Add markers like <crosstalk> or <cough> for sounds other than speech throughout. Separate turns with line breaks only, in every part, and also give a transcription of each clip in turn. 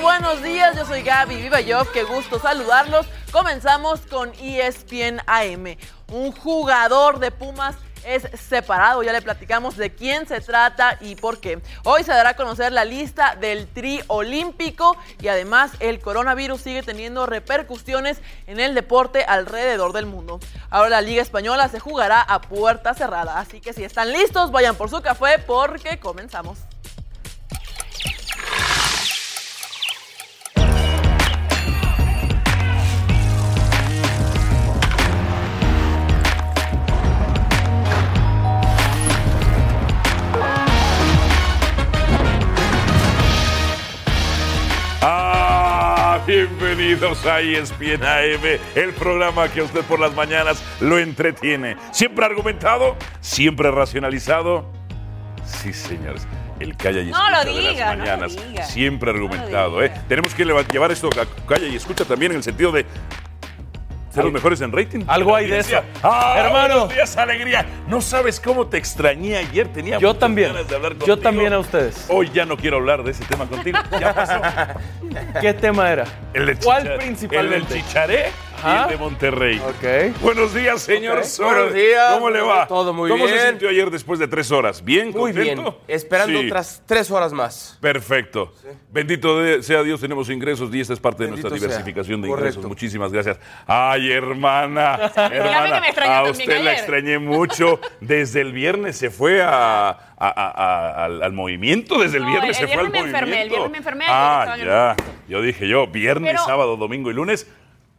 buenos días. Yo soy Gaby Vivayov. Qué gusto saludarlos. Comenzamos con E ESPN AM. Un jugador de Pumas es separado. Ya le platicamos de quién se trata y por qué. Hoy se dará a conocer la lista del tri olímpico y además el coronavirus sigue teniendo repercusiones en el deporte alrededor del mundo. Ahora la Liga Española se jugará a puerta cerrada, así que si están listos, vayan por su café porque comenzamos.
Ah, Bienvenidos a E ESPN AM, el programa que a usted por las mañanas lo entretiene. Siempre argumentado, siempre racionalizado. Sí, señores. El calla y escucha
No lo
de
diga,
las
no lo
mañanas.
diga.
Siempre
lo
argumentado, ¿eh?
diga.
Tenemos que leva- llevar esto a calla y escucha también en el sentido de ser los mejores en rating. Ah, Algo
hay de eso.
Hermano.
Hermano.
Buenos días, alegría. No sabes cómo te extrañé ayer. Tenía
Yo
muchas
también.
ganas de hablar
Yo
contigo.
también a ustedes.
Hoy ya no quiero hablar de ese tema contigo. Ya pasó.
¿Qué tema era?
El de
¿Cuál
Chicha-
principalmente?
El del Chicharé y
Ajá.
el de Monterrey.
Ok.
Buenos días, señor
Ok.
Sol.
Buenos días.
¿Cómo le va?
Todo muy
¿Cómo se
bien.
sintió ayer después de tres horas? ¿Bien?
Muy bien,
¿Contento?
esperando
Sí.
otras tres horas más.
Perfecto. Bendito de- sea Dios, tenemos ingresos y esta es parte
Bendito
de nuestra
sea.
diversificación de
Correcto.
ingresos. Muchísimas gracias. Ay,
<laughs>
hermana. hermana,
que me extrañó
a
también
usted la
ayer.
extrañé mucho. Desde el viernes se fue a, a- a- a- al, al movimiento. Desde el
No,
viernes
el
se fue al
viernes me
movimiento.
enfermé, el viernes me enfermé, ayer
Ah,
estaba en el
ya. Yo dije yo, viernes,
Pero-
sábado, domingo y lunes.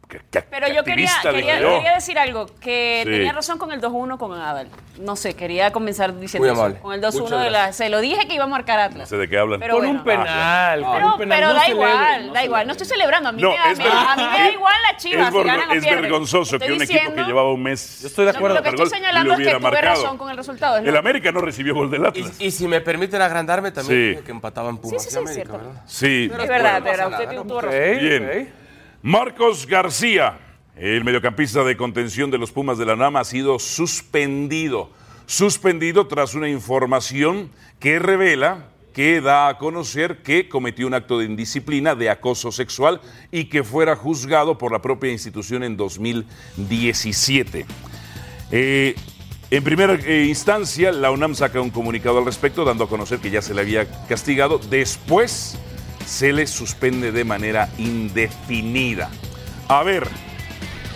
que- que-
Pero
que
yo quería,
activista, dije
quería,
yo.
quería decir algo, que
Sí.
tenía razón con el 2-1 con Adal. No sé, quería comenzar diciendo
Muy
eso,
amable.
con el 2-1
Muchas
de la...
gracias.
Se lo dije que iba a marcar Atlas.
No sé de qué hablan.
Pero
Con
bueno.
un penal. con
Pero,
un penal.
pero
No
da
celebre,
igual,
no
da igual.
celebre.
No estoy celebrando. A mí,
No,
me, da-
es
me-
ver-
a mí me da
es-
igual la
es
chivas. si
vergo-
ganan o
es
pierden.
vergonzoso que
Estoy
un equipo
diciendo-
que llevaba un mes.
Yo estoy de
No,
acuerdo.
Lo que
sin
estoy
marcar gol,
señalando
lo
es que
hubiera
tuve
marcado.
razón con el resultado. ¿no?
El América no recibió gol del Atlas.
Y, y si me permiten agrandarme también,
Sí.
dije que empataban Pumas
Sí, sí,
y
sí, es
América,
cierto.
¿verdad?
sí.
Es verdad,
Bueno,
pero
no pasa
usted
nada,
tuvo
no
razón.
Ok,
Bien. Marcos García, el mediocampista de contención de los Pumas de la NAM, ha sido suspendido. Suspendido tras una información que revela que da a conocer que cometió un acto de indisciplina, de acoso sexual y que fuera juzgado por la propia institución en 2017. Eh, en primera eh, instancia, la UNAM saca un comunicado al respecto, dando a conocer que ya se le había castigado. Después se le suspende de manera indefinida. A ver,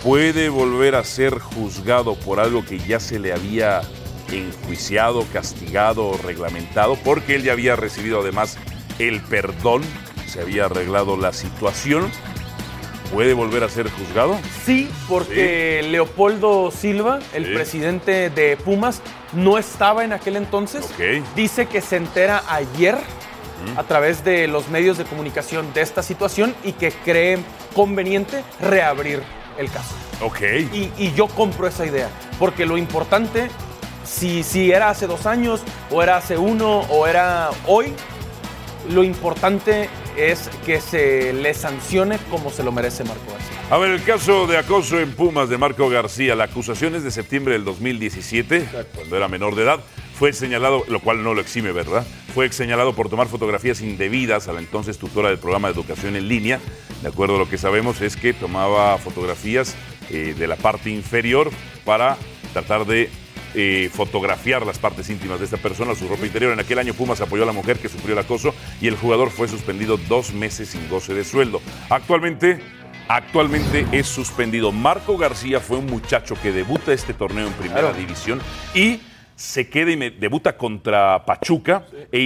¿puede volver a ser juzgado por algo que ya se le había enjuiciado, castigado o reglamentado? Porque él ya había recibido además el perdón, se había arreglado la situación. ¿Puede volver a ser juzgado?
Sí, porque Leopoldo Silva, el
Sí.
presidente de Pumas, no estaba en aquel entonces.
Ok.
Dice que se entera ayer a través de los medios de comunicación de esta situación y que cree conveniente reabrir el caso.
Ok.
Y, y yo compro esa idea, porque lo importante, si, si era hace dos años, o era hace uno, o era hoy, lo importante es que se le sancione como se lo merece Marco García.
A ver, el caso de acoso en Pumas de Marco García, la acusación es de septiembre del 2017, cuando era menor de edad, fue señalado, lo cual no lo exime, ¿verdad? Fue señalado por tomar fotografías indebidas a la entonces tutora del programa de educación en línea. De acuerdo a lo que sabemos es que tomaba fotografías eh, de la parte inferior para tratar de eh, fotografiar las partes íntimas de esta persona, su ropa interior. En aquel año Pumas apoyó a la mujer que sufrió el acoso y el jugador fue suspendido dos meses sin goce de sueldo. Actualmente, actualmente es suspendido. Marco García fue un muchacho que debuta este torneo en primera división y se queda inme- debuta contra Pachuca e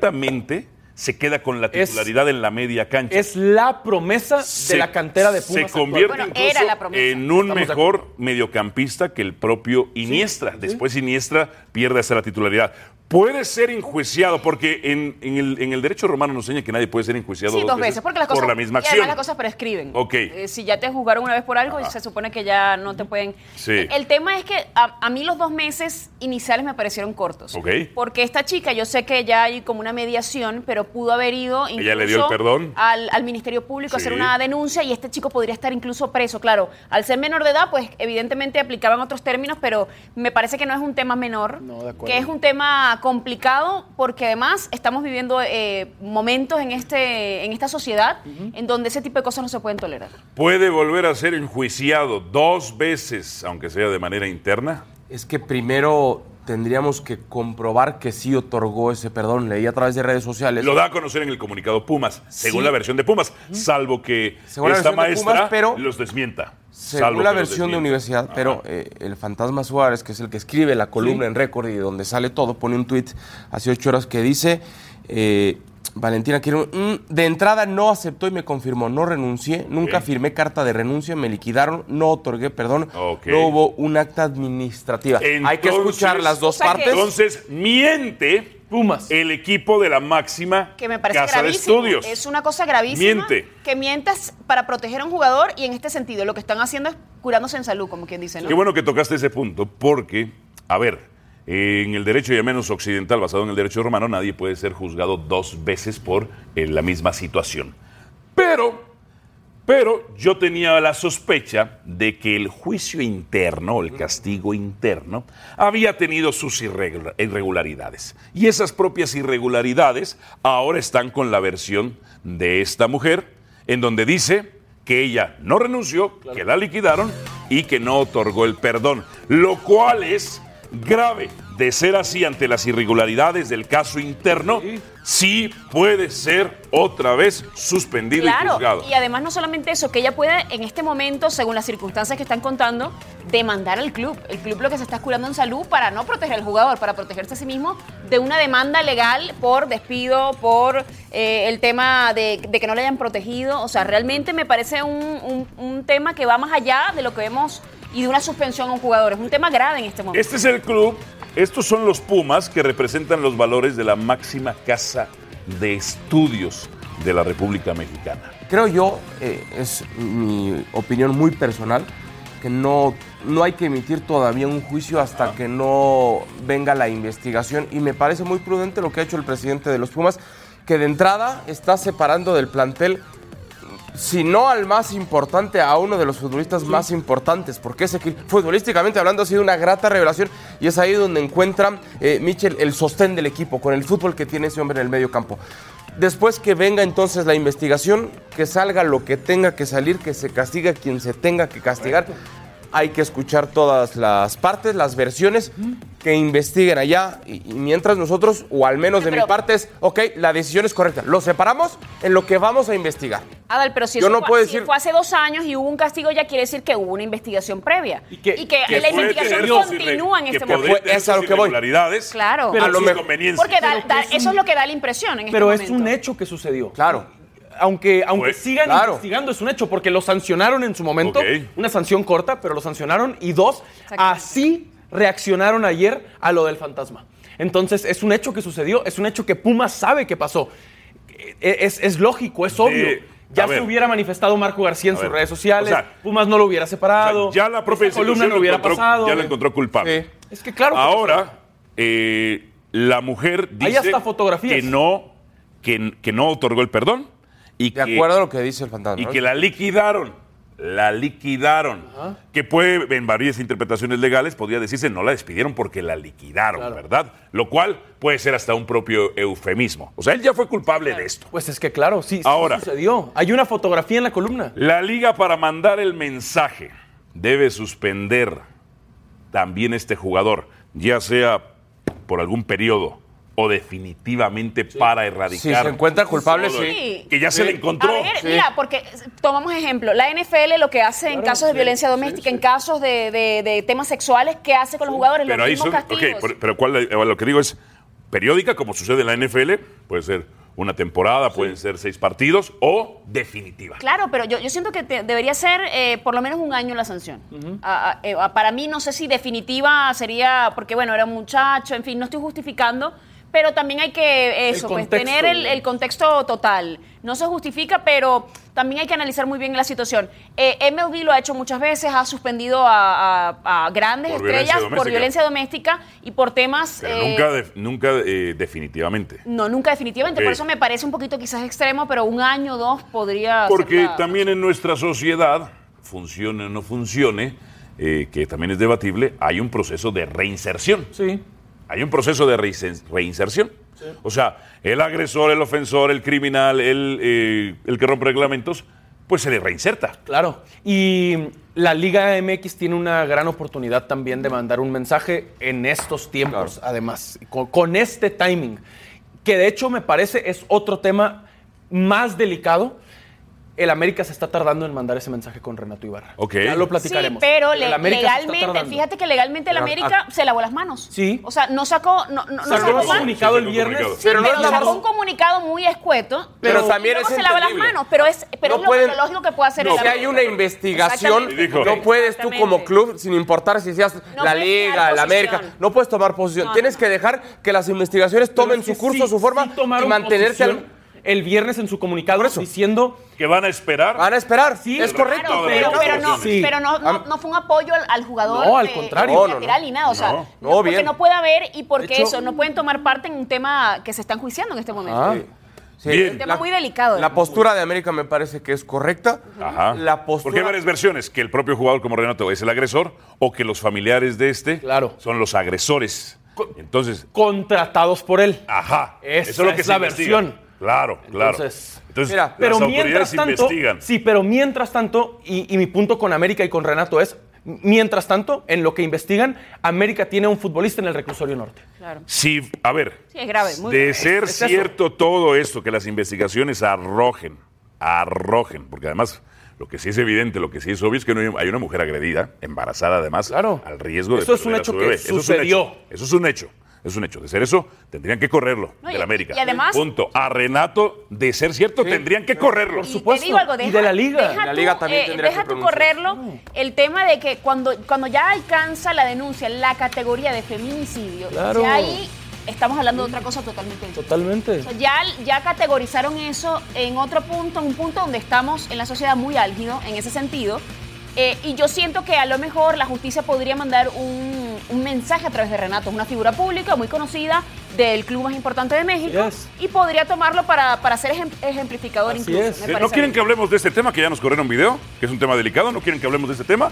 inmediatamente se queda con la
Es-
titularidad en la media cancha
Es la promesa de la cantera de
se
Pumas.
convierte
Bueno,
incluso
era la promesa.
en un
Estamos de
mejor mediocampista que el propio Iniestra. Después Iniestra pierde hasta la titularidad. Puede ser enjuiciado, porque en, en el, en el derecho romano nos enseña que nadie puede ser enjuiciado
Sí, dos veces, porque las cosas,
por la misma
y además
acción.
las cosas prescriben.
Ok.
Eh, si ya te juzgaron una vez por algo,
Ajá.
se supone que ya no te pueden...
Sí.
Eh, El tema es que a, a mí los dos meses iniciales me parecieron cortos.
Ok.
Porque esta chica, yo sé que ya hay como una mediación, pero pudo haber ido incluso...
Ella le dio el perdón.
Al, al Ministerio Público a hacer
Sí.
una denuncia y este chico podría estar incluso preso. Claro, al ser menor de edad, pues evidentemente aplicaban otros términos, pero me parece que no es un tema menor, que es un tema complicado porque además estamos viviendo eh, momentos en, este, en esta sociedad en donde ese tipo de cosas no se pueden tolerar.
¿Puede volver a ser enjuiciado dos veces, aunque sea de manera interna?
Es que primero tendríamos que comprobar que sí otorgó ese perdón. Leí a través de redes sociales.
Lo da a conocer en el comunicado Pumas, según
Sí.
la versión de Pumas, salvo que
Según la
esta
versión de
maestra
Pumas, pero-
los desmienta. salvo
Según la
que los
versión de
desmienta.
universidad,
Ajá.
pero eh, el fantasma Suárez, que es el que escribe la columna en récord y donde sale todo, pone un tuit hace ocho horas que dice, eh, Valentina quiero de entrada no aceptó y me confirmó, no renuncié, nunca
Ok.
firmé carta de renuncia, me liquidaron, no otorgué perdón,
Ok.
no hubo un acta administrativa. Hay que
Entonces-
escuchar las dos
O sea que-
partes.
Entonces, miente
Pumas.
el equipo de la máxima
Que me parece
casa
gravísimo.
de estudios.
Es una cosa gravísima.
Miente.
Que mientas para proteger a un jugador y en este sentido lo que están haciendo es curándose en salud, como quien dice, ¿no?
Qué bueno que tocaste ese punto, porque, a ver, en el derecho ya menos occidental, basado en el derecho romano, nadie puede ser juzgado dos veces por eh, la misma situación. Pero, pero yo tenía la sospecha de que el juicio interno, el castigo interno, había tenido sus irregula- irregularidades. Y esas propias irregularidades ahora están con la versión de esta mujer, en donde dice que ella no renunció, que la liquidaron y que no otorgó el perdón, lo cual es grave. De ser así ante las irregularidades del caso interno, sí puede ser otra vez suspendido y juzgado.
Claro, y además no solamente eso, que ella puede en este momento, según las circunstancias que están contando, demandar al club. El club lo que se está curando en salud para no proteger al jugador, para protegerse a sí mismo de una demanda legal por despido, por eh, el tema de, de que no le hayan protegido. O sea, realmente me parece un, un- un tema que va más allá de lo que vemos y de una suspensión a un jugador. Es un tema grave en este momento.
Este es el club, estos son los Pumas que representan los valores de la máxima casa de estudios de la República Mexicana.
creo yo, eh, es mi opinión muy personal, que no, no hay que emitir todavía un juicio hasta que no venga la investigación. Y me parece muy prudente lo que ha hecho el presidente de los Pumas, que de entrada está separando del plantel, si no al más importante, a uno de los futbolistas más importantes, porque ese equi- futbolísticamente hablando ha sido una grata revelación y es ahí donde encuentra eh, Michel el sostén del equipo, con el fútbol que tiene ese hombre en el medio campo. Después que venga entonces la investigación, que salga lo que tenga que salir, que se castiga a quien se tenga que castigar. Hay que escuchar todas las partes, las versiones que investiguen allá. Y, y mientras nosotros, o al menos de mi
Pero-
parte, es, ok, la decisión es correcta. Lo separamos en lo que vamos a investigar.
Adal, pero si,
Yo
eso
no
fue,
puedo
si
decir-
fue hace dos años y hubo un castigo, ya quiere decir que hubo una investigación previa. Y que,
Que
la
puede
investigación
tener sus irre-
continúa en
que
este
podría
momento.
Pues,
tener
es a
sus
lo que voy.
irregularidades,
Claro. Ah,
pero
A lo
sus
mejor-
conveniencias.
Porque da-
Pero que
da-
es un-
eso es lo que da la impresión en este
Pero
momento.
es un hecho que sucedió.
Claro.
Aunque, aunque
Pues,
sigan
claro.
investigando, es un hecho, porque lo sancionaron en su momento.
Ok.
Una sanción corta, pero lo sancionaron. Y dos, así reaccionaron ayer a lo del fantasma. Entonces, es un hecho que sucedió, es un hecho que Puma sabe que pasó. E- Es, es lógico, es obvio.
a
ya se
ver.
hubiera manifestado Marco García en
A
sus
ver,
redes sociales.
o sea,
Pumas no lo hubiera separado.
O sea, ya la propia
esa columna
institución
no hubiera
lo encontró-
pasado.
Ya la encontró culpable.
Sí.
Es que claro. que
Ahora, eh, la mujer dice
Hay hasta fotografías.
que no, que, que no otorgó el perdón y
De
que
acuerdo a lo que dice el fantasma.
y
¿no?
que la liquidaron. La liquidaron. Que puede, en varias interpretaciones legales, podría decirse no la despidieron porque la liquidaron, ¿verdad? Lo cual puede ser hasta un propio eufemismo. O sea, él ya fue culpable de esto.
Pues es que claro, sí, sí
Ahora.
sucedió. Hay una fotografía en la columna.
La liga para mandar el mensaje debe suspender también este jugador, ya sea por algún periodo o definitivamente para
si
erradicar.
se encuentra culpable,
todo el-
sí.
Sí.
Que ya se le encontró.
A ver, mira, porque tomamos ejemplo, la NFL lo que hace en casos de violencia doméstica, en casos de, de- de temas sexuales, ¿qué hace con los jugadores?
Pero
los
ahí
mismos
son-
castigos.
ok, pero- pero cuál, eh, lo que digo es periódica, como sucede en la NFL, puede ser una temporada, pueden ser seis partidos o definitiva.
Claro, pero yo, yo siento que te- debería ser eh, por lo menos un año la sanción. A- a- eh, a- para mí, no sé si definitiva sería, porque bueno, era un muchacho, en fin, no estoy justificando, pero también hay que eso, pues,
contexto,
tener el,
digamos.
el contexto total. No se justifica, pero también hay que analizar muy bien la situación. Eh, MLB lo ha hecho muchas veces, ha suspendido a, a- a grandes
Por violencia
estrellas por
doméstica.
violencia doméstica y por temas...
Pero
eh,
nunca, def- nunca eh, definitivamente.
No, nunca definitivamente.
Ok.
Por eso me parece un poquito quizás extremo, pero un año o dos podría... ser
Porque
la-
también en nuestra sociedad, funcione o no funcione, eh, que también es debatible, hay un proceso de reinserción.
Sí.
hay un proceso de reinser- reinserción. O sea, el agresor, el ofensor, el criminal, el, eh, el que rompe reglamentos, pues se le reinserta.
Claro. Y la Liga MX tiene una gran oportunidad también de mandar un mensaje en estos tiempos, además, con, con este timing, que de hecho me parece es otro tema más delicado. El América se está tardando en mandar ese mensaje con Renato Ibarra.
Ok.
Ya lo
Sí,
platicaremos.
pero
El
le-
América se está
legalmente,
tardando.
fíjate que legalmente el
Pero,
América
ah,
se lavó las manos.
Sí.
O sea, no sacó, no, no, no
Sacó
sacó mal.
un comunicado el
Sí,
viernes.
sacó un
Pero no
Pero
la
sacó
vamos-
un comunicado muy escueto.
Pero
y
también
luego
es
se lava las
entendible.
manos, pero es, pero
No
es lo
pueden-
lógico que puede hacer
No,
el
si hay
América.
una investigación,
Exactamente.
Dijo.
no puedes tú como
Exactamente.
club, sin importar si seas
No
la
puedes
Liga,
tomar
la América,
posición.
no puedes tomar posición.
No,
Tienes
no,
que dejar que las investigaciones
Pero
tomen
es
su
que
curso,
sí,
su
sí
forma y
tomaron
mantenerse al-
posición el viernes en su comunicado
eso.
diciendo
Que van a esperar.
Van a esperar,
Sí,
es
claro,
correcto.
Claro, pero,
Correcto.
pero no,
Sí.
pero no, no- no fue un apoyo al, al jugador.
No, al
eh,
contrario.
No, no,
bilateral
no.
ni nada. O sea,
No,
no,
no,
porque
bien.
no puede haber y porque
De hecho-
eso, no pueden tomar parte en un tema que se está enjuiciando en este momento.
Ah, sí.
Bien.
Un tema muy delicado,
La
¿eh?
postura de América me parece que es correcta.
Ajá.
La
Porque hay
postura
varias versiones, que el propio jugador como Renato es el agresor o que los familiares de este
Claro.
son los agresores. Entonces,
contratados por
Ah,
él.
ajá.
Esa
eso es lo que
es
se
la
investiga.
versión.
Claro, claro.
Entonces,
mira,
las
pero
autoridades
mientras tanto,
investigan.
sí, pero mientras tanto, y, y mi punto con América y con Renato es, m- mientras tanto, en lo que investigan, América tiene un futbolista en el reclusorio norte.
Claro.
Sí, a ver.
Sí, es grave, muy
de
grave.
ser
Es eso.
cierto todo esto, que las investigaciones arrojen, arrojen, porque además lo que sí es evidente, lo que sí es obvio es que no hay- hay una mujer agredida, embarazada además,
Claro.
al riesgo de
Eso es un
perder a
hecho
su
que
bebé.
sucedió.
Eso es un hecho. Eso es un hecho. Es un hecho. De ser eso, tendrían que correrlo
No,
de
y-
la América.
y además-
Punto. A Renato, de ser cierto, tendrían que correrlo.
Por
Y
supuesto.
Te digo algo,
Y
deja,
de la liga.
Deja
La
tú,
liga también
eh,
tendría
deja
que
tú
pronunciarse.
correrlo el tema de que cuando, cuando ya alcanza la denuncia, la categoría de feminicidio,
Claro.
ya ahí estamos hablando de otra cosa totalmente distinta.
Totalmente.
O sea, Ya, ya categorizaron eso en otro punto, un punto donde estamos en la sociedad muy álgido en ese sentido. Eh, y yo siento que a lo mejor la justicia podría mandar un, un mensaje a través de Renato, es una figura pública muy conocida del club más importante de México
Yes.
y podría tomarlo para, para ser ejem- ejemplificador
Así
incluso.
es.
me
Eh, ¿No
parece
quieren
bien.
que hablemos de este tema, que ya nos corrieron video, que es un tema delicado? ¿No quieren que hablemos de este tema?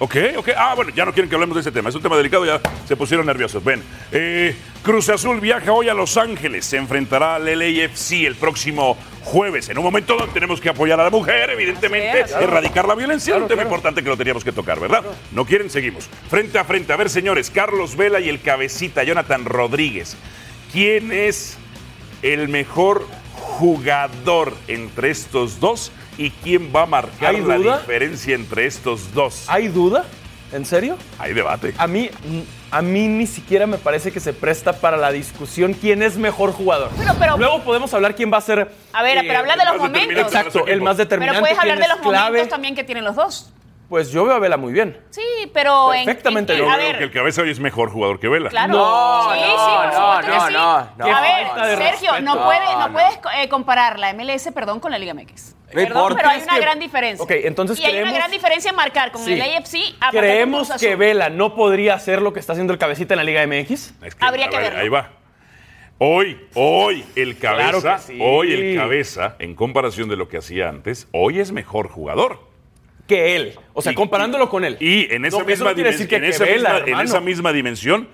Ok, ok. Ah, bueno, ya no quieren que hablemos de este tema. Es un tema delicado, ya se pusieron nerviosos. Ven, eh, Cruz Azul viaja hoy a Los Ángeles. Se enfrentará al LAFC el próximo jueves. En un momento donde tenemos que apoyar a la mujer, evidentemente, erradicar la violencia. un tema importante que lo teníamos que tocar, ¿verdad? No quieren, seguimos. Frente a frente. A ver, señores, Carlos Vela y el cabecita, Jonathan Rodríguez. ¿Quién es el mejor jugador entre estos dos y quién va a marcar
¿Hay
la
duda?
diferencia entre estos dos. Hay,
¿Hay duda? ¿En serio?
debate.
A mí, a mí ni siquiera me parece que se presta para la discusión quién es mejor jugador.
Pero- pero-
Luego podemos hablar quién va a ser.
A ver, pero habla de los momentos.
Exacto, el más determinante.
Pero puedes
quién
hablar de
es
los momentos
clave.
también que tienen los dos.
Pues yo veo a Vela muy bien.
Sí, pero en-
Perfectamente,
en,
Yo
a
creo
ver,
que el cabeza hoy es mejor jugador que Vela.
Claro.
No,
sí,
no,
sí, por supuesto
no,
que sí.
no, no.
A
Falta de
ver, Sergio,
respeto.
no, puede,
No,
no,
no.
puedes eh, comparar la MLS, perdón, con la Liga MX. Perdón,
importa.
pero hay
Es
una
que-
gran diferencia.
Ok, entonces
y hay
creemos-
una gran diferencia en marcar con
Sí.
el AFC a marcar con
¿Creemos
Cruz Azul.
que Vela no podría hacer lo que está haciendo el cabecita en la Liga MX?
Es
Habría
a
que
ver,
verlo.
Ahí va. Hoy, hoy el cabeza,
Claro que sí.
hoy el cabeza, en comparación de lo que hacía antes, hoy es mejor jugador.
Que él. O sea,
Y-
comparándolo con él.
Y en esa,
No, eso
misma,
no quiere
dimen-
decir que
en esa
Vela,
misma- en
hermano.
esa misma dimensión,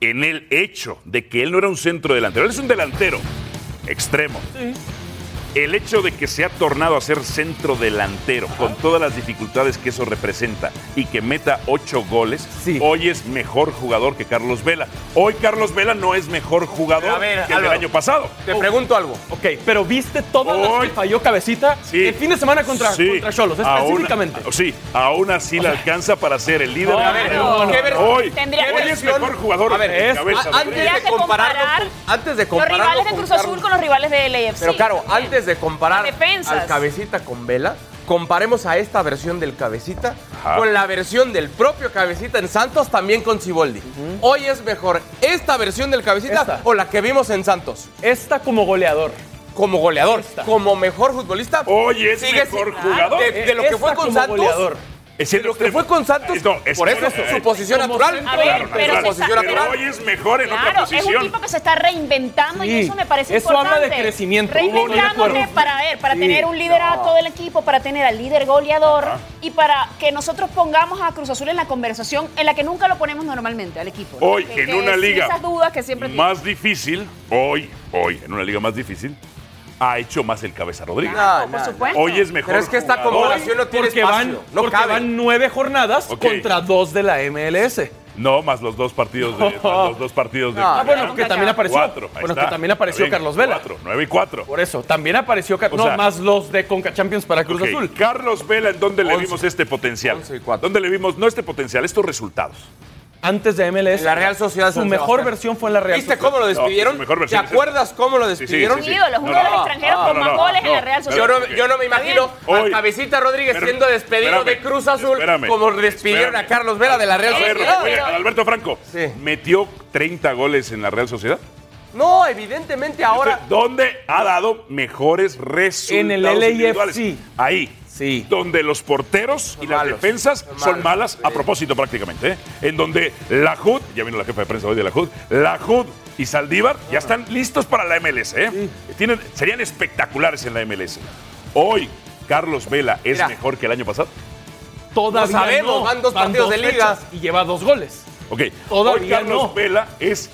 en el hecho de que él no era un centro delantero, él es un delantero extremo. El hecho de que se ha tornado a ser centro delantero, con todas las dificultades que eso representa, y que meta ocho goles,
Sí.
hoy es mejor jugador que Carlos Vela. Hoy Carlos Vela no es mejor jugador
A ver,
que el del
Álvaro.
año pasado.
Te pregunto algo.
Ok, pero viste todas las
Hoy-
que falló cabecita
Sí.
el fin de semana contra
Sí.
contra Cholos,
Aún- oh,
específicamente.
sí, aún así le alcanza para ser el líder.
No,
de la
a ver,
liga.
no, no,
¿Qué ver-
Hoy,
Tendría
hoy
qué
es
versión-
mejor jugador
A ver,
de
es-
cabeza.
a-
Rodríguez.
antes,
Tendría
de
que
compararlo
comparar
con, antes de
Los
compararlo
rivales de Cruz Azul con los rivales del AFC.
Pero claro,
Bien.
antes de comparar
La defensa.
al cabecita con Vela, comparemos a esta versión del cabecita
Ajá.
con la versión del propio cabecita en Santos, también con Ciboldi. Hoy es mejor esta versión del cabecita
Esta.
o la que vimos en Santos.
Esta como goleador.
Como goleador,
Esta.
como mejor futbolista.
Hoy es
sigue
mejor
sin-
jugador.
De, de lo que
Esta
fue con
como
Santos.
goleador.
Es centro
Se
extremo.
fue con Santos.
Eh, no, es
por eso
centro-
su,
eh,
su posición
como
natural.
centro-
A ver, pero,
Claro, natural.
se está-
Posición
Pero
natural.
hoy es mejor en otra
Claro, es un
posición.
tipo que se está reinventando y
Sí,
eso me parece
eso
importante.
habla de crecimiento. Hugo, estoy de acuerdo.
Reinventándote para ver, para
Sí,
tener un liderato del equipo, para tener al líder goleador
Ajá.
y para que nosotros pongamos a Cruz Azul en la conversación en la que nunca lo ponemos normalmente al equipo. ¿no?
Hoy,
Que-
en
que
una
sin
liga
Esas dudas que siempre tiene.
más difícil, hoy, hoy, en una liga más difícil, ha hecho más el Cabeza Rodríguez.
No,
Claro, por supuesto.
Hoy es mejor.
Pero es que esta
jugador.
comparación no tiene
porque
espacio.
van,
no
porque
cabe.
van nueve jornadas
Ok.
contra dos de la MLS.
No, más los dos partidos de. más los dos partidos de.
Ah,
Ah, bueno, que
Contra
también
Chivas.
apareció.
Cuatro, ahí
bueno, que
está.
también apareció
Bien,
Carlos Vela.
Cuatro, nueve y cuatro.
Por eso, también apareció Carlos.
O sea-
no, más los de Conca Champions para Cruz
Ok,
Azul.
Carlos Vela, ¿en dónde le
Once.
vimos este potencial?
Once y cuatro.
¿Dónde le vimos, no este potencial, estos resultados?
Antes de MLS.
La Real Sociedad
Su
San
mejor
Sebastián.
versión fue en la Real
¿Viste
Sociedad.
cómo lo despidieron?
su pues, mejor
¿Te
versión es
acuerdas cómo lo
sí,
despidieron?
sí, sí.
ídolo, es uno
No,
de los
no,
extranjeros
no,
con
no,
más
no,
goles en
no,
la Real
pero-
Yo
Sociedad.
no, yo no me
Está
imagino
bien. Hoy-
a Cabecita Rodríguez
Espérame,
siendo despedido de
espérame,
Cruz Azul
espérame,
como despidieron
espérame.
a Carlos Vela de la Real
A ver,
Sociedad.
oye, Alberto Franco,
Sí.
¿metió 30 goles en la Real Sociedad?
No, evidentemente ahora.
¿Dónde ha dado mejores resultados?
En el LAFC.
individuales? Ahí.
Sí.
Donde los porteros y
Son
las
malos.
defensas
Son
son
malos,
malas a
sí.
propósito prácticamente. ¿eh? En donde la JUD, ya vino la jefa de prensa hoy de la JUD, la JUD y Saldívar ya están listos para la MLS. ¿eh? Tienen, serían espectaculares en la MLS. Hoy, Carlos Vela es
Mira.
mejor que el año pasado.
Todavía
Lo sabemos,
no.
van dos partidos de liga.
fechas Y lleva dos goles.
Ok.
Todavía
Hoy Carlos
no.
Vela es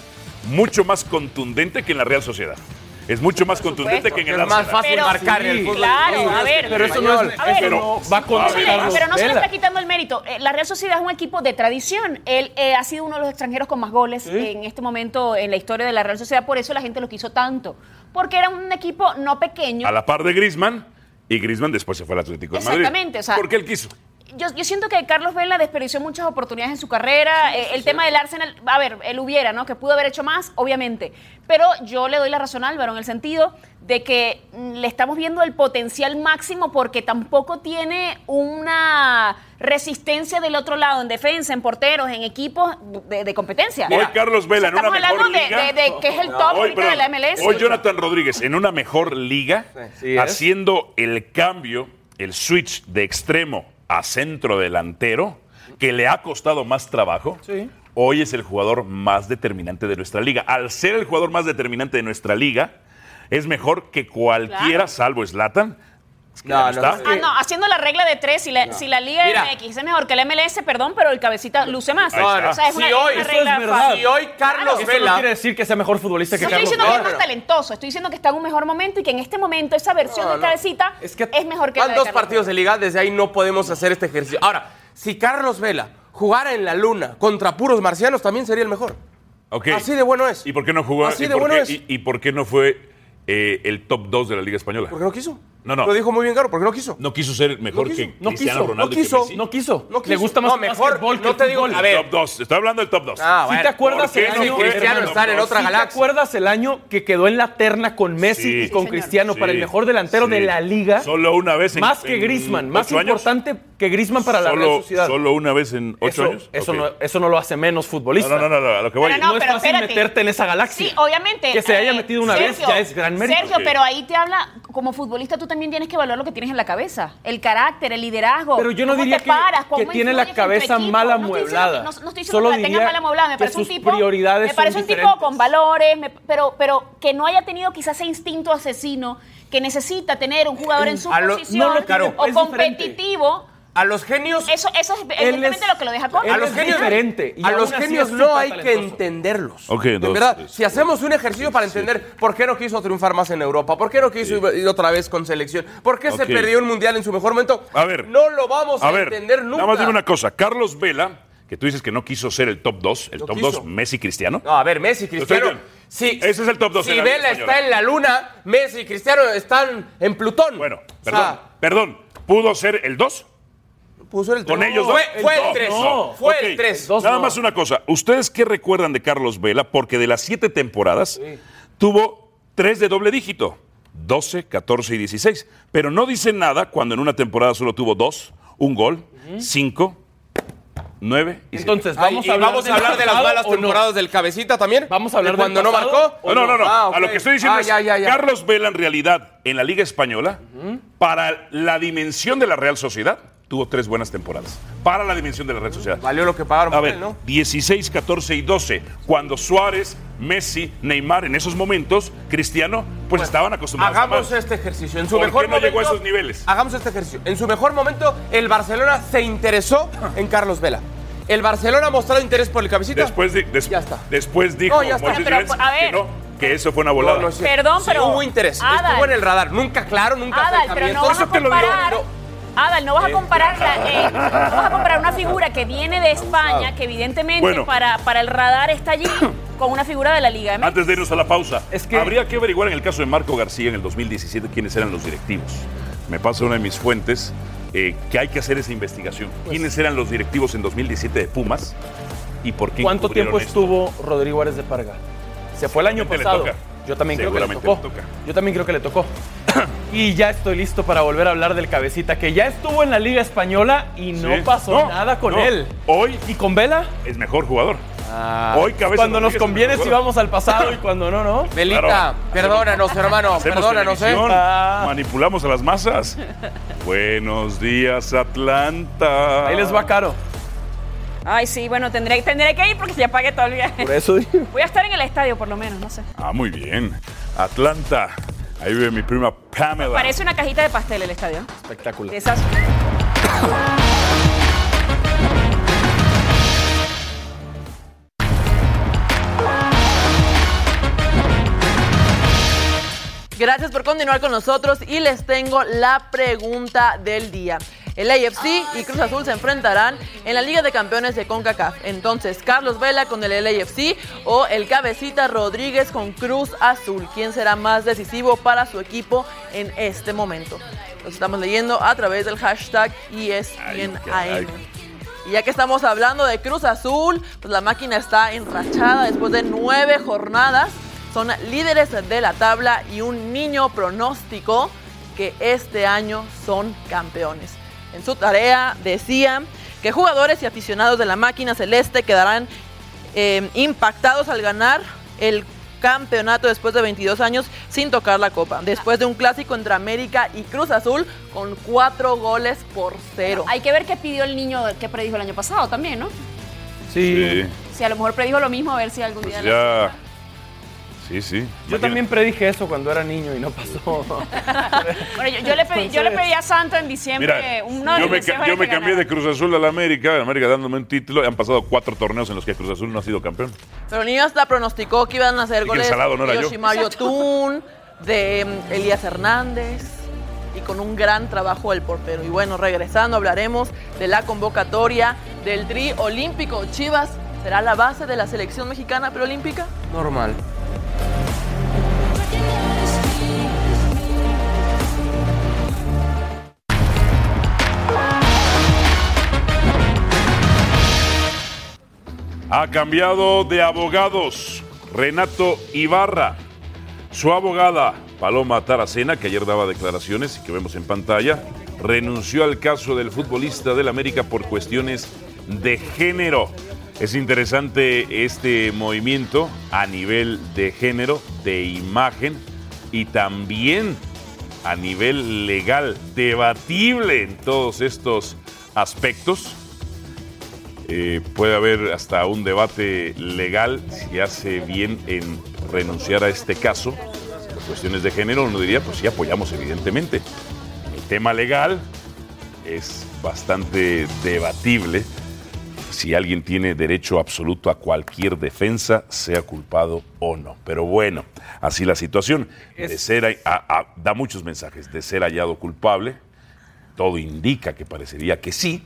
mucho más contundente que en la Real Sociedad. Es mucho más contundente
supuesto.
que en el
Es más
Arsenal.
fácil
Pero
marcar
sí,
en el fútbol.
claro,
Sí,
a ver.
Pero eso no es.
A ver.
eso no va
A
con
ver.
Carlos
Pero no se le
Vela.
está quitando el mérito. Eh, La Real Sociedad es un equipo de tradición. Él eh, ha sido uno de los extranjeros con más goles en este momento en la historia de la Real Sociedad. Por eso la gente lo quiso tanto. Porque era un equipo no pequeño.
a la par de Griezmann y Griezmann después se fue al Atlético de Madrid.
Exactamente, o sea-
porque él quiso.
Yo, yo siento que Carlos Vela desperdició muchas oportunidades en su carrera. Eh, el tema del Arsenal, a ver, él hubiera, ¿no? Que pudo haber hecho más, obviamente. Pero yo le doy la razón a Álvaro en el sentido de que mm, le estamos viendo el potencial máximo porque tampoco tiene una resistencia del otro lado en defensa, en porteros, en equipos de, de competencia.
Hoy Carlos Vela en
estamos
una mejor
hablando de,
liga.
de- de que es el top
Hoy,
ahorita de la
perdón,
MLS.
hoy Jonathan Rodríguez en una mejor liga,
Sí, es.
haciendo el cambio, el switch de extremo a centro delantero, que le ha costado más trabajo.
Sí.
Hoy es el jugador más determinante de nuestra liga. Al ser el jugador más determinante de nuestra liga, es mejor que cualquiera,
Claro.
salvo Slatan.
No, no, no.
Ah, no, haciendo la regla de tres, si la, si la Liga
Mira.
MX es mejor que la MLS, perdón, pero el cabecita luce más.
Ahí está.
O sea, es una,
Si
es
hoy-
una
eso
regla
es verdad.
fácil.
Y hoy Carlos
Eso no
Vela.
quiere decir que sea mejor futbolista que
No estoy
Carlos
diciendo
Vela.
que es más talentoso, estoy diciendo que está en un mejor momento y que en este momento esa versión
No,
del
no.
cabecita es,
Es que
mejor que la
Van
de
dos
Carlos
partidos de liga, desde ahí no podemos hacer este ejercicio. Ahora, si Carlos Vela jugara en la luna contra puros marcianos, también sería el mejor.
Ok.
Así de bueno es.
¿Y por qué no
Ah,
jugó?
Así
y,
de
por
bueno
qué,
es.
y- y por qué no fue eh, el top 2 de la Liga Española?
¿Por qué no quiso?
No, no.
Lo dijo muy bien Caro, ¿por qué no quiso?
No quiso ser mejor
No quiso,
que
no
Cristiano
quiso,
Ronaldo.
no
y que
quiso,
Messi.
No quiso.
No
Le
quiso.
gusta más
No,
el
mejor,
básquetbol que
no
el
te digo-
fútbol.
a ver,
Top 2. Estoy hablando del top 2.
Ah,
Si
bueno,
te acuerdas
¿por
el
qué no
año
fue
Cristiano
Fernando
estar en
Torres?
otra
¿Sí
galaxia?
¿Te acuerdas el año que quedó en la terna con Messi
Sí.
y con
Sí,
Cristiano
Sí.
para el mejor delantero
Sí.
de la liga?
Solo una vez en
más que
en
Griezmann, más
ocho años.
importante que Griezmann para la
solo,
Real Sociedad.
Solo una vez en ocho
eso,
años.
Eso,
Ok.
no, eso no lo hace menos
no,
futbolista.
no, no, no, a lo que voy.
Pero
es-
No,
No es
pero
fácil
espérate.
meterte en esa galaxia.
Sí, obviamente.
Que se haya
eh,
metido una vez
Sergio,
ya es gran mérito.
Sergio,
Sí.
pero ahí te habla, como futbolista tú también tienes que evaluar lo que tienes en la cabeza. El carácter, el liderazgo.
Pero yo no
cómo
diría
te
que,
paras,
que
cómo
tiene la
influyes en tu
cabeza
equipo.
mal
No estoy diciendo
amueblada.
que- No, no estoy diciendo
Solo
que la tenga
diría
mal amueblada. Me
que
parece un
sus
tipo.
prioridades
me parece
son
un tipo
diferentes.
con valores, me- pero, pero que no haya tenido quizás ese instinto asesino que necesita tener un jugador en su
A lo- no
posición
lo tiene,
o
es diferente.
competitivo.
A los genios,
Eso, eso es evidentemente
es-
lo que lo deja corto.
a
él
los
es
genios,
diferente, y
a
aún
los
así
genios
es
no
súper
hay que
talentoso.
entenderlos.
Ok,
de
dos,
verdad,
tres,
si hacemos un ejercicio para entender por qué no quiso triunfar más en Europa, por qué no quiso ir- ir otra vez con selección, por qué
Ok.
se perdió un mundial en su mejor momento,
A ver.
no lo vamos a,
A ver,
entender nunca.
nada más dime una cosa. Carlos Vela, que tú dices que no quiso ser el top 2, el
No
top
quiso.
2 Messi Cristiano.
No, a ver, Messi, Cristiano.
Estoy bien.
Si,
Ese es el top 12
Si
de la Liga
Vela
Española.
está en la luna, Messi y Cristiano están en Plutón.
Bueno,
O
perdón,
sea,
perdón. ¿Pudo ser el 2?
puso el
Con
No,
ellos
Fue,
dos.
fue
No,
el 3.
no.
Fue
Ok,
el 3.
dos
Nada
no.
más una cosa. ¿Ustedes qué recuerdan de Carlos Vela? Porque de las siete temporadas tuvo tres de doble dígito. 12, 14 y 16. Pero no dicen nada cuando en una temporada solo tuvo dos, un gol, cinco, nueve y siete.
Entonces,
Ay,
vamos
y
a hablar,
vamos
del
a hablar de las
pasado
malas
o no.
temporadas del cabecita también.
Vamos a hablar
de
del
cuando no
pasado
marcó.
No, no, no, no.
Ah, ok.
A lo que estoy diciendo
Ah,
es
ya, ya, ya.
Carlos Vela en realidad en la Liga española para la dimensión de la Real Sociedad tuvo tres buenas temporadas. para la dimensión de la red social.
Valió lo que pagaron
A
por
ver,
él, ¿no?
16, 14 y 12, cuando Suárez, Messi, Neymar, en esos momentos, Cristiano, pues, estaban acostumbrados a
Hagamos
más.
este ejercicio. En su
¿Por qué
mejor
no llegó a
momento-
esos niveles?
Hagamos este ejercicio. En su mejor momento, el Barcelona se interesó en Carlos Vela. El Barcelona ha mostrado interés por el cabecita.
Después, di- des-
Ya está.
después dijo
No, ya está.
Moisés
Pero,
Llorens
a ver.
que no, que eso fue una volada.
No, no es cierto.
Perdón,
Sí,
pero-
Hubo interés.
Adal.
Estuvo en el radar. Nunca claro, nunca
Adal, pero
acercamiento.
no vas a
Eso te lo digo,
comparar.
no.
Adal, no vas a comparar, la- eh, no vas a comparar una figura que viene de España, que evidentemente
Ah. Bueno.
para, para el radar está
<coughs>
allí, con una figura de la Liga MX.
Antes de irnos a la pausa,
Es que-
habría que averiguar en el caso de Marco García en el 2017 quiénes eran los directivos. Me pasa una de mis fuentes eh, que hay que hacer esa investigación. ¿Quiénes eran los directivos en 2017 de Pumas y por qué?
¿Cuánto
encubrieron
tiempo
esto?
estuvo Rodrigo Árez de Parga? Se fue el año
Seguramente le
pasado.
toca.
Yo también creo que le
Seguramente
tocó.
le toca.
Yo también creo que le tocó. <clears throat> y ya estoy listo para volver a hablar del cabecita que ya estuvo en la Liga española y no
Sí.
pasó
No,
nada con
no.
él.
Hoy
¿Y con Vela?
es mejor jugador. Hoy cabeza
Ah. cuando nos
Rodríguez es
conviene
mejor
si
jugador.
vamos al
<laughs>
pasado y cuando no, no.
Velita,
Claro.
perdónanos, hermano.
Hacemos
Perdónanos, ¿eh?
televisión,
Ah.
manipulamos a las
<laughs>
masas. Buenos días, Atlanta.
Ahí les va caro.
Ay, sí, bueno, tendré, tendré que ir porque ya pagué todo el viaje.
<laughs>
Por eso digo.
Voy a estar en el estadio, por lo menos, no sé.
Ah, muy bien. Atlanta. Ahí vive mi prima Pamela.
Parece una cajita de pastel el estadio.
Espectacular.
De esas-
Gracias por continuar con nosotros y les tengo la pregunta del día. El AFC y Cruz Azul se enfrentarán en la Liga de Campeones de CONCACAF. Entonces, Carlos Vela con el LAFC o el Cabecita Rodríguez con Cruz Azul. ¿Quién será más decisivo para su equipo en este momento? Los estamos leyendo a través del hashtag E ESPNAM.
Ay, caray.
Y ya que estamos hablando de Cruz Azul, pues la máquina está enrachada después de nueve jornadas. Son líderes de la tabla y un niño pronóstico que este año son campeones. En su tarea decía que jugadores y aficionados de la máquina celeste quedarán eh, impactados al ganar el campeonato después de 22 años sin tocar la copa. Después de un clásico entre América y Cruz Azul con cuatro goles por cero.
Hay que ver qué pidió el niño que predijo el año pasado también, ¿no?
<laughs> Sí.
Sí,
Si a lo mejor predijo lo mismo, a ver si algún día...
pues
le-
ya. Sí, sí.
Yo
Imagínate.
también predije eso cuando era niño y no <laughs> pasó.
Bueno, yo, yo le pedí, yo le pedí a Santo en diciembre
Mira,
uno de
yo
mis
me,
deseos
ca-
era
yo me
que
cambié de
ganara.
Cruz Azul a la América, América dándome un título. Han pasado cuatro torneos en los que Cruz Azul no ha sido campeón.
Pero ni hasta pronosticó que iban a hacer
que
goles
el salado no era
de
yo.
Yoshimaru Tun, de mm, Elías Hernández y con un gran trabajo del portero. Y bueno, regresando hablaremos de la convocatoria del Tri Olímpico. Chivas será la base de la selección mexicana preolímpica.
Normal.
Ha cambiado de abogados. Renato Ibarra. Su abogada, Paloma Taracena, que ayer daba declaraciones y que vemos en pantalla, renunció al caso del futbolista del América por cuestiones de género. Es interesante este movimiento a nivel de género, de imagen y también a nivel legal, debatible en todos estos aspectos. Eh, puede haber hasta un debate legal si hace bien en renunciar a este caso. Por cuestiones de género, uno diría, pues sí, apoyamos evidentemente. El tema legal es bastante debatible. Si alguien tiene derecho absoluto a cualquier defensa, sea culpado o no. Pero bueno, así la situación. De ser, a- a- da muchos mensajes. De ser hallado culpable, todo indica que parecería que sí,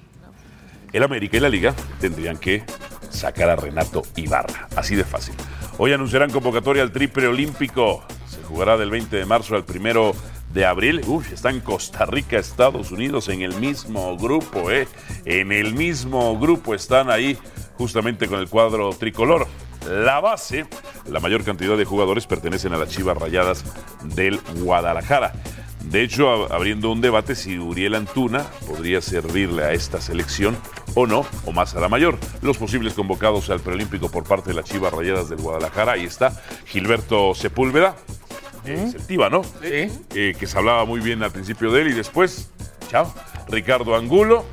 el América y la Liga tendrían que sacar a Renato Ibarra. Así de fácil. Hoy anunciarán convocatoria al triple olímpico. Se jugará del 20 de marzo al 1 de abril. Uf, está en Costa Rica, Estados Unidos, en el mismo grupo, ¿eh? En el mismo grupo están ahí justamente con el cuadro tricolor. La base, la mayor cantidad de jugadores pertenecen a las Chivas Rayadas del Guadalajara. De hecho, ab- abriendo un debate si Uriel Antuna podría servirle a esta selección o no, o más a la mayor. Los posibles convocados al preolímpico por parte de las Chivas Rayadas del Guadalajara, ahí está Gilberto Sepúlveda, eh, Septiva, ¿no? Eh, que se hablaba muy bien al principio de él y después, chao. Ricardo Angulo,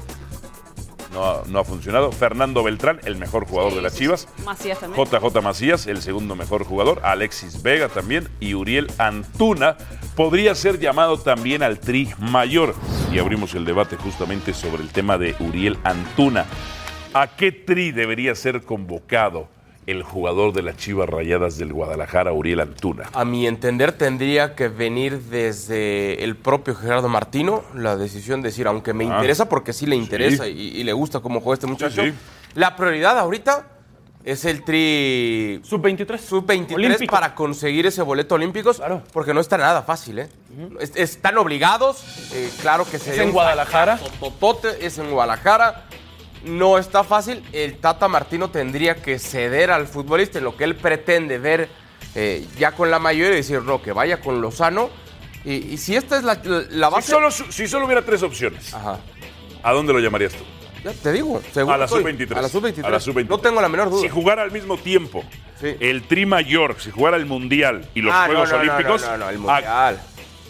no, no ha funcionado. Fernando Beltrán, el mejor jugador
Sí,
de las
sí,
Chivas.
sí. Macías también.
JJ Macías, el segundo mejor jugador. Alexis Vega también. Y Uriel Antuna podría ser llamado también al tri mayor. Y abrimos el debate justamente sobre el tema de Uriel Antuna. ¿A qué tri debería ser convocado el jugador de las Chivas Rayadas del Guadalajara, Uriel Antuna?
A mi entender tendría que venir desde el propio Gerardo Martino la decisión de decir, aunque me
Ah.
interesa, porque sí le interesa
Sí.
y, y le gusta cómo juega este muchacho,
sí.
la prioridad ahorita es el tri
Sub-23.
sub-23 para conseguir ese boleto olímpicos,
Claro.
porque no está nada fácil, ¿eh? Es- están obligados, eh, claro que se
Es
dé
en
un
Guadalajara.
totote, es en Guadalajara. No está fácil. El Tata Martino tendría que ceder al futbolista en lo que él pretende ver eh, ya con la mayoría y decir, no, que vaya con Lozano. Y, y si esta es la, la
Si
base.
solo, su- si solo hubiera tres opciones,
Ajá.
¿a dónde lo llamarías tú?
Ya te digo, seguro
A la
estoy.
sub-23.
A la sub-23.
A la sub-23.
No tengo la menor duda.
Si jugara al mismo tiempo
Sí.
el Tri Mayor, si jugara el Mundial y los
Ah, no,
Juegos
no, no,
Olímpicos,
No, no, no, el
¿a-
mundial.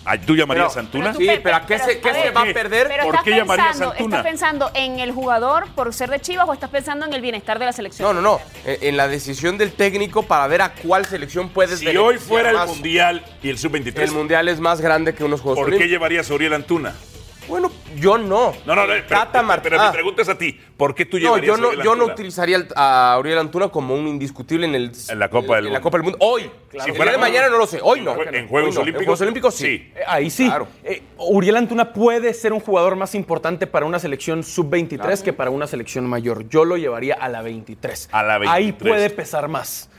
a- ¿tú llamarías
Pero-
a Antuna?
pero tú-
Sí,
Pepe,
pero ¿a qué
pero
se, qué
a
se
ver,
va a
pero-
perder?
Pero
¿Por
estás
qué llamarías
pensando,
Antuna?
¿Estás pensando en el jugador por ser de Chivas o estás pensando en el bienestar de la selección?
No, no, no. En en la decisión del técnico para ver a cuál selección puedes
Si
beneficiar
hoy fuera el
más.
Mundial y el Sub-23,
El mundial es más grande que unos juegos.
¿por qué
Olímpicos.
llevarías a Uriel Antuna?
Bueno, yo no.
No, no, no,
El
pero,
Tata Mart-
pero
Ah,
mi pregunta es a ti. ¿Por qué tú
no,
llevarías
yo
a
no,
Uriel
yo no
Antuna?
utilizaría al- a Uriel Antuna como un indiscutible en el
En la Copa del
en
Mundo.
la Copa del Mundo. Hoy,
Claro.
si
Si fuera-
fuera de mañana no lo sé, hoy no.
En
Hoy no.
Juegos
Hoy
Olímpicos,
no. En Juegos Olímpicos sí.
sí.
Eh, Ahí sí.
Claro.
Eh, Uriel Antuna puede ser un jugador más importante para una selección sub-23 que para una selección mayor. Yo lo llevaría a la 23.
A la
Ahí
23.
puede pesar más.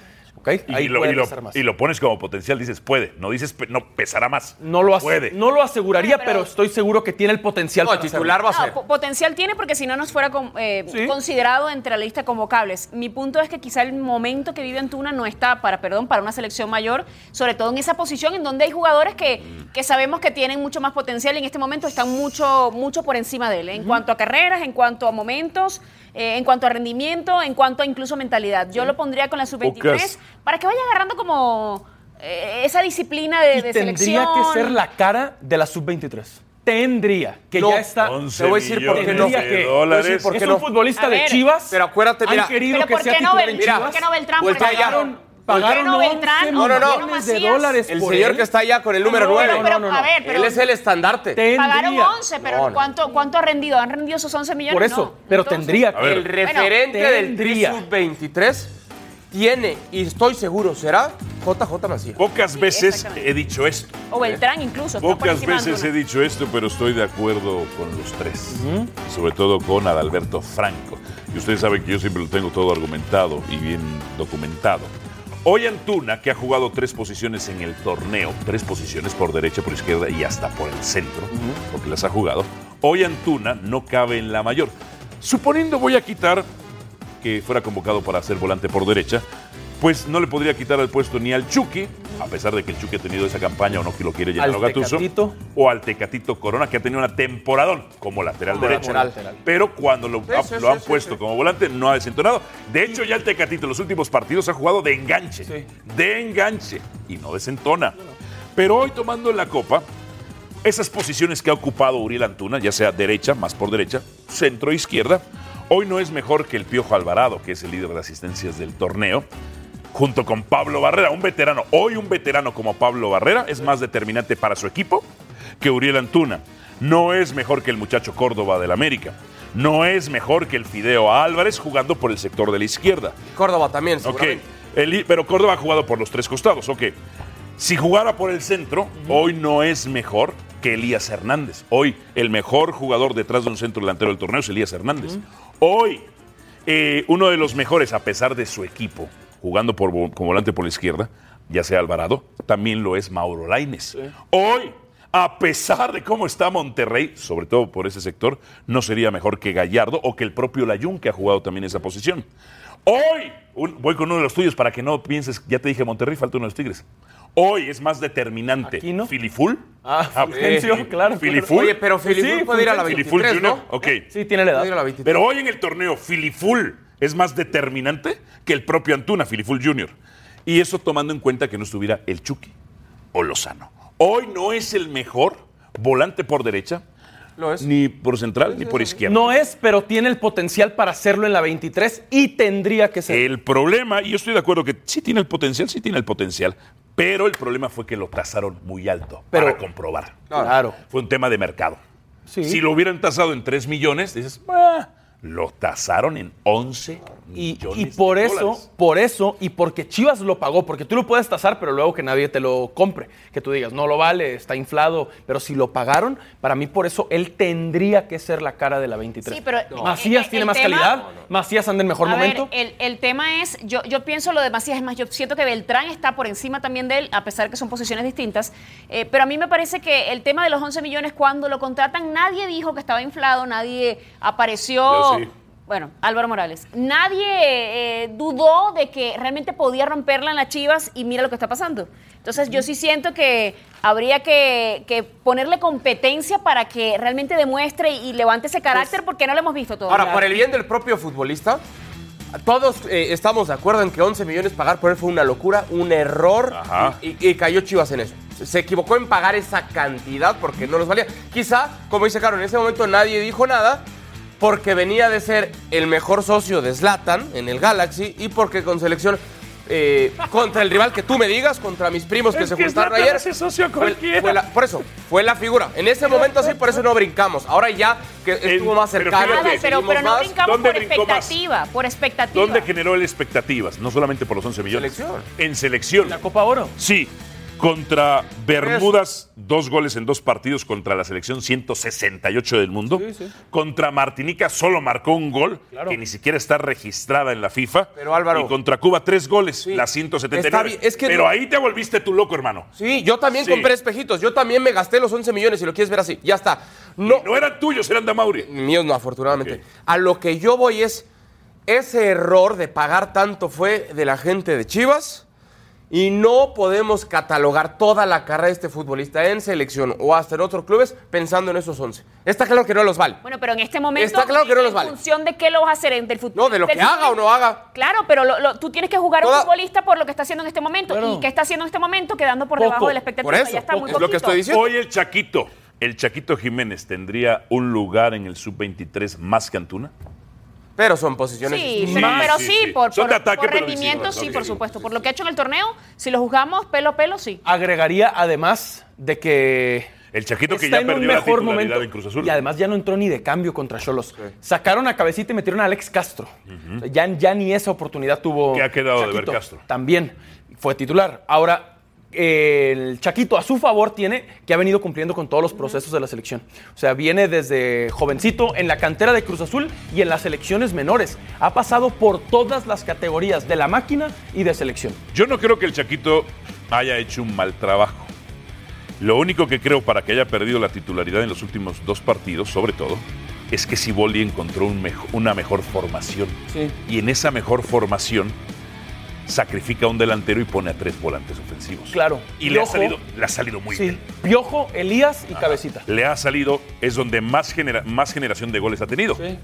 ¿Ok?
Y,
Ahí
lo,
puede
y lo-
pesar más.
y lo pones como potencial, dices puede. No dices, pe- no pesará más.
no, lo as-
Puede.
no lo aseguraría,
Bueno,
pero,
pero-
estoy seguro que tiene el potencial
No, el
para hacerlo.
titular va a
No,
ser.
po- potencial tiene porque si no nos fuera con- eh,
Sí.
considerado entre la lista de convocables. Mi punto es que quizá el momento que vive Antuna no está para, perdón, para una selección mayor, sobre todo en esa posición en donde hay jugadores que,
Mm.
que sabemos que tienen mucho más potencial y en este momento están mucho, mucho por encima de él. ¿eh? En cuanto a carreras, en cuanto a momentos, eh, en cuanto a rendimiento, en cuanto a incluso mentalidad. Yo lo pondría con la sub-23
Pocas.
para que vaya agarrando como eh, esa disciplina de,
Y
de
tendría
selección.
que ser la cara de la sub-23. Tendría, que
No.
ya está.
Te voy a decir por qué no.
millones de
Tendría que-
dólares.
Pues
Te voy a decir por
es
qué
un
no.
futbolista
A
de
ver.
Chivas.
Pero acuérdate,
han
mira.
querido
Pero
que
¿por
sea
qué no,
titular en
Bel-
Mira.
Chivas.
¿por qué no Beltrán?
Voltea
por ejemplo?
Pagaron-
pagaron
no
11
Beltrán?
No, no, no.
millones de
Macías.
dólares
El
por
señor
él.
que está allá con el número
No,
Bueno,
9.
no,
pero,
no, no.
a ver, pero
Él es el estandarte.
Tendría.
pagaron 11, pero
No, no.
¿cuánto, ¿cuánto ha rendido? ¿Han rendido esos 11 millones?
Por eso,
No.
pero
Entonces,
tendría que...
A ver.
El referente del Tri
Tendría.
Sub-23 tiene, y estoy seguro, será JJ Macías.
Pocas veces
exactamente.
he dicho esto.
O Beltrán incluso. está por
Pocas
encima de
veces he
Antuna.
dicho esto, pero estoy de acuerdo con los tres. Y sobre todo con Adalberto Franco. Y ustedes saben que yo siempre lo tengo todo argumentado y bien documentado. Hoy Antuna, que ha jugado tres posiciones en el torneo, tres posiciones por derecha, por izquierda y hasta por el centro, porque las ha jugado, hoy Antuna no cabe en la mayor. Suponiendo voy a quitar que fuera convocado para ser volante por derecha, pues no le podría quitar el puesto ni al Chucky, a pesar de que el Chucky ha tenido esa campaña o no que lo quiere llenar
Al
o Gattuso,
Tecatito.
o al Tecatito Corona, que ha tenido una temporadón como lateral
Como
derecho.
lateral.
Pero cuando lo, ha-
sí,
lo
sí,
han
sí,
puesto
sí.
como volante, no ha desentonado. De hecho, ya el Tecatito en los últimos partidos ha jugado de enganche, de enganche, y no desentona. Pero hoy tomando la copa, esas posiciones que ha ocupado Uriel Antuna, ya sea derecha, más por derecha, centro, izquierda, hoy no es mejor que el Piojo Alvarado, que es el líder de asistencias del torneo, junto con Pablo Barrera, un veterano. Hoy un veterano como Pablo Barrera es más determinante para su equipo que Uriel Antuna. No es mejor que el muchacho Córdoba del América. No es mejor que el Fideo Álvarez jugando por el sector de la izquierda.
Córdoba también,
Ok,
seguramente.
el- pero Córdoba ha jugado por los tres costados, ok. Si jugara por el centro, hoy no es mejor que Elías Hernández. Hoy el mejor jugador detrás de un centro delantero del torneo es Elías Hernández. Hoy eh, uno de los mejores, a pesar de su equipo, jugando por, vo- como volante por la izquierda, ya sea Alvarado, también lo es Mauro Laines. Hoy, a pesar de cómo está Monterrey, sobre todo por ese sector, no sería mejor que Gallardo o que el propio Layún, que ha jugado también esa posición. Hoy, un- voy con uno de los tuyos para que no pienses, ya te dije Monterrey, falta uno de los Tigres. Hoy es más determinante.
Aquí no.
Filiful.
Ah, Fulgencio,
Fili-
claro.
Filiful.
Oye, pero
Pues sí,
Filipul puede ir a la
Fulgencio.
Filiful
23,
Junior.
¿no?
Ok.
Sí, tiene la edad.
Puede ir a la 23.
Pero hoy en el torneo, Filiful es más determinante que el propio Antuna, Filiful Jr. Y eso tomando en cuenta que no estuviera el Chucky o Lozano. Hoy no es el mejor volante por derecha,
Lo es.
ni por central, ni por izquierda.
No es, pero tiene el potencial para hacerlo en la 23 y tendría que ser.
El problema, y yo estoy de acuerdo que sí tiene el potencial, sí tiene el potencial, pero el problema fue que lo tasaron muy alto para
Pero-
comprobar.
Claro.
Fue un tema de mercado.
Sí.
Si lo hubieran tasado en 3 millones, dices, "Ah", lo tasaron en 11
Y,
millones.
y por
de
eso,
dólares.
por eso, y porque Chivas lo pagó, porque tú lo puedes tasar, pero luego que nadie te lo compre, que tú digas, no lo vale, está inflado, pero si lo pagaron, para mí por eso él tendría que ser la cara de la 23.
Sí, pero No.
Macías
el-
tiene
el
más
tema-
calidad, Macías anda en mejor
a
momento.
ver, el, el tema es, yo, yo pienso lo de Macías, es más, yo siento que Beltrán está por encima también de él, a pesar que son posiciones distintas, eh, pero a mí me parece que el tema de los 11 millones, cuando lo contratan, nadie dijo que estaba inflado, nadie apareció...
Yo sí.
Bueno, Álvaro Morales, nadie eh, dudó de que realmente podía romperla en las Chivas y mira lo que está pasando. Entonces yo sí siento que habría que, que ponerle competencia para que realmente demuestre y levante ese carácter porque no lo hemos visto todavía.
Ahora, por el bien del propio futbolista, todos eh, estamos de acuerdo en que 11 millones pagar por él fue una locura, un error,
Ajá.
y, y cayó Chivas en eso. Se equivocó en pagar esa cantidad porque no los valía. Quizá, como dice Caro, en ese momento nadie dijo nada porque venía de ser el mejor socio de Zlatan en el Galaxy y porque con selección... eh, contra el rival que tú me digas, contra mis primos que
Es
se
que
juntaron
Zlatan
ayer.
hace socio a
fue- fue
cualquiera.
la- por eso, fue la figura. En ese momento sí, por eso no brincamos. Ahora ya que estuvo más
pero
cercano.
fíjate,
Nada,
que
pero,
seguimos
pero no
más.
brincamos
¿Dónde
por
brincó más?
expectativa, por expectativa.
¿Dónde generó él expectativas? No solamente por los 11 millones.
Selección.
En selección.
La Copa Oro.
Sí, contra Bermudas, dos goles en dos partidos contra la selección 168 del mundo. Contra Martinica solo marcó un gol, que ni siquiera está registrada en la FIFA.
Pero, Álvaro-
Y contra Cuba tres goles, la
Está
179.
bien, es que
Pero
no-
ahí te volviste tú loco, hermano.
Sí, yo también
Sí.
compré espejitos. Yo también me gasté los 11 millones, si lo quieres ver así. Ya está. No,
No eran tuyos, eran de Mauri.
míos no, afortunadamente.
Ok.
A lo que yo voy es, ese error de pagar tanto fue de la gente de Chivas y no podemos catalogar toda la carrera de este futbolista en selección o hasta en otros clubes pensando en esos 11. Está claro que no los vale.
Bueno, pero en este momento.
Está claro que no los
en
vale.
función de qué lo vas a hacer en- del futuro.
No, de lo que haga o no haga.
Claro, pero lo- lo- tú tienes que jugar a
Toda-
un futbolista por lo que está haciendo en este momento.
Claro.
¿Y qué está haciendo en este momento? Quedando por
Poco.
debajo de la expectativa.
Por eso,
ya está
poco.
muy
Es lo que
poquito.
estoy diciendo. ¿Cierto?
Hoy el Chaquito, el Chaquito Jiménez, ¿tendría un lugar en el sub-23 más que Antuna?
Pero son posiciones
Sí,
distintas.
pero,
Más,
pero
sí,
sí,
sí.
por,
Son
por,
de ataque,
por
pero
rendimiento,
distintos,
sí,
ok.
por supuesto. Por lo que ha hecho en el torneo, si lo juzgamos pelo a pelo, sí.
Agregaría además de que
El Chaquito que
está
ya
en un
perdió la
mejor
titularidad
momento.
en Cruz Azul.
Y además ya no entró ni de cambio contra Cholos. Sacaron a Cabecita y metieron a Alex Castro. O sea, ya, ya ni esa oportunidad tuvo.
Que ha quedado de ver
Chaquito.
Castro.
También fue titular. Ahora. eh, El Chaquito a su favor tiene que ha venido cumpliendo con todos los procesos de la selección. O sea, viene desde jovencito en la cantera de Cruz Azul y en las selecciones menores. Ha pasado por todas las categorías de la máquina y de selección.
Yo no creo que el Chaquito haya hecho un mal trabajo. Lo único que creo para que haya perdido la titularidad en los últimos dos partidos, sobre todo, es que Siboldi encontró un mejo- una mejor formación. Y en esa mejor formación sacrifica a un delantero y pone a tres volantes ofensivos.
Claro.
Y le ha,
Ojo.
salido, le ha salido muy
Sí.
bien.
Piojo, Elías y Cabecita.
Le ha salido, es donde más, genera- más generación de goles ha tenido.
Sí.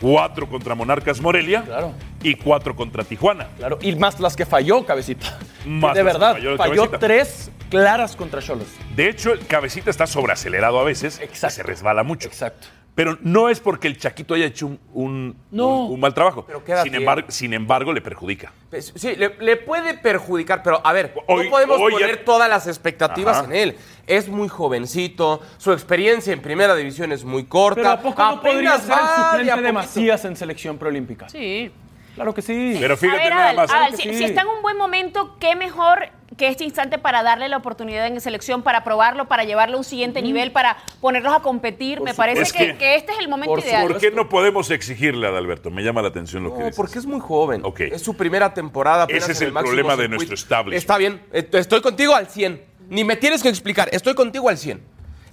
Cuatro contra Monarcas Morelia
Claro.
y cuatro contra Tijuana.
Claro, y más las que falló Cabecita.
Más
de
las que
verdad,
falló
falló,
el Cabecita.
tres claras contra Cholos.
De hecho, el cabecita está sobreacelerado a veces y
Exacto.
se resbala mucho.
Exacto.
Pero no es porque el Chaquito haya hecho un, un-
No.
un- un mal trabajo.
Pero queda
sin,
bien.
embargo, sin embargo, le perjudica.
Pues, Sí, le, le puede perjudicar, pero a ver,
Hoy-
no podemos
hoy ya-
poner todas las expectativas
Ajá.
en él. Es muy jovencito, su experiencia en primera división es muy corta.
Pero ¿a poco no podría
apenas
ser el
va a
suplente de
poquito.
Macías en selección preolímpica?
Sí.
Claro que sí.
Pero fíjate
a ver,
nada
Adal,
más.
Adal,
Claro que
si,
sí.
si está en un buen momento, qué mejor que este instante para darle la oportunidad en selección, para probarlo, para llevarlo a un siguiente nivel, para ponerlos a competir. Me parece
supuesto.
que,
Es que-
que este es el momento
por
ideal.
¿Por qué no podemos exigirle a Adalberto? Me llama la atención lo que
No,
dices.
porque es muy joven.
Ok.
Es su primera temporada. apenas
Ese es
en
el
máximo
problema de
circuito.
nuestro establishment.
Está bien, et- estoy contigo al 100. Ni me tienes que explicar, estoy contigo al 100.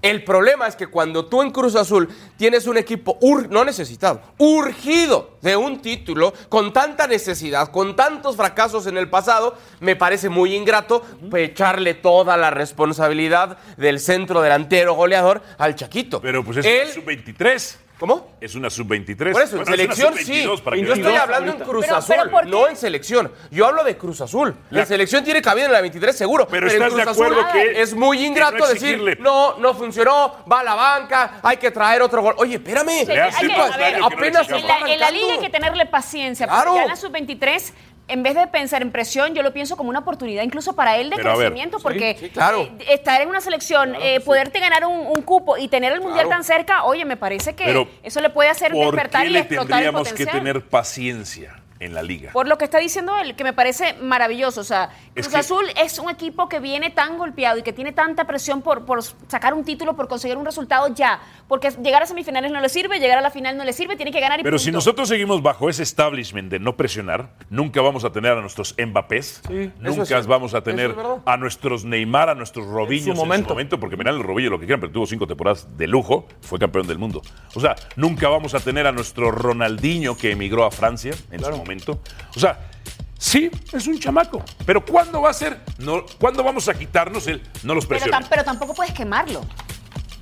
El problema es que cuando tú en Cruz Azul tienes un equipo ur- no necesitado, urgido de un título, con tanta necesidad, con tantos fracasos en el pasado, me parece muy ingrato pues, echarle toda la responsabilidad del centro delantero goleador al Chaquito.
Pero pues es
Él-
sub-23.
¿Cómo?
Es una sub-23.
Por eso, en
Pues, Bueno, es una
selección sí.
sub-22 para que
Yo
veas.
estoy hablando en Cruz
Pero-
Azul,
pero ¿por qué?
no en selección. Yo hablo de Cruz Azul. La,
La-
selección tiene cabida en la 23 seguro,
Pero
pero, en
estás de
Cruz Azul
acuerdo que-
es muy ingrato
que no exigirle.
decir, no, no funcionó, va a la banca, hay que traer otro gol. Oye, espérame,
Le hace
Chivas,
más daño que no
apenas
le
se
En
exigamos.
está
la, en la
arrancando.
liga hay que tenerle paciencia.
Claro.
Porque ya en la sub-23, en vez de pensar en presión, yo lo pienso como una oportunidad incluso para él de
Pero a ver,
crecimiento, porque
sí, claro.
eh, estar en una selección, eh, poderte ganar un, un cupo y tener el mundial
Claro.
tan cerca, oye, me parece que
Pero,
eso le puede hacer
¿Por
despertar
qué
y
le
explotar el
tendríamos que
potencial.
tener paciencia en la liga?
Por lo que está diciendo él, que me parece maravilloso. O sea,
Es
Cruz
que-
Azul es un equipo que viene tan golpeado y que tiene tanta presión por, por sacar un título, por conseguir un resultado ya. Porque llegar a semifinales no le sirve, llegar a la final no le sirve, tiene que ganar y
Pero si
punto.
nosotros seguimos bajo ese establishment de no presionar, nunca vamos a tener a nuestros Mbappés,
eso
nunca
es cierto.
vamos a
Eso
tener
es verdad.
a nuestros Neymar, a nuestros Robinhos en su momento,
momento.
porque miran el Robillo lo que quieran, pero tuvo cinco temporadas de lujo, fue campeón del mundo. O sea, nunca vamos a tener a nuestro Ronaldinho que emigró a Francia en su momento. O sea, sí, es un chamaco, pero ¿cuándo va a ser? No, ¿Cuándo vamos a quitarnos el no los
Pero,
presiones?
tam- pero tampoco puedes quemarlo.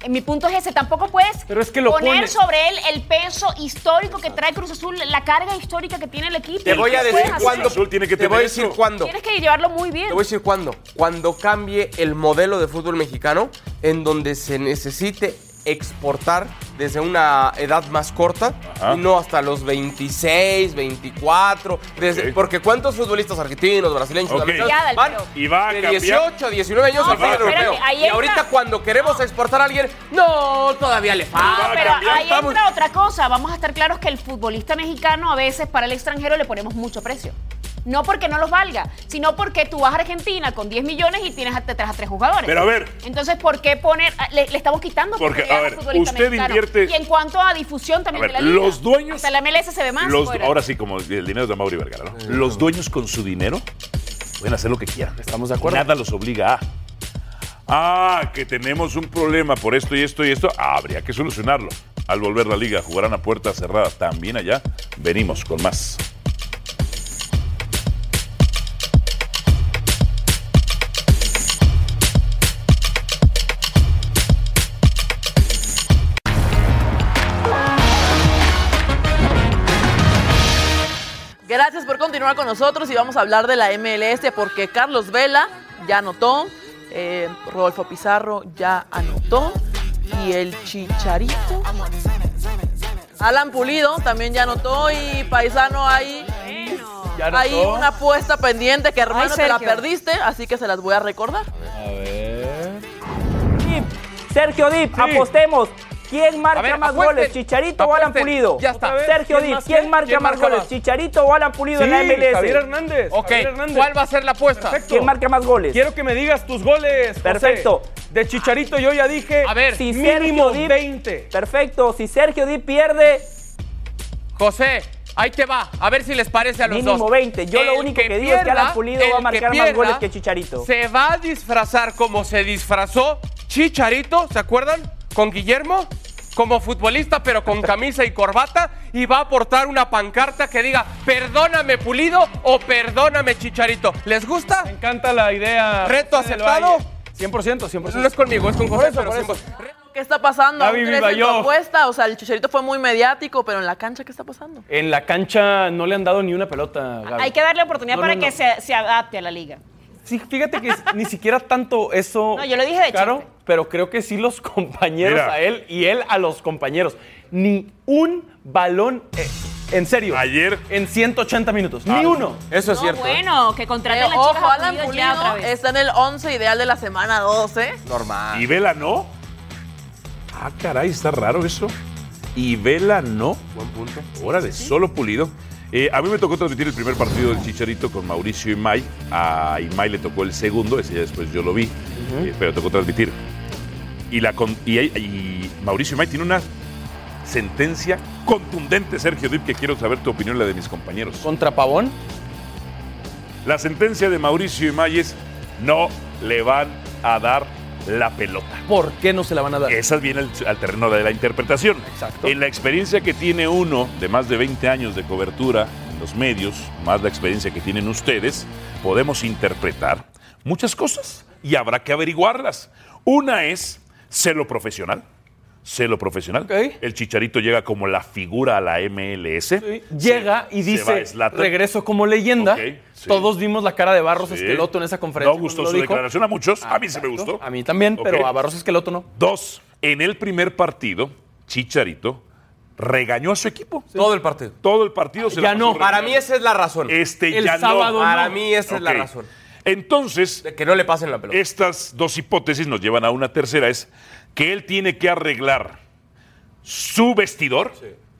Eh, Mi punto es ese, tampoco puedes
Pero es que lo
poner
pone-
sobre él el peso histórico que trae Cruz Azul, la carga histórica que tiene el equipo.
Te voy a
No
decir
puedes hacer
cuándo.
eso.
Azul tiene que
te voy a
tener
decir
eso.
cuándo.
Tienes que llevarlo muy bien.
Te voy a decir cuándo. Cuando cambie el modelo de fútbol mexicano en donde se necesite exportar desde una edad más corta
Ajá.
y no hasta los 26, 24. desde-
Ok.
Porque ¿cuántos futbolistas argentinos, brasileños,
Ok.
Ya,
sudamericanos
Dalpero.
van
Y va a
de
cambiar.
18 a 19 años
No,
al fútbol
pero espérate,
europeo?
ahí
Y ahorita
entra-
cuando queremos exportar a alguien, no, todavía le
No,
falta.
Ah, pero
cambiar.
ahí
Estamos-
entra otra cosa. Vamos a estar claros que el futbolista mexicano a veces para el extranjero le ponemos mucho precio. No porque no los valga, sino porque tú vas a Argentina con 10 millones y tienes a- te traes a tres jugadores.
Pero a ver.
Entonces, ¿por qué poner. a- Le, le estamos quitando
Porque,
oportunidad
a
al
ver,
futbolista
usted
mexicano.
invierte-
Y en cuanto a difusión
A
también
ver,
de la liga.
los dueños-
Hasta la MLS se ve más.
Los-
fuera.
ahora sí, como el dinero es de Mauri Vergara, ¿no? Los dueños con su dinero pueden hacer lo que quieran.
Estamos de acuerdo.
Nada los obliga a. Ah, que tenemos un problema por esto y esto y esto. Ah, habría que solucionarlo. Al volver la liga, jugarán a puerta cerrada. También allá venimos con más.
Gracias por continuar con nosotros y vamos a hablar de la MLS porque Carlos Vela ya anotó, eh, Rodolfo Pizarro ya anotó y el Chicharito. Alan Pulido también ya anotó y Paisano ahí.
Ya anotó.
Hay una apuesta pendiente que hermano te la
Sergio.
perdiste, así que se las voy a recordar.
Dip. Sergio Dip, apostemos. ¿Quién marca
A ver,
más
apuesten.
goles? ¿Chicharito o Alan
Apuesten.
Pulido?
Ya está.
Otra vez. Sergio
¿Quién
Dip,
más,
¿quién
qué?
marca
¿Quién
más
marca
goles?
más?
¿Chicharito o Alan Pulido
Sí,
en la MLS?
Javier Hernández.
Ok,
Javier Hernández.
¿cuál va a ser la apuesta?
Perfecto.
¿Quién marca más goles?
Quiero que me digas tus goles. José.
Perfecto.
De Chicharito yo ya dije.
A ver.
Si
mínimo
Sergio Dip-
20.
Perfecto, si Sergio Dip pierde,
José, ahí te va. A ver si les parece a los
Mínimo
dos.
20. Yo lo único que digo es que Alan Pulido va a
el que
marcar más goles que Chicharito.
Se va a disfrazar como se disfrazó Chicharito, ¿se acuerdan? Con Guillermo. Como futbolista, pero con camisa y corbata, y va a aportar una pancarta que diga perdóname Pulido o perdóname Chicharito. ¿Les gusta?
Me encanta la idea.
¿Reto
José del
aceptado?
Valle. 100%, 100%.
No es conmigo, es con José,
eso,
pero
por
sin
eso.
voz.
¿Qué está pasando?
Gaby,
¿Aún crees
viva
en tu
yo.
apuesta? O sea, el Chicharito fue muy mediático, pero en la cancha, ¿qué está pasando?
En la cancha no le han dado ni una pelota, Gaby.
Hay que darle oportunidad
No,
para
no,
que
no.
Se, se adapte a la liga.
Sí, fíjate que
<laughs>
ni siquiera tanto eso.
No, yo lo dije de
Claro,
chiste.
pero creo que sí los <laughs> compañeros
Mira.
a él y él a los compañeros. Ni un balón. eh, en serio.
Ayer- Ah,
En 180 minutos. Ni uno.
Eso es
No,
cierto. ¿eh?
bueno, que
Pero
contraten a
ojo,
las
Alan
chicas a Pulido
Pulido
ya otra vez.
está en el 11 ideal de la semana ¿eh? 12.
Normal.
¿Y Vela no? Ah, caray, está raro eso. ¿Y Vela no?
Buen punto.
Órale, solo pulido. Eh, a mí me tocó transmitir el primer partido del Chicharito con Mauricio Imay. A Imay le tocó el segundo, ese ya después yo lo vi, eh, pero tocó transmitir. Y, la con- y, y Mauricio Imay tiene una sentencia contundente, Sergio Dip, que quiero saber tu opinión, y la de mis compañeros.
Contra Pavón.
La sentencia de Mauricio Imay es no le van a dar la pelota.
¿Por qué no se la van a dar?
Esa viene al, al terreno de la interpretación.
Exacto.
En la experiencia que tiene uno de más de 20 años de cobertura en los medios, más la experiencia que tienen ustedes, podemos interpretar muchas cosas y habrá que averiguarlas. Una es celo profesional. celo profesional.
Ok.
El Chicharito llega como la figura a la MLS.
Llega
Se-
y
se va
dice,
Zlatan.
regreso como leyenda.
Ok, sí.
Todos vimos la cara de Barros
Sí.
Esqueloto en esa conferencia.
Eh, No gustó
cuando
su
lo dijo.
declaración a muchos. a mí se me gustó.
A mí también,
Ok.
pero a Barros Esqueloto no.
Dos, en el primer partido, Chicharito regañó a su equipo.
Todo el partido.
Todo el partido se la
Ya
pasó
no,
regañando.
Para mí esa es la razón.
Este
el
ya no.
sábado
Para mí esa es la
Ok.
razón.
Entonces,
De que no le pasen la pelota.
estas dos hipótesis nos llevan a una tercera, es que él tiene que arreglar su vestidor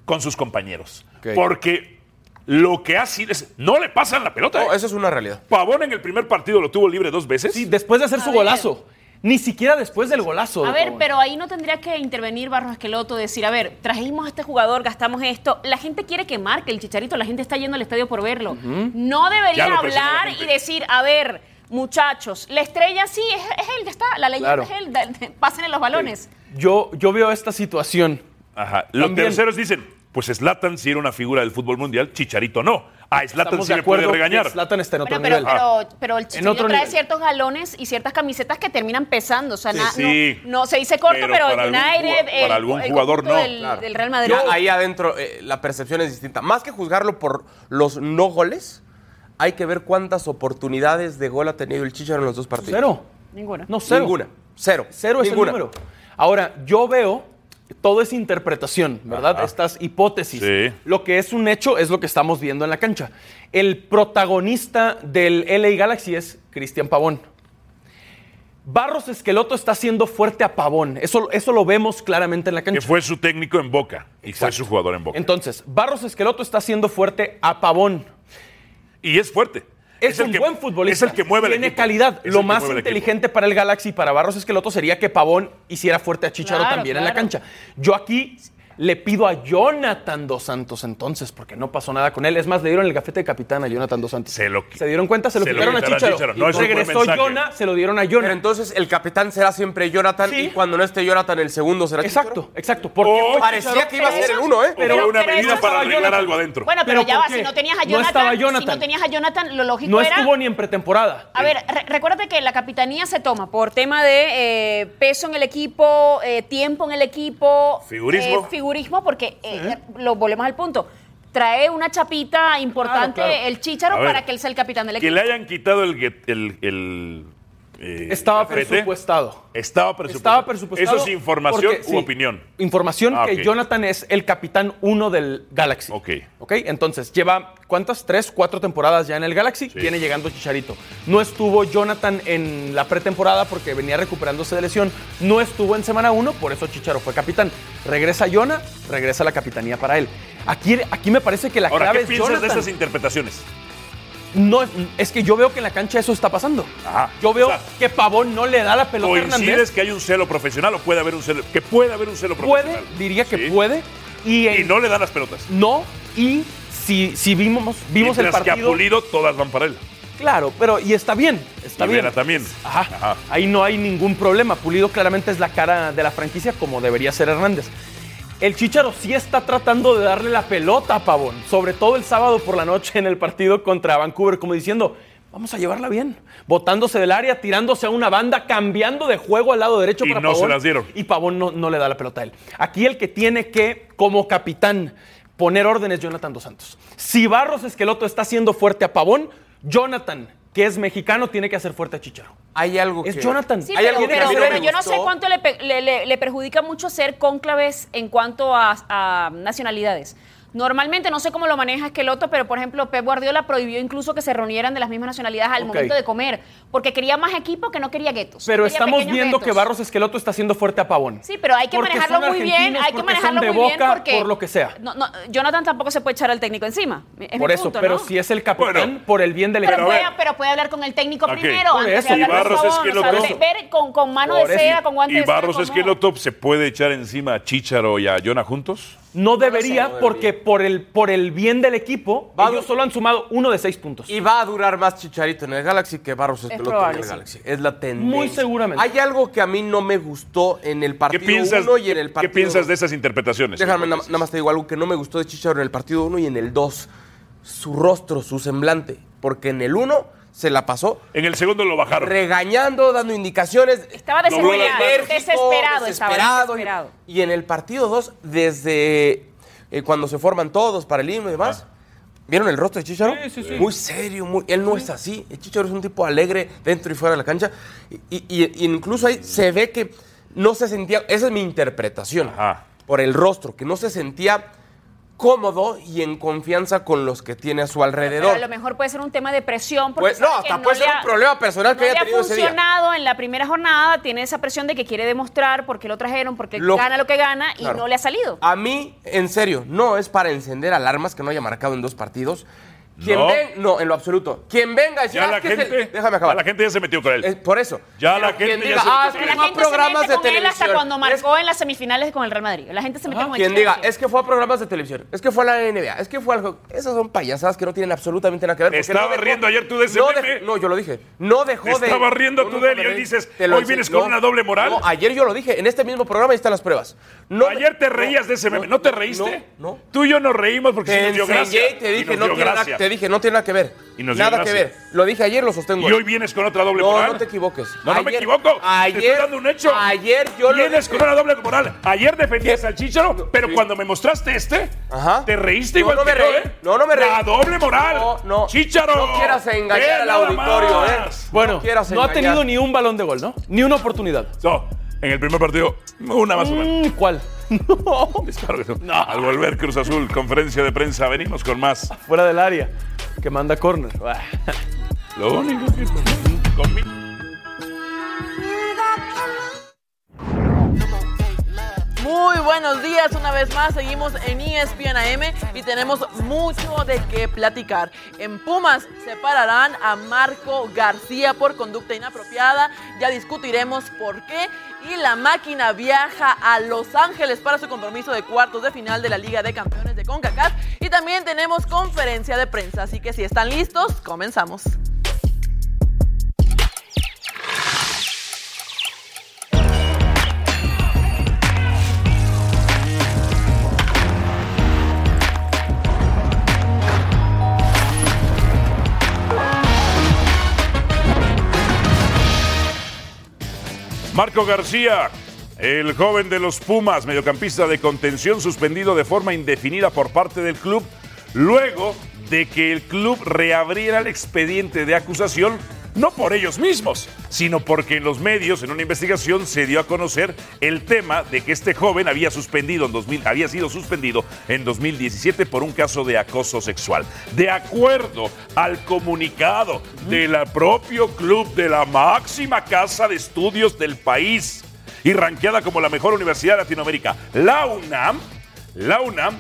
con sus compañeros.
Ok.
Porque lo que hacen es, no le pasan la pelota.
No,
¿eh?
esa es una realidad.
Pavón en el primer partido lo tuvo libre dos veces.
Sí, después de hacer
A
su
ver.
golazo. Ni siquiera después del golazo.
A
de
ver,
Pavón.
pero ahí no tendría que intervenir Barros Esqueloto, decir, a ver, trajimos a este jugador, gastamos esto. La gente quiere que marque el chicharito, la gente está yendo al estadio por verlo. No
Ya
deberían
lo presionó la
hablar
gente.
y decir, a ver, muchachos, la estrella sí, es, es él, ya está, la leyenda
Claro.
es él, da- pásenle los balones.
Yo, yo veo esta situación.
Ajá. Los
También.
terceros dicen, pues Slatan sí era una figura del fútbol mundial, Chicharito no. A Slatan
Estamos
sí
de
le puede
acuerdo
regañar. Ah,
que Zlatan está en otro
Bueno, pero,
nivel.
pero, pero el chicharito
otro
trae
nivel.
ciertos galones y ciertas camisetas que terminan pesando. O sea, na-
Sí.
no, no, se dice corto,
Pero
pero,
para
el
algún
United,
jugador- para
el-
algún
el
jugador
conjunto
no,
Del,
claro.
del Real Madrid.
Ya ahí adentro eh, la percepción es distinta. Más que juzgarlo por los no goles, hay que ver cuántas oportunidades de gol ha tenido el Chicharo en los dos partidos.
Cero.
Ninguna.
No, cero.
Ninguna. Cero.
Cero es
Ninguna.
el número. Ahora, yo veo, todo es interpretación, ¿verdad? Estas hipótesis.
Sí.
Lo que es un hecho es lo que estamos viendo en la cancha. El protagonista del LA Galaxy es Cristian Pavón. Barros Esqueloto está haciendo fuerte a Pavón. Eso, eso lo vemos claramente en la
Que
cancha.
fue su técnico en Boca y fue su jugador en Boca.
Entonces, Barros Esqueloto está haciendo fuerte a Pavón.
y es fuerte.
Es,
el
un
que-
buen futbolista.
Es el que mueve el
Tiene
equipo.
calidad.
Es el
Lo
que
más
mueve el equipo.
inteligente para el Galaxy y para Barros Esqueloto sería que Pavón hiciera fuerte a Chicharo
Claro,
también en la
claro.
cancha. Yo aquí le pido a Jonathan Dos Santos entonces, porque no pasó nada con él. Es más, le dieron el gafete de capitán a Jonathan Dos Santos.
Se lo qui-
dieron cuenta, se lo
se lo
quitaron a
quitaron a
Chicharo.
Chícharo. No, ese fue el
Regresó
mensaje.
Jonah, se lo dieron a Jonah.
Pero entonces el capitán será siempre Jonathan
Sí.
y cuando no esté Jonathan el segundo será Chicharo.
exacto, exacto. Porque
Oh,
fue
Parecía
Chícharo-
que iba a
Pero
ser el
eso-
uno, ¿eh?
Pero,
Pero-
una
pero
medida
eso
para
estaba
arreglar
Jonathan.
algo adentro.
Bueno, pero,
¿Pero
ya
por
va,
qué?
si no tenías a
No
Jonathan,
estaba
si no
Jonathan.
tenías a Jonathan, lo lógico
No
era...
estuvo ni en pretemporada.
A ver, re- recuérdate que la capitanía se toma por tema de eh, peso en el equipo, eh, tiempo en el equipo.
Figurismo.
eh, figurismo, porque eh, lo volvemos al punto. Trae una chapita importante
Claro, claro.
el chícharo
A ver,
para que él sea el capitán del
que
equipo.
le hayan quitado el. get- el, el, eh,
Estaba
gafete.
presupuestado.
Estaba presupuestado.
Estaba presupuestado.
Eso es información
porque-
u
sí.
opinión.
Información
Ah,
que
ok.
Jonathan es el capitán uno del Galaxy.
Ok.
Ok, entonces lleva, ¿cuántas? Tres, cuatro temporadas ya en el Galaxy.
Sí.
Viene llegando Chicharito. No estuvo Jonathan en la pretemporada porque venía recuperándose de lesión. No estuvo en semana uno, por eso Chicharo fue capitán. Regresa Jonah, regresa la capitanía para él. Aquí, aquí me parece que la
Ahora, ¿qué
clave es
piensas
Jonathan.
de estas interpretaciones?
No, es que yo veo que en la cancha eso está pasando.
Ajá.
Yo veo
O sea,
que Pavón no le da la pelota a Hernández.
¿Coincides que hay un celo profesional o puede haber un celo? Que puede haber un celo
Puede,
profesional.
diría que
Sí.
puede. Y,
Y
en-
no le dan las pelotas.
no, y si, si vimos, vimos el
Mientras que a
partido.
Pulido todas van para él.
Claro, pero y está bien, está
y
bien.
Vera también.
Ajá. Ahí no hay ningún problema. Pulido claramente es la cara de la franquicia como debería ser Hernández. El Chicharo sí está tratando de darle la pelota a Pavón, sobre todo el sábado por la noche en el partido contra Vancouver, como diciendo, vamos a llevarla bien, botándose del área, tirándose a una banda, cambiando de juego al lado derecho
Y
para
no se
Pavón,
las dieron.
Y Pavón no, no le da la pelota a él. Aquí el que tiene que, como capitán, poner órdenes Jonathan Dos Santos. Si Barros Esqueloto está haciendo fuerte a Pavón, Jonathan, que es mexicano, tiene que hacer fuerte a Chicharo.
Hay algo
Es
que-
Jonathan.
Sí,
Hay
pero,
algo que
pero-
a mí
pero
me
yo no sé
gustó.
cuánto le, pe- le- le- le perjudica mucho ser cónclaves en cuanto a, a nacionalidades. Normalmente, no sé cómo lo maneja Esqueloto, pero por ejemplo, Pep Guardiola prohibió incluso que se reunieran de las mismas nacionalidades al
Ok.
momento de comer, porque quería más equipo que no quería guetos.
Pero
Quería
estamos
pequeños
viendo
guetos.
que Barros Esqueloto está haciendo fuerte a Pavón.
Sí, pero hay que
Porque
manejarlo
son
muy bien,
argentinos,
hay que
porque
manejarlo
son de
muy bien
Boca,
porque
por lo que sea.
No, no, Jonathan tampoco se puede echar al técnico encima. Es
por
mi
eso,
punto,
pero
¿no?
si es el capitán,
Bueno,
por el bien del
Pero
a
equipo.
puede,
ver.
pero puede hablar con el técnico
Ok.
primero.
Por
antes
eso.
de
Y
hablar con
Barros
Pavón, o sea, ve-
Esqueloto-
ver con, con mano de
Por eso.
cera, con guantes
¿Y
de cera,
Barros
con- no.
Esqueloto se puede echar encima a Chicharo y a Jonah juntos?
No debería, porque por el, por el bien del equipo,
Va-
ellos solo han sumado uno de seis puntos.
Y va a durar más Chicharito en el Galaxy que Barros Espeloto en
probable,
el
sí.
Galaxy. Es la tendencia.
Muy seguramente.
Hay algo que a mí no me gustó en el
¿Qué
partido
piensas,
1 y en el
¿qué
partido
piensas
dos.
de esas interpretaciones?
Déjame, na- nada más te digo algo que no me gustó de Chicharo en el partido 1 y en el 2. Su rostro, su semblante. Porque en el 1 se la pasó
En el segundo lo bajaron.
regañando, dando indicaciones.
Estaba
Dobló las
desesperado.
manos.
Enérgico,
Desesperado, estaba
desesperado.
desesperado.
Y en el partido 2, desde eh, cuando se forman todos para el himno y demás, ¿vieron el rostro de Chicharo? Muy serio, muy, él no es así. El Chicharo es un tipo alegre dentro y fuera de la cancha. Y, y- y incluso ahí se ve que no se sentía, esa es mi interpretación,
Ajá.
por el rostro, que no se sentía cómodo y en confianza con los que tiene a su
Pero
alrededor.
a lo mejor puede ser un tema de presión. Porque
Pues, no,
sabe que
hasta puede
le
ser
ha-
un problema personal que
no
haya
le ha
tenido ese día.
funcionado en la primera jornada, tiene esa presión de que quiere demostrar por qué lo trajeron, porque
Lo-
gana lo que gana y
Claro. Ah,
no le ha salido.
A mí, en serio, no es para encender alarmas que no haya marcado en dos partidos. Quien
No.
no. no, en lo absoluto. Quien venga a decir,
Ya
"Ah,
la
es que es el-".
gente,
Déjame acabar.
ya la gente ya se metió con él.
Es por eso.
Ya la
quien
gente ya
diga,
se-
ah, es que
La
no a programas de
con él
televisión.
hasta cuando
Es-
marcó en las semifinales con el Real Madrid. La gente se metió con el
quien
Chelsea.
diga, es que fue a programas de televisión, es que fue a la NBA, es que fue algo. Esas son payasadas que no tienen absolutamente nada que ver. porque
Estaba
no dejó-
riendo ayer tú de ese
no
meme.
dejó- No, yo lo dije. No dejó de.
Estaba riendo
no,
tú
no,
de él
no,
y hoy
no,
dices,
te lo
hoy
ense-
vienes con una doble moral.
No, ayer yo lo dije. En este mismo programa ahí están las pruebas. No-
Ayer te reías de ese meme. ¿No te reíste?
No. no.
Tú y yo nos reímos porque sí
Te
nos dio
enseñé
gracia.
y te dije,
nos
no
dio
tiene nada,
gracia.
te dije, no tiene nada que ver.
Y nos dio
nada que
gracia.
ver. Lo dije ayer, lo sostengo. ¿eh?
Y hoy vienes con otra doble
no,
moral.
no te equivoques.
No, no me equivoco.
Ayer,
te estoy dando un hecho.
Ayer yo lo
Vienes
dije.
con una doble moral. Ayer defendías
¿Qué?
al Chicharo, pero
sí.
cuando me mostraste este,
Ajá.
te reíste
No,
igual
no
que
me
yo,
reí.
¿eh?
No, no me reí.
La doble moral.
No, no.
Chicharo.
No quieras engañar
Ve
al
nada
auditorio,
más.
¿eh?
Bueno,
No quieras
no ha
engañar.
tenido ni un balón de gol, ¿no? Ni una oportunidad.
No, en el primer partido, una más o menos.
Mm, ¿Cuál? <laughs> No.
Disparo que- Al volver Cruz Azul, conferencia de prensa, venimos con más.
Fuera del área. Que manda corner. Bah.
Lo único que conmigo.
Muy buenos días, una vez más seguimos en E ESPN AM y tenemos mucho de qué platicar. En Pumas separarán a Marco García por conducta inapropiada, ya discutiremos por qué y la máquina viaja a Los Ángeles para su compromiso de cuartos de final de la Liga de Campeones de CONCACAF y también tenemos conferencia de prensa, así que si están listos, comenzamos.
Marco García, el joven de los Pumas, mediocampista de contención, suspendido de forma indefinida por parte del club, luego de que el club reabriera el expediente de acusación, no por ellos mismos, sino porque en los medios, en una investigación, se dio a conocer el tema de que este joven había, suspendido en 2000, había sido suspendido en 2017 por un caso de acoso sexual. De acuerdo al comunicado del propio club de la máxima casa de estudios del país y ranqueada como la mejor universidad de Latinoamérica, la UNAM, la UNAM,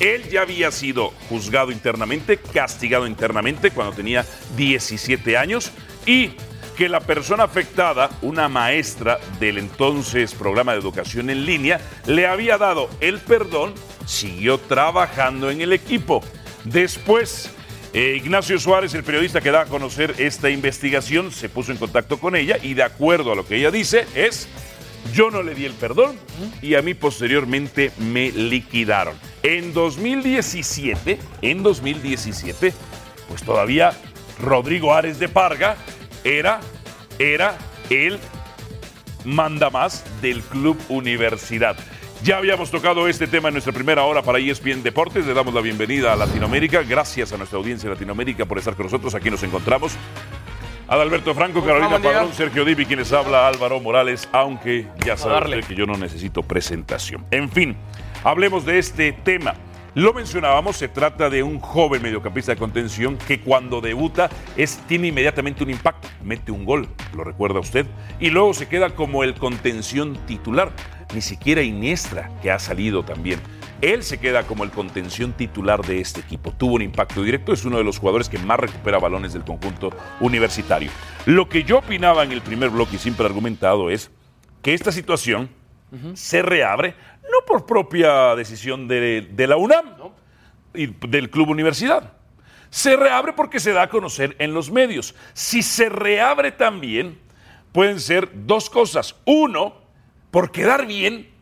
él ya había sido juzgado internamente, castigado internamente cuando tenía 17 años y que la persona afectada, una maestra del entonces programa de educación en línea, le había dado el perdón, siguió trabajando en el equipo. Después, eh, Ignacio Suárez, el periodista que da a conocer esta investigación, se puso en contacto con ella y de acuerdo a lo que ella dice es, yo no le di el perdón y a mí posteriormente me liquidaron. En 2017, en 2017, pues todavía Rodrigo Ares de Parga era, era el manda más del Club Universidad. Ya habíamos tocado este tema en nuestra primera hora para E ESPN Deportes. Le damos la bienvenida a Latinoamérica. Gracias a nuestra audiencia de Latinoamérica por estar con nosotros. Aquí nos encontramos. Adalberto Franco, Carolina
buen día.
Padrón, Sergio Divi, quienes habla Álvaro Morales, aunque ya sabe
darle.
usted que yo no necesito presentación. En fin, hablemos de este tema. Lo mencionábamos, se trata de un joven mediocampista de contención que cuando debuta es, tiene inmediatamente un impacto, mete un gol, lo recuerda usted, y luego se queda como el contención titular, ni siquiera Iniestra, que ha salido también. Él se queda como el contención titular de este equipo. Tuvo un impacto directo, es uno de los jugadores que más recupera balones del conjunto universitario. Lo que yo opinaba en el primer bloque y siempre he argumentado es que esta situación se reabre no por propia decisión de, de la UNAM y del Club Universidad. Se reabre porque se da a conocer en los medios. Si se reabre también, pueden ser dos cosas. Uno, por quedar bien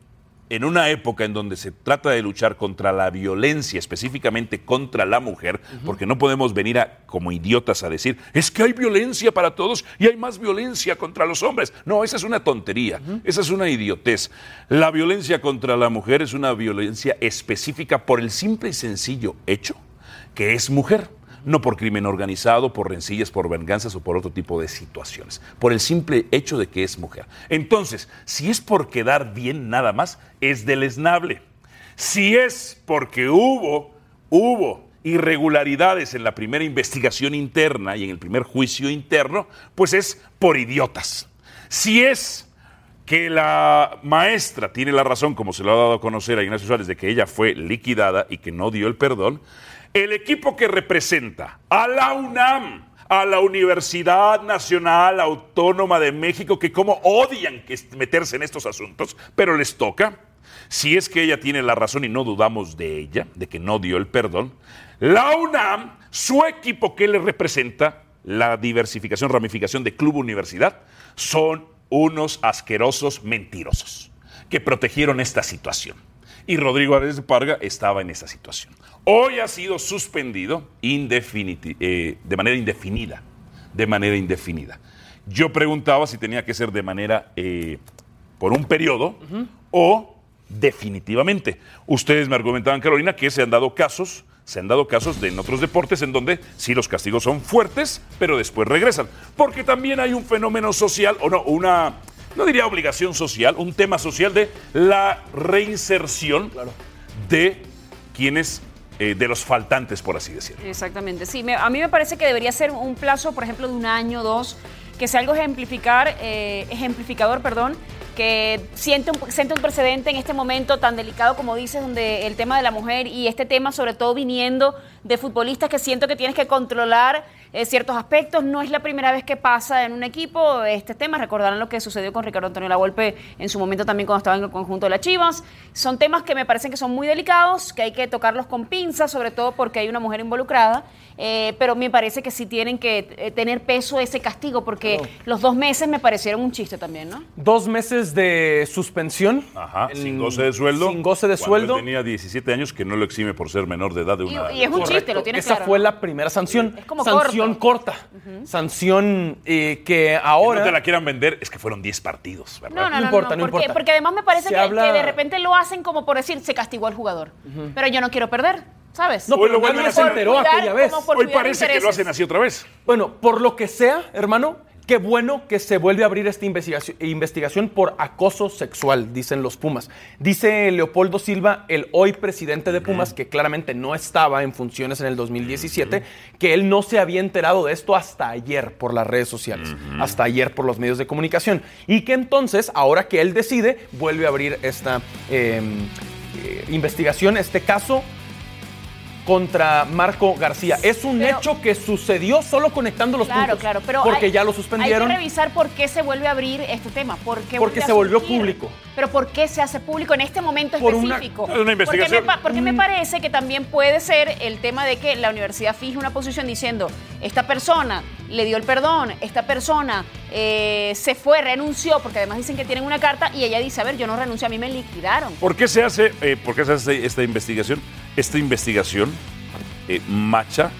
en una época en donde se trata de luchar contra la violencia, específicamente contra la mujer, porque no podemos venir a, como idiotas a decir, es que hay violencia para todos y hay más violencia contra los hombres. No, esa es una tontería, esa es una idiotez. La violencia contra la mujer es una violencia específica por el simple y sencillo hecho que es mujer. No por crimen organizado, por rencillas, por venganzas o por otro tipo de situaciones. Por el simple hecho de que es mujer. Entonces, si es por quedar bien nada más, es deleznable. Si es porque hubo, hubo irregularidades en la primera investigación interna y en el primer juicio interno, pues es por idiotas. Si es que la maestra tiene la razón, como se lo ha dado a conocer a Ignacio Suárez, de que ella fue liquidada y que no dio el perdón, el equipo que representa a la UNAM, a la Universidad Nacional Autónoma de México, que como odian que est- meterse en estos asuntos, pero les toca, si es que ella tiene la razón y no dudamos de ella, de que no dio el perdón, la UNAM, su equipo que le representa, la diversificación, ramificación de Club Universidad, son unos asquerosos mentirosos que protegieron esta situación. Y Rodrigo Álvarez de Parga estaba en esa situación. Hoy ha sido suspendido indefiniti- eh, de manera indefinida. De manera indefinida. Yo preguntaba si tenía que ser de manera eh, por un periodo o definitivamente. Ustedes me argumentaban, Carolina, que se han dado casos, se han dado casos de en otros deportes en donde sí los castigos son fuertes, pero después regresan. Porque también hay un fenómeno social, o no, una, no diría obligación social, un tema social de la reinserción de quienes, eh, de los faltantes, por así decirlo.
Exactamente, sí. me- a mí me parece que debería ser un plazo, por ejemplo, de un año, dos, que sea algo ejemplificar, eh, ejemplificador, perdón, que siente un, siente un precedente en este momento tan delicado como dices, donde el tema de la mujer y este tema sobre todo viniendo de futbolistas que siento que tienes que controlar eh, ciertos aspectos. No es la primera vez que pasa en un equipo este tema. Recordarán lo que sucedió con Ricardo Antonio Lavolpe en su momento también cuando estaba en el conjunto de las Chivas. Son temas que me parecen que son muy delicados, que hay que tocarlos con pinzas, sobre todo porque hay una mujer involucrada. eh, pero me parece que sí tienen que eh, tener peso ese castigo, porque los dos meses me parecieron un chiste también, ¿no?
Dos meses de suspensión.
Ajá, sin
En-
goce de sueldo.
Sin goce de
cuando
sueldo.
Él tenía 17 años que no lo exime por ser menor de edad de una.
Y, y es un chiste, lo tienes
Esa
claro,
fue
¿no?
la primera sanción.
Es como
sanción corta. Sanción eh, que ahora.
Que no te la quieran vender, es que fueron 10 partidos, ¿verdad?
No, no, no,
importa,
no,
no
porque,
importa.
porque además me parece
Se
que,
habla-
que de repente lo hacen como por decir, se castigó al jugador. Pero yo no quiero perder, ¿sabes?
No,
Hoy lo
pero
vuelven
nadie
a
se
hacer.
enteró
Cuidar
aquella vez.
como por
Hoy
cuidar
parece que lo
intereses.
hacen así otra vez.
Bueno, por lo que sea, hermano, qué bueno que se vuelve a abrir esta investigación, investigación por acoso sexual, dicen los Pumas. Dice Leopoldo Silva, el hoy presidente de Pumas, que claramente no estaba en funciones en el 2017, que él no se había enterado de esto hasta ayer por las redes sociales, hasta ayer por los medios de comunicación. Y que entonces, ahora que él decide, vuelve a abrir esta eh, eh, investigación, este caso contra Marco García. Es un
Pero-
hecho que sucedió solo conectando los
Claro,
puntos.
claro, pero
porque
hay-
ya lo
Hay
suspendieron.
que revisar por qué se vuelve a abrir este tema, por qué
Porque
vuelve a
se volvió
surgir.
público.
Pero por qué se hace público en este momento
Por una- Mm.
específico.
es una investigación.
Porque me, pa- porque me parece que también puede ser el tema de que la universidad fije una posición diciendo esta persona le dio el perdón, esta persona eh, se fue, renunció, porque además dicen que tienen una carta y ella dice, a ver, yo no renuncié, a mí me liquidaron.
¿Por qué se hace, eh, por qué se hace esta investigación? Esta investigación eh, macha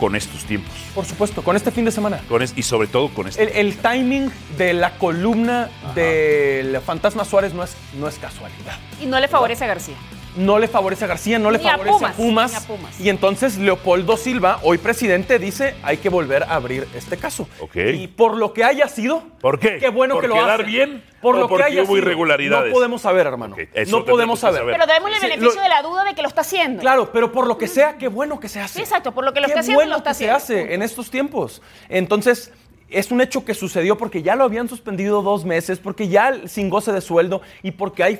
con estos tiempos.
Por supuesto, con este fin de semana.
Con es- y sobre todo con este.
El, el timing de la columna del Fantasma Suárez no es, no es casualidad.
Y no le favorece a García.
No le favorece a García, no le
Ni a
favorece a
Pumas,
Pumas,
ni a Pumas.
Y entonces Leopoldo Silva, hoy presidente, dice hay que volver a abrir este caso.
Ok.
Y por lo que haya sido,
¿Por qué?
qué bueno
¿Por
que lo
quedar
hacen.
bien
Por
o
lo que
porque
haya
hubo
sido,
irregularidades?
No podemos saber, hermano.
Ok, eso
no
tendremos
podemos
que
saber.
saber.
Pero démosle el
Sí,
beneficio
lo-
de la duda de que lo está haciendo.
Claro, pero por lo que sea, qué bueno que se hace.
Sí, exacto, por lo que lo
Qué
está haciendo,
bueno
lo está
que
haciendo.
se hace en estos tiempos. Entonces, es un hecho que sucedió porque ya lo habían suspendido dos meses, porque ya sin goce de sueldo y porque hay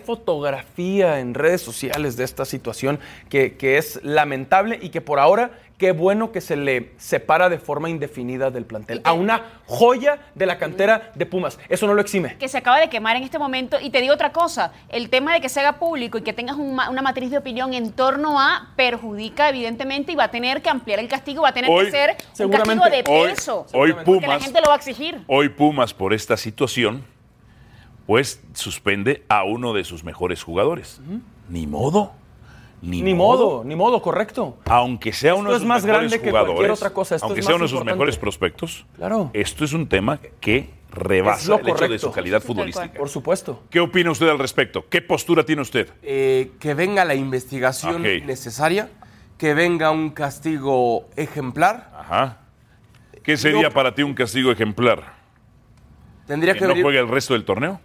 fotografía en redes sociales de esta situación que, que es lamentable y que por ahora qué bueno que se le separa de forma indefinida del plantel a una joya de la cantera de Pumas. Eso no lo exime.
que se acaba de quemar en este momento. Y te digo otra cosa, el tema de que se haga público y que tengas un ma- una matriz de opinión en torno a perjudica evidentemente y va a tener que ampliar el castigo, va a tener
Hoy,
que ser un castigo
seguramente,
de
hoy,
peso.
hoy
porque la
Pumas,
gente lo va a exigir.
hoy Pumas por esta situación, pues suspende a uno de sus mejores jugadores. Ni modo. Ni,
Ni modo, ni modo, correcto.
Aunque sea uno
Esto
de
es
sus
más
mejores
grande que
jugadores,
cualquier otra cosa, esto
aunque
es
sea
más
uno de sus
importante.
mejores prospectos,
Claro.
esto es un tema que
Es lo
rebasa el hecho de
correcto.
su calidad
tal cual.
futbolística.
Por supuesto.
¿Qué opina usted al respecto? ¿Qué postura tiene usted?
eh, que venga la investigación
Ok.
necesaria, que venga un castigo ejemplar.
Ajá. ¿Qué sería
Yo-
para ti un castigo ejemplar?
Tendría
¿Que
que
no
venir
juegue el resto del torneo?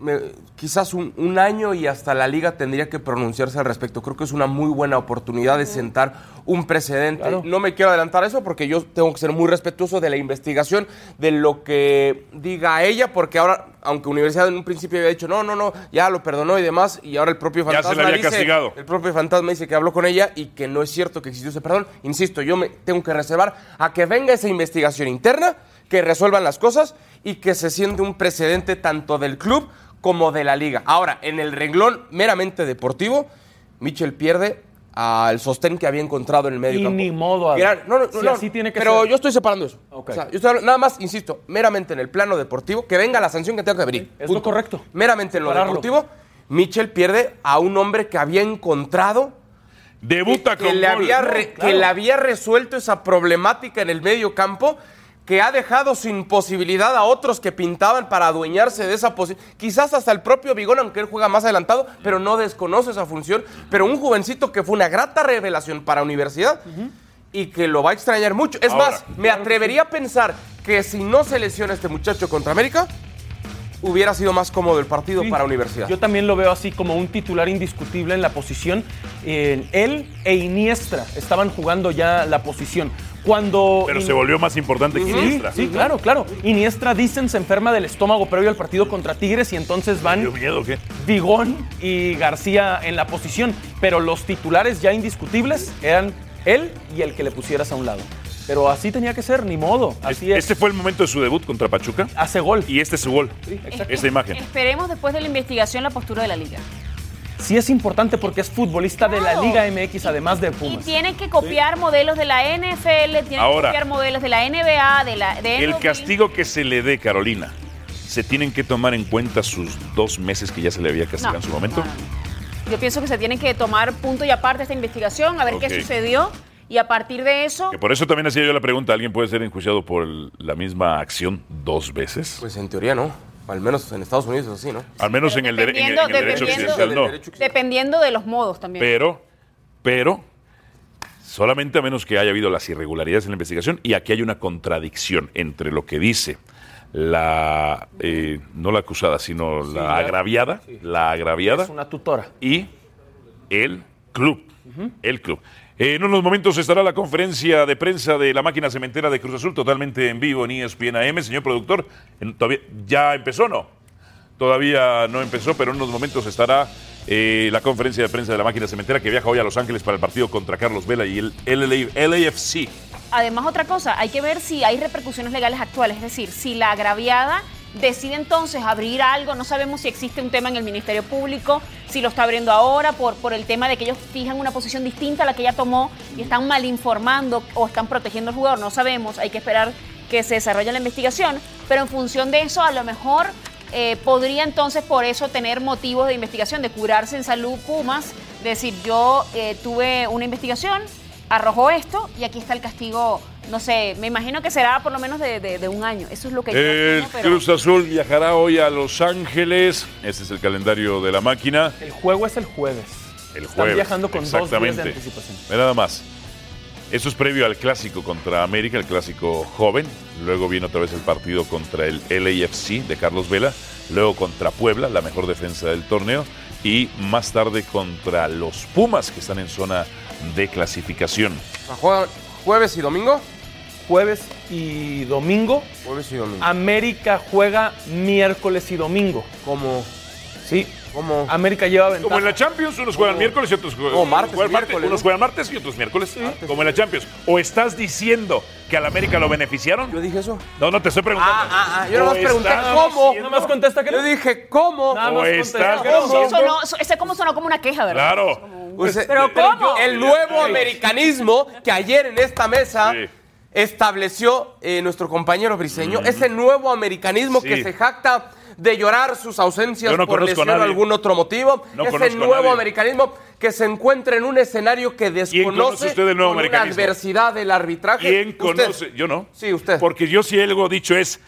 me- quizás un, un año y hasta la liga tendría que pronunciarse al respecto. Creo que es una muy buena oportunidad de sentar un precedente. No me quiero adelantar a eso porque yo tengo que ser muy respetuoso de la investigación, de lo que diga ella, porque ahora, aunque Universidad en un principio había dicho, no, no, no, ya lo perdonó y demás, y ahora el propio
Ya se la
fantasma
había
dice-
castigado.
el propio fantasma dice que habló con ella y que no es cierto que existió ese perdón. Insisto, yo me tengo que reservar a que venga esa investigación interna, que resuelvan las cosas y que se siente un precedente tanto del club como de la liga. Ahora, en el renglón meramente deportivo, Mitchell pierde al sostén que había encontrado en el medio
Y
campo.
ni modo, Adrián.
Gran- no, no,
Si
no,
así tiene que
pero
ser.
yo estoy separando eso.
Ok.
O sea, yo estoy hablando- nada más, insisto, meramente en el plano deportivo, que venga la sanción que tenga que venir.
Es lo
Punto.
correcto.
Meramente en lo
Separarlo.
deportivo, Mitchell pierde a un hombre que había encontrado,
Debuta
que,
con
le
gol.
había re- que le había resuelto esa problemática en el medio campo, que ha dejado sin posibilidad a otros que pintaban para adueñarse de esa posición. Quizás hasta el propio Vigón, aunque él juega más adelantado, pero no desconoce esa función. Pero un jovencito que fue una grata revelación para universidad. Y que lo va a extrañar mucho. Es
Ahora.
más, me atrevería a pensar que si no se lesiona este muchacho contra América, hubiera sido más cómodo el partido
Sí.
para universidad.
Yo también lo veo así como un titular indiscutible en la posición. Eh, él e Iniestra estaban jugando ya la posición. Cuando
Pero
In-
se volvió más importante que
Sí,
Iniestra.
sí, claro, claro. Iniestra dicen se enferma del estómago previo al partido contra Tigres y entonces van
¿Dio miedo o qué?
Vigón y García en la posición, pero los titulares ya indiscutibles eran él y el que le pusieras a un lado. Pero así tenía que ser, ni modo. Así es.
Este fue el momento de su debut contra Pachuca
Hace gol.
y este es su gol. Esta imagen.
Esperemos después de la investigación la postura de la liga.
Sí es importante porque es futbolista de la
Claro.
Liga MX, además de
Y
Pumas.
tienen que copiar modelos de la NFL, tienen
Ahora.
que copiar modelos de la NBA, de la de
El
MLB.
castigo que se le dé, Carolina, se tienen que tomar en cuenta sus dos meses que ya se le había castigado
No,
en su momento.
no, no. Yo pienso que se tienen que tomar punto y aparte esta investigación, a ver
Ok.
qué sucedió y a partir de eso
Que por eso también hacía yo la pregunta, ¿alguien puede ser enjuiciado por el- la misma acción dos veces?
Pues en teoría no. Al menos en Estados Unidos es así, ¿no?
Al menos en el, dere- en el- en el
dependiendo-
derecho
dependiendo-
occidental no.
dependiendo de los modos también.
Pero, pero, solamente a menos que haya habido las irregularidades en la investigación, y aquí hay una contradicción entre lo que dice la, eh, no la acusada, sino la agraviada, la agraviada
Es una tutora.
y el club, el club. En unos momentos estará la conferencia de prensa de la máquina cementera de Cruz Azul, totalmente en vivo en E ESPN AM. Señor productor, en- todavía- ¿ya empezó o no? Todavía no empezó, pero en unos momentos estará eh, la conferencia de prensa de la máquina cementera que viaja hoy a Los Ángeles para el partido contra Carlos Vela y el LA LAFC.
Además, otra cosa, hay que ver si hay repercusiones legales actuales, es decir, si la agraviada decide entonces abrir algo, no sabemos si existe un tema en el Ministerio Público, si lo está abriendo ahora por, por el tema de que ellos fijan una posición distinta a la que ella tomó y están mal informando o están protegiendo al jugador, no sabemos, hay que esperar que se desarrolle la investigación, pero en función de eso a lo mejor eh, podría entonces por eso tener motivos de investigación, de curarse en salud Pumas, de decir yo eh, tuve una investigación, arrojó esto y aquí está el castigo. No sé, me imagino que será por lo menos de, de- de un año. Eso es lo que yo
El
imagino, pero
Cruz Azul viajará hoy a Los Ángeles. Este es el calendario de la máquina.
El juego es el jueves.
El
Están
jueves.
viajando con dos días de
exactamente.
anticipación.
Ve nada más. Eso es previo al clásico contra América, el clásico joven. Luego viene otra vez el partido contra el LAFC de Carlos Vela. Luego contra Puebla, la mejor defensa del torneo. Y más tarde contra los Pumas, que están en zona de clasificación.
O sea, juegan jueves y domingo.
Jueves y domingo.
Jueves y domingo.
América juega miércoles y domingo.
Como,
Sí.
como.
América lleva ventaja.
Como en la Champions, unos juegan miércoles y otros juegan
No, martes,
juegan
miércoles,
Unos
¿no?
juegan martes y otros miércoles. Como en la Champions. ¿O estás diciendo que al América lo beneficiaron?
Yo dije eso.
No, no, te estoy preguntando.
Ah, ah, ah, yo nomás
¿O
pregunté
estás
cómo.
diciendo-
Nada más contesta que no.
Yo dije, ¿cómo?
Nada
¿O
más
estás
contesta que
Eso
no.
sonó- eso- ese como sonó como una queja, ¿verdad?
Claro.
O sea,
¿Pero cómo?
El nuevo americanismo que ayer en esta mesa
Sí. Mm.
estableció eh, nuestro compañero briseño, ese nuevo americanismo
Sí.
que se jacta de llorar sus ausencias
Yo no
por
conozco a
lesión o
nadie.
algún otro motivo,
No
ese
conozco a
nuevo
nadie.
americanismo que se encuentra en un escenario que desconoce
usted del nuevo
con una
americanismo?
adversidad del arbitraje.
¿Quién
Usted.
conoce? Yo no.
Sí, usted.
Porque yo sí algo he dicho es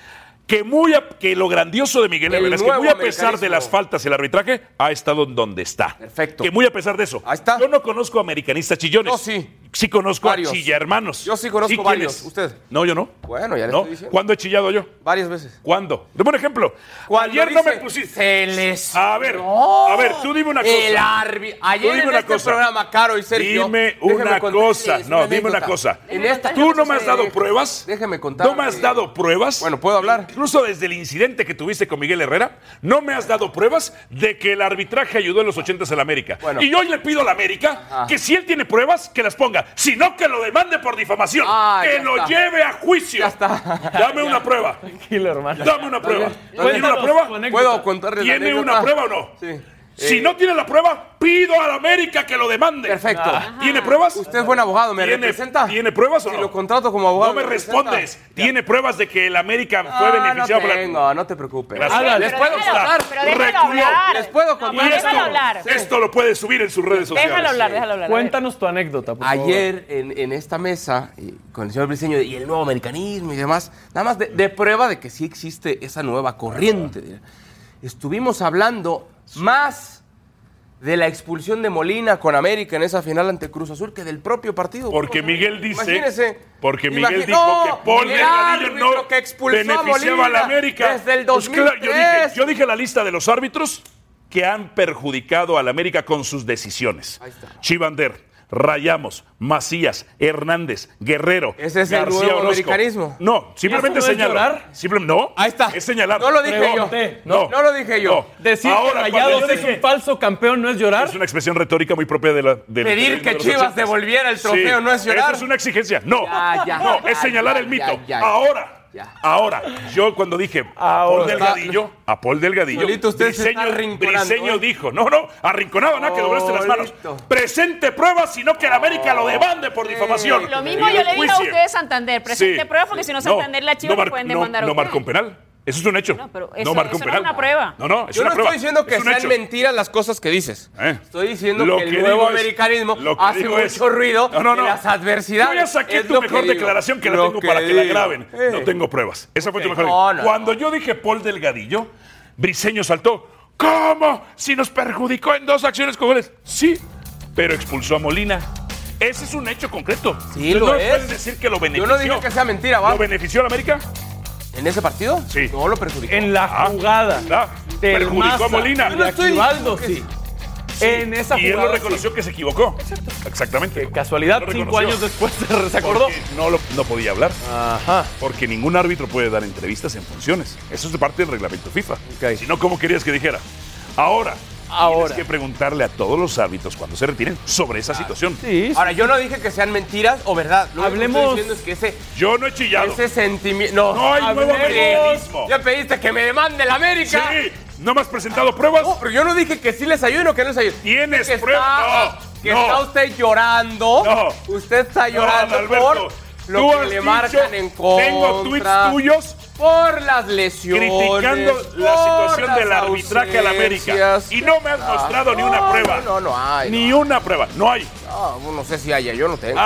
que muy a- que lo grandioso de Miguel
El
Herrera es que
nuevo
muy a pesar de
americanismo.
las faltas el arbitraje ha estado en donde está.
Perfecto.
Que muy a pesar de eso.
Ahí está.
Yo no conozco americanistas chillones.
No, sí.
Sí conozco
Varios.
a chilla hermanos.
Yo sí conozco varios. ¿Usted?
No, yo no.
Bueno, ya le
no.
estoy diciendo.
¿Cuándo he chillado yo?
Varias veces.
¿Cuándo? De buen ejemplo.
Cuando
Ayer no me
dice,
pusiste.
Se les.
A ver, a ver, tú dime una cosa.
El árbitro.
Tú
Ayer
dime
en
una
este
cosa.
programa, Caro y Sergio.
Dime
déjeme
una
contar-
cosa.
es
No, dime una
anécdota.
cosa.
En esta-
¿Tú no me has dado
Déjeme-
pruebas?
Déjeme contar.
¿No me has
que-
dado pruebas?
Bueno, ¿puedo hablar?
Incluso desde el incidente que tuviste con Miguel Herrera, no me has dado pruebas de que el arbitraje ayudó en los 80 al América.
Bueno.
Y hoy le pido al América que si él tiene pruebas, que las ponga. Si no, que lo demande por difamación.
Ah,
que
ya
lo
está.
lleve a juicio.
Ya está.
Dame una prueba.
Tranquilo, hermano.
Dame una prueba. ¿Tiene una
Cuéntanos
prueba?
tu anécdota.
¿Puedo contarle la
¿Tiene
anécdota?
una prueba o no?
Sí.
Si
Eh,
no tiene la prueba, pido al América que lo demande. Ah.
Perfecto.
¿Tiene pruebas?
Usted es buen abogado, ¿me
¿Tiene,
representa?
¿Tiene pruebas o
Si
no?
lo contrato como abogado.
No me
representa?
respondes. ¿Tiene pruebas de que el América fue
Ah,
beneficiado
no
por la-
tengo, no te preocupes.
Gracias.
Háblale.
Les
Pero
puedo
déjalo,
contar.
Pero déjalo
Reculó.
hablar.
Les puedo contar.
Y esto,
Déjalo hablar.
esto lo puede subir en sus redes sociales.
Déjalo hablar, déjalo hablar.
Cuéntanos tu anécdota, por favor.
Ayer en, en esta mesa, eh, con el señor Briceño y el nuevo americanismo y demás, nada más de, de prueba de que sí existe esa nueva corriente. Estuvimos hablando más de la expulsión de Molina con América en esa final ante Cruz Azul que del propio partido.
Porque Miguel dice.
pues, Imagínese.
Porque Miguel
Imagi-
dijo
¡No!
que Paul
El
Delgadillo no
árbitro que expulsó a
beneficiaba a la
Molina
América.
desde el
Pues claro, yo, dije,
2003.
yo dije la lista de los árbitros que han perjudicado a la América con sus decisiones.
Ahí está.
Chivander. Rayamos, Macías, Hernández, Guerrero.
Ese es el nuevo
Orozco.
americanismo.
No, simplemente
¿Eso no es
señalar.
llorar?
Simple- no,
Ahí está.
Es señalar.
No lo dije
Pregunté.
yo. No, lo dije yo.
No.
Decir
Ahora,
que
cuando
Rayados
yo
es
dije-
un falso campeón no es llorar.
Es una expresión retórica muy propia de la. del-
Pedir
de
que
los
Chivas
ochentas.
devolviera el trofeo no es llorar.
Eso es una exigencia. No.
Ya, ya,
no,
ya,
es señalar
ya,
el mito.
ya, ya.
ahora.
Ya.
Ahora, yo cuando dije a Paul
Ahora.
Delgadillo, a Paul Delgadillo,
Solito usted se está
Briseño,
arrinconando,
Briseño
¿eh?
dijo, no, no, arrinconado, nada, que doblaste las manos.
Solito.
Presente pruebas, sino que la América lo demande por difamación.
Lo mismo
Y
yo
el
le digo a
juicio.
ustedes, Santander. Presente
Sí.
prueba, porque si no, Santander la chiva
no mar-
pueden
no-
demandar a
No,
ustedes.
marcó un penal. Eso es un hecho.
No, pero eso-
no marcó
eso no es
un penal.
una prueba.
No, no, es
Yo
una
no
prueba.
estoy diciendo que
Es un
sean
hecho.
mentiras las cosas que dices.
¿Eh?
Estoy diciendo
Lo
que el
que
nuevo
digo es-
americanismo
lo que
hace
digo
mucho
es-
ruido
No, no, no.
de las adversidades.
Yo ya saqué
Es
tu
lo que
mejor
digo.
declaración que la
Lo
tengo para que la
digo.
graben.
Eh.
No tengo pruebas. Esa fue tu
Ok.
mejor
No,
declaración.
no,
Cuando yo dije Paul Delgadillo, Briseño saltó. ¿Cómo? Si nos perjudicó en dos acciones con goles. Sí, pero expulsó a Molina. Ese es un hecho concreto.
Sí,
Entonces,
lo
no
es.
pueden decir que lo
Yo
benefició.
no dije que sea mentira, ¿va?
¿Lo benefició a la América?
¿En ese partido?
Sí.
No lo perjudicó.
En la
Ah,
jugada.
¿verdad?
del
Perjudicó
Maza
a Molina.
y
Yo no
a
estoy
Quivaldo, sí.
diciendo
En esa
Y él
jugada.
lo reconoció que se equivocó. Exactamente.
sí. Casualidad,
Lo
cinco
reconoció.
años después se <laughs> se acordó.
Porque No, lo- no podía hablar.
Ajá.
Porque ningún árbitro puede dar entrevistas en funciones. Eso es de parte del reglamento FIFA.
Ok.
Si no, ¿cómo querías que dijera? Ahora,
Ahora.
tienes que preguntarle a todos los árbitros cuando se retiren sobre
Ah,
esa situación.
Sí.
Ahora, yo no dije que sean mentiras o verdad. Lo único
Hablemos-
que estoy diciendo es
Yo no he
que
chillado.
ese, ese sentimiento. No,
No hay nuevo
hablemos-
americanismo.
Ya pediste que me demande el
Sí,
América.
no me has presentado pruebas.
Ah, No, pero yo no dije que sí les ayude o que no les ayude.
¿Tienes
Que está-
pruebas? No,
Que
no.
está usted llorando.
No.
Usted está
No,
llorando
Adalberto,
por
tú
lo que
has
le
dicho,
marcan en contra.
Tengo tweets tuyos
Por las lesiones.
criticando la
por
situación
las
del arbitraje a la América.
ausencias. Ah,
Y no me has mostrado ni una
No,
prueba.
No, no hay.
Ni una prueba. No hay.
No, no sé si haya, yo no tengo.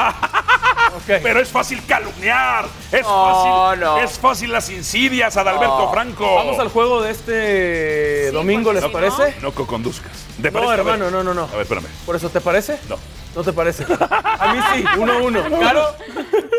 Pero es fácil calumniar. Es
No,
fácil.
no.
Es fácil las insidias a Alberto
No.
Franco.
Vamos al juego de este
Sí,
domingo,
porque
¿les
si
parece?
No co-conduzcas. ¿Te
No,
parece? A ver.
hermano, no, no, no.
A ver, espérame.
Por eso, ¿te parece?
No.
No te parece. A mí
<laughs>
sí, uno a uno. Claro.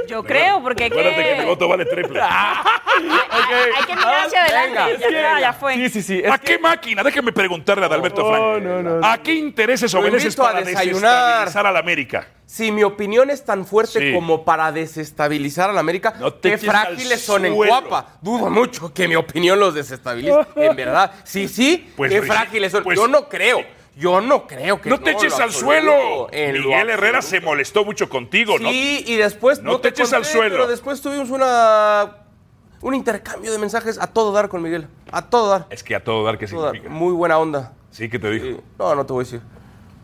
Yo creo, porque Ah. hay que,
Acuérdate que mi voto vale
<laughs>
triple.
hay- hay que mirar hacia
Ah, Venga,
adelante. Ya,
venga.
ya fue.
Sí, sí, sí.
¿A
Es
qué máquina? Déjeme preguntarle a Alberto Franco.
no, no, no.
¿A qué intereses
Lo
obedeces
invito a
para
desayunar.
desestabilizar a la América?
Si mi opinión es tan fuerte
Sí.
como para desestabilizar a la América,
No te
qué
eches al
frágiles son en
suelo.
guapa. Dudo mucho que mi opinión los desestabilice.
<laughs>
En verdad, sí, sí,
Pues,
qué
Richie,
frágiles son.
pues-
Yo no creo. Yo no creo que
No te
en
eches
lo
al
absoluto,
suelo.
en lo
Miguel Herrera
absoluto.
se molestó mucho contigo, ¿no?
Sí, y después
No te eches al suelo.
Pero después tuvimos una un intercambio de mensajes a todo dar con Miguel, a todo dar.
Es que a todo dar que
a todo dar.
significa.
Muy buena onda.
Sí, que te dijo.
Sí. No, no te voy a decir.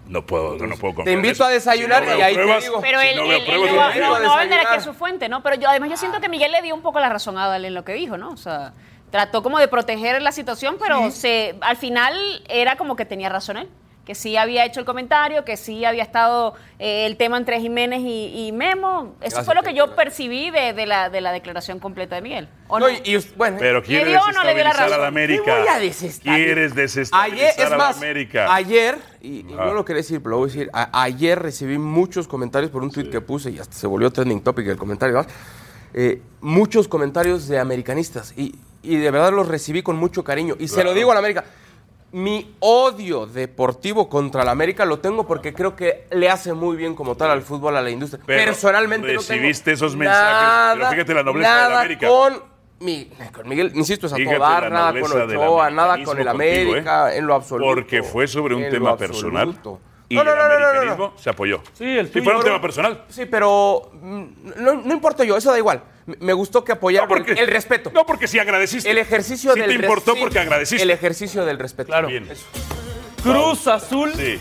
No puedo, no, no puedo
Te
comprar
invito
eso.
a desayunar
Si no
y
veo
ahí
pruebas,
te digo.
Pero
si
él,
no
él,
veo
él
pruebas,
no,
no
va-
veo
digo
no,
a
no, él era
desayunar.
que es su fuente, ¿no? Pero yo, además yo siento que Miguel le dio un poco la razón a Adal en lo que dijo, ¿no? O sea, trató como de proteger la situación, pero se, al final era como que tenía razón él. Que sí había hecho el comentario, que sí había estado eh, el tema entre Jiménez y, y Memo. Eso
Gracias,
fue lo que yo
Pedro.
percibí de, de la, de la declaración completa de Miguel. ¿o
No,
no?
y- y us- bueno,
Pero
¿Le
quieres
dio o no le dio la
desestabilizar a la
razón?
América.
¿Qué voy a desestabilizar?
Quieres
ayer,
desestabilizar
es
a la
más,
América. Ah.
ayer, y, y
Ajá.
no lo quería decir, pero lo voy a decir, a- ayer recibí muchos comentarios por un tweet que puse y hasta se volvió trending topic el comentario, ¿verdad? Eh, muchos comentarios de americanistas y, y de verdad los recibí con mucho cariño. Y se
Claro.
lo digo a la América, mi odio deportivo contra la América lo tengo porque creo que le hace muy bien como tal al fútbol, a la industria.
Pero
Personalmente no
recibiste
tengo
esos mensajes, pero fíjate la nobleza de la
nada
América.
Con mi, con Miguel, insisto, es a
Fíjate
todo
la
dar, nada con
nobleza del
Ochoa, nada
americanismo
con el
contigo,
América,
¿eh?
en lo absoluto.
Porque fue sobre un
En
tema
lo
personal.
absoluto.
Y
No, no,
el
no, no, no, no.
americanismo se apoyó.
Sí, el
Si
tuyo,
fuera un
¿no?
tema personal.
Sí, pero mm, no, no importa yo, eso da igual. Me- Me gustó que apoyaran el, el respeto.
No, porque sí agradeciste.
el ejercicio
sí
del
te importó
res- sí,
porque agradeciste.
El ejercicio del respeto.
Claro.
Bien.
Cruz Azul
Sí.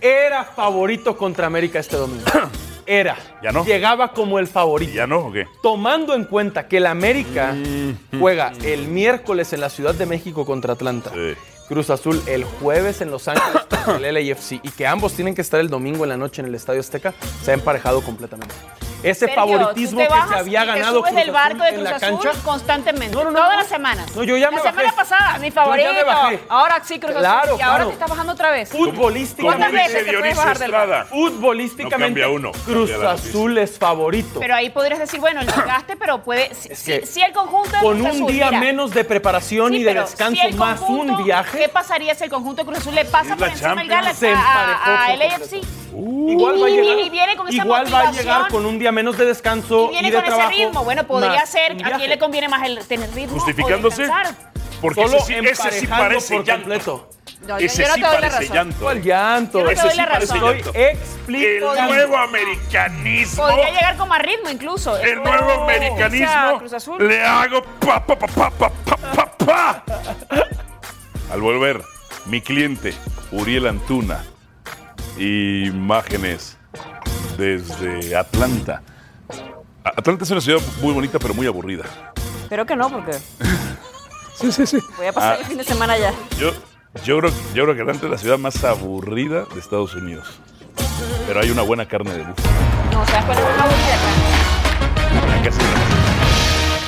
era favorito contra América
<clears throat>
este domingo. Era.
Ya no.
Llegaba como el
¿Y
favorito.
ya no o qué?
Tomando en cuenta que el América
Mm.
juega el miércoles en la Ciudad de México contra Atlanta.
Sí.
Cruz Azul el jueves en Los Ángeles contra el LAFC y que ambos tienen que estar el domingo en la noche en el Estadio Azteca, se ha emparejado completamente. Ese
Sergio,
favoritismo
tú te
que
bajas
se había
y
ganado
te subes del
Cruz
barco
Azul
de
en
Cruz
la
Azul
cancha.
constantemente,
No, no, no.
todas las semanas.
No, yo
la
ya me
semana
bajé.
pasada, mi
Yo ya me
favorito.
bajé.
Ahora sí Cruz
Claro,
Azul y ahora
claro.
te estás bajando otra vez.
Como
¿Cuántas
Futbolísticamente,
veces
dice
te puedes
Dionisio
bajar del barco?
Estrada, Uh, No
futbolísticamente
cambia uno, cambia
Cruz
la noticia.
Azul es favorito.
Pero ahí podrías decir, bueno, el desgaste, pero puede. Si,
Es
si-
que
si el conjunto. de
con
Cruz
un
Azul,
día
mira,
menos de preparación
sí,
y de
pero
descanso
si el
más
conjunto-
un viaje.
¿Qué pasaría si el conjunto de Cruz Azul le pasa
Es
por
la
encima al
Champions.
Galaxy
Se emparejó
a- a- al
por
AFC?
Igual va a
Y- y-
llegar,
y viene con esa
igual va a
motivación.
llegar con un día menos de descanso
Y
y,
viene
de
con ese
trabajo.
ritmo. Bueno, podría
más
ser.
un
¿A
viaje.
quién le conviene más el tener ritmo? o
justificándose.
descansar?
Porque
Solo
ese sí, ese sí
emparejando
parece
por
llanto.
completo.
No, yo-
ese
yo no
sí
te doy la
parece
razón.
llanto.
¿Cuál llanto?
Yo no te
Ese
doy
sí
la
parece
razón.
llanto. El
Explico.
nuevo americanismo.
Podría llegar con más ritmo incluso.
El nuevo
Pero, o ¡Oh! sea,
americanismo.
Cruz Azul.
Le hago pa pa pa pa pa pa pa pa. Al volver, mi cliente Uriel Antuna. Imágenes desde Atlanta. A- Atlanta es una ciudad muy bonita pero muy aburrida.
Espero que no, porque
<laughs> Sí, sí, sí.
voy a pasar
Ah.
el fin de semana ya.
Yo, yo, creo, yo creo que Atlanta es la ciudad más aburrida de Estados Unidos. Pero hay una buena carne de búfalo.
No, ¿sabes cuál es la aburrida acá?
La casa de la-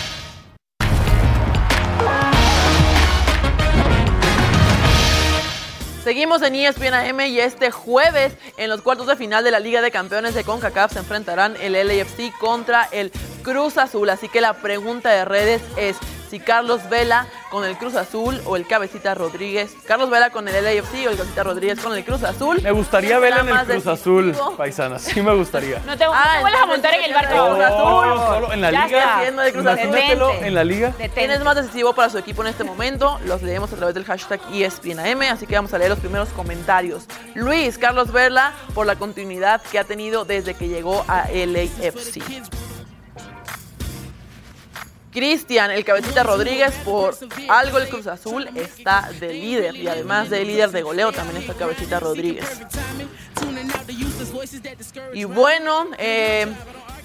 Seguimos en E ESPN AM y este jueves en los cuartos de final de la Liga de Campeones de CONCACAF se enfrentarán el LAFC contra el Cruz Azul. Así que la pregunta de redes es si Carlos Vela con el Cruz Azul o el Cabecita Rodríguez. Carlos Vela con el LAFC o el Cabecita Rodríguez con el Cruz Azul.
Me gustaría
¿Quién
ver
será
en el
más
Cruz Azul,
decisivo?
paisana. Sí me gustaría.
No te, no te
Ah,
vuelvas a
entonces
montar en el
yo creo
barco.
que
de Cruz
Cruz
Azul.
Azul.
solo en la
Ya
liga.
está.
Haciendo de Cruz Azul.
Imagínatelo
Detente.
en la liga.
Detente.
¿Quién es más decisivo para su equipo en este momento? Los leemos a través del hashtag E ESPNAM, así que vamos a leer los primeros comentarios. Luis Carlos Verla, por la continuidad que ha tenido desde que llegó a LAFC. Cristian, el cabecita Rodríguez, por algo el Cruz Azul está de líder y además de líder de goleo también está cabecita Rodríguez. Y bueno, eh,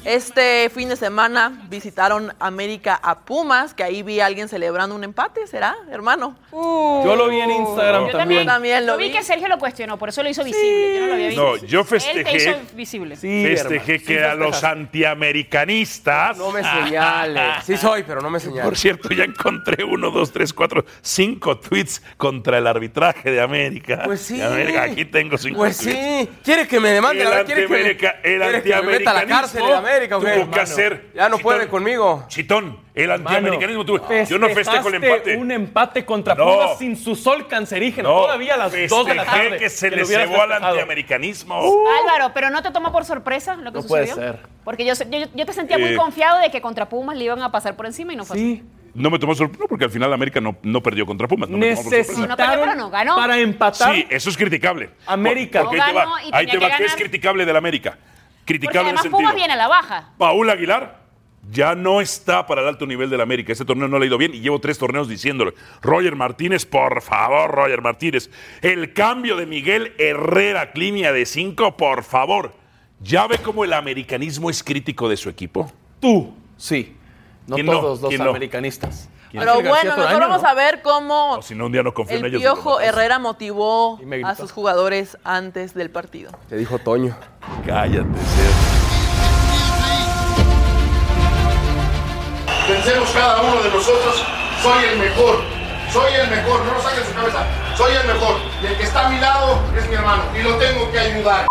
este fin de semana visitaron América a Pumas, que ahí vi a alguien celebrando un empate, ¿será, hermano?
Yo lo vi en Instagram
Yo
también.
también,
También lo
lo vi.
vi.
que Sergio lo cuestionó, por eso lo hizo visible. Yo no lo había visto.
No, yo
Él te hizo
festejé.
visible.
Sí,
Festejé
hermano, sí
que Este a los
festejas.
antiamericanistas.
No me señales. Sí soy, pero no
<laughs>
me
Por
señales.
cierto, ya encontré uno, dos, tres, cuatro, cinco tweets contra el arbitraje de América.
Pues sí.
De América, aquí tengo cinco
Pues
tweets.
sí. ¿Quiere que me demande?
El
a ver, ¿Quiere que me,
antiamerica- el
quiere que me meta a la
antiamericanismo
cárcel en América? o qué,
tuvo que
hermano?
hacer-
Ya no
Sí,
puede
no.
conmigo.
Chitón, el antiamericanismo tuvo.
Mano,
Yo no festejo el
festejaste
empate.
un empate contra
No.
Pumas sin su sol cancerígeno.
No,
todavía a las 2 de la
festejé
tarde.
que se
que
le
lo hubieras
cebó al
festejado. Uh.
antiamericanismo.
Álvaro, pero no te tomó por sorpresa lo que
No
sucedió.
puede ser.
Porque yo, se- yo, yo te sentía
Eh.
muy confiado de que contra Pumas le iban a pasar por encima y no fue así.
Sí.
No me tomó sorpresa porque al final América no, no perdió contra Pumas. No me tomó por sorpresa.
No, no perdió, pero
Necesitaron
no ganó.
para empatar.
Sí, eso es criticable.
América.
Porque ahí te
No
va,
ganó y
ahí
tenía
te va.
que
¿Qué es
ganar.
criticable del América?
Porque
Criticable en el
además
sentido.
Pumas viene a la baja.
Paul Aguilar ya no está para el alto nivel del América. Este torneo no le ha ido bien y llevo tres torneos diciéndolo. Roger Martínez, por favor, Roger Martínez. El cambio de Miguel Herrera, línea de cinco, por favor. ¿Ya ve cómo el americanismo es crítico de su equipo?
Tú, sí. No
¿Quién no?
todos los
¿Quién no?
americanistas.
Pero
Ángel
bueno,
García
mejor
Toraño,
vamos
¿no?
a ver cómo
O si no, un día no confío en
el
ellos. y lo
Piojo
matas.
Herrera motivó
Y me gritó.
a sus jugadores antes del partido.
Te dijo Toño.
Cállate, Sergio.
Pensemos cada uno de nosotros, soy el mejor, soy el mejor, no lo saquen de su cabeza, soy el mejor. Y el que está a mi lado es mi hermano y lo tengo que ayudar.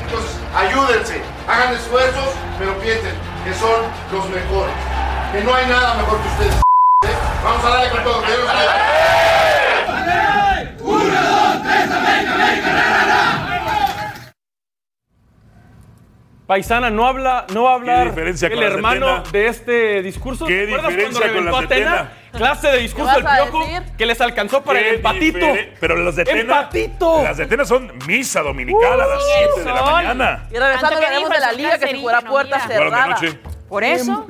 Entonces, ayúdense, hagan esfuerzos, pero piensen que son los mejores, que no hay nada mejor que ustedes. ¿eh? Vamos a darle con todo, que Dios los bendiga.
Paisana, no habla, no va a hablar
diferencia
el
con la
hermano
setena?
de este discurso.
¿Qué
¿Te acuerdas
diferencia
cuando
con la
reventó a Atena?
setena?
Clase de discurso
¿Qué
del
vas a
piojo
decir?
que les alcanzó para
Qué
el empatito.
difere- Pero las de Tena-
¡Empatito!
Las de Tena son misa dominical a las 7 de la
sol.
mañana.
Y regresando
Tanto que
hablaremos
dijo
de la
el
liga que se
Cancerígeno,
jugará a puerta
mira.
Jugaron de
cerrada.
noche.
Por eso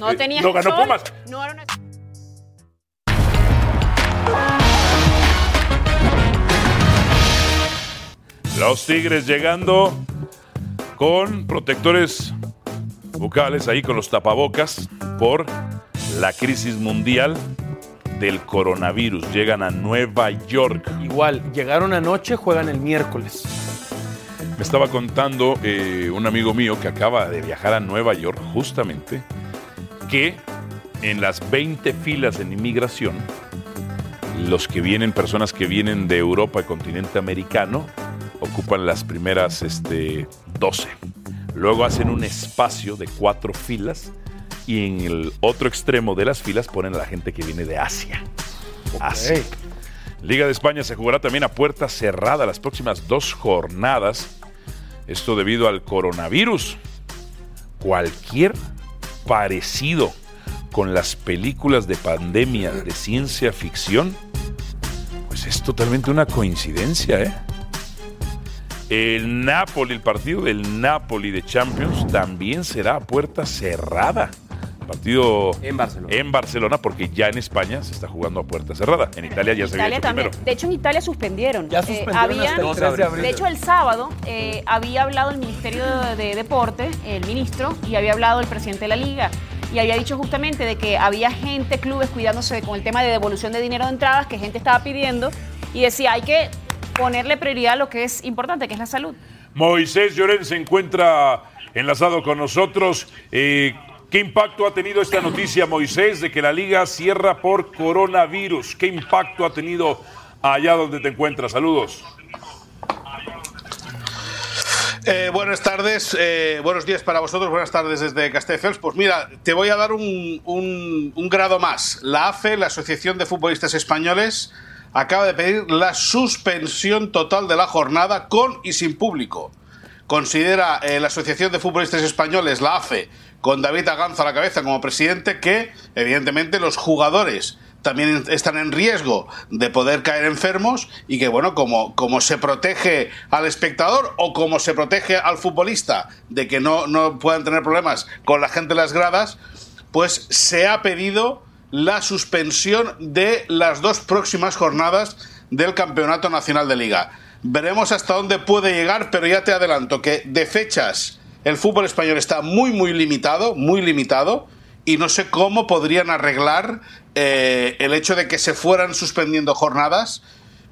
no
Eh,
tenía
no ganó
sol,
Pumas.
No era una-
Los Tigres llegando con protectores bucales ahí con los tapabocas por la crisis mundial del coronavirus. Llegan a Nueva York.
Igual, llegaron anoche, juegan el miércoles.
Me estaba contando eh, un amigo mío que acaba de viajar a Nueva York justamente que en las 20 filas en inmigración, los que vienen, personas que vienen de Europa y continente americano, ocupan las primeras este, 12. Luego hacen un espacio de cuatro filas y en el otro extremo de las filas ponen a la gente que viene de Asia. Asia. Liga de España se jugará también a puerta cerrada las próximas dos jornadas. Esto debido al coronavirus. Cualquier parecido con las películas de pandemia de ciencia ficción, pues es totalmente una coincidencia, ¿eh? El Napoli, el partido del Napoli de Champions también será a puerta cerrada. Partido
En Barcelona.
en Barcelona, porque ya en España se está jugando a puerta cerrada. En Italia ya se había
Italia
hecho
también.
primero.
De hecho, en Italia suspendieron.
Ya
Eh,
suspendieron
habían-
hasta el 3 de abril.
De hecho, el sábado eh, había hablado el Ministerio de, de Deporte, el ministro, y había hablado el presidente de la liga. Y había dicho justamente de que había gente, clubes cuidándose con el tema de devolución de dinero de entradas que gente estaba pidiendo. Y decía, hay que ponerle prioridad a lo que es importante, que es la salud.
Moisés Llorén se encuentra enlazado con nosotros. Eh, ¿Qué impacto ha tenido esta noticia, Moisés, de que la liga cierra por coronavirus? ¿Qué impacto ha tenido allá donde te encuentras? Saludos.
Eh, buenas tardes, eh, buenos días para vosotros, buenas tardes desde Castelldefels. Pues mira, te voy a dar un, un- un grado más. La AFE, la Asociación de Futbolistas Españoles, acaba de pedir la suspensión total de la jornada con y sin público. Considera eh, la Asociación de Futbolistas Españoles, la AFE, con David Aganza a la cabeza como presidente, que evidentemente los jugadores también están en riesgo de poder caer enfermos y que, bueno, como, como se protege al espectador o como se protege al futbolista de que no, no puedan tener problemas con la gente en las gradas, pues se ha pedido la suspensión de las dos próximas jornadas del Campeonato Nacional de Liga. Veremos hasta dónde puede llegar, pero ya te adelanto que de fechas el fútbol español está muy, muy limitado, muy limitado y no sé cómo podrían arreglar eh, el hecho de que se fueran suspendiendo jornadas.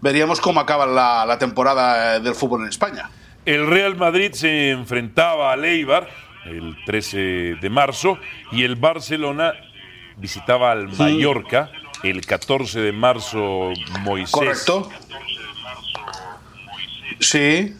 Veríamos cómo acaba la, la temporada eh, del fútbol en España.
El Real Madrid se enfrentaba al Eibar el 13 de marzo y el Barcelona visitaba al Mallorca el 14 de marzo, Moisés.
Correcto. Sí.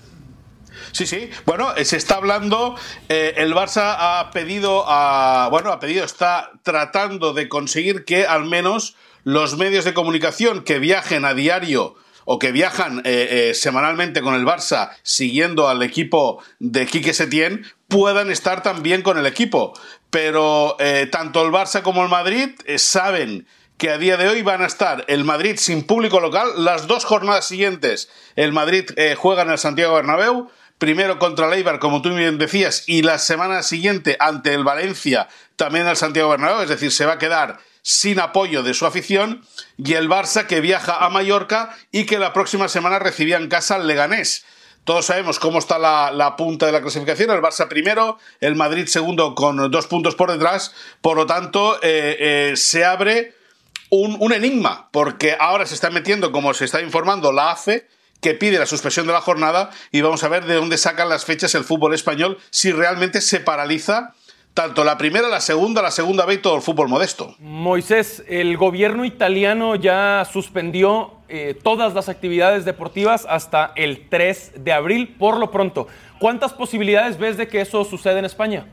Sí, sí. Bueno, eh, se está hablando. eh, el Barça ha pedido a. Bueno, ha pedido, está tratando de conseguir que al menos los medios de comunicación que viajen a diario o que viajan eh, eh, semanalmente con el Barça siguiendo al equipo de Quique Setién puedan estar también con el equipo. Pero eh, tanto el Barça como el Madrid eh, saben que a día de hoy van a estar el Madrid sin público local, las dos jornadas siguientes el Madrid eh, juega en el Santiago Bernabéu, primero contra el Eibar, como tú bien decías, y la semana siguiente ante el Valencia, también al Santiago Bernabéu, es decir, se va a quedar sin apoyo de su afición, y el Barça que viaja a Mallorca y que la próxima semana recibía en casa al Leganés. Todos sabemos cómo está la, la, punta de la clasificación, el Barça primero, el Madrid segundo con dos puntos por detrás, por lo tanto eh, eh, se abre un, un, enigma, porque ahora se está metiendo, como se está informando la AFE, que pide la suspensión de la jornada y vamos a ver de dónde sacan las fechas el fútbol español si realmente se paraliza tanto la primera, la segunda, la segunda B y todo el fútbol modesto.
Moisés, el gobierno italiano ya suspendió eh, todas las actividades deportivas hasta el 3 de abril, por lo pronto. ¿Cuántas posibilidades ves de que eso suceda en España?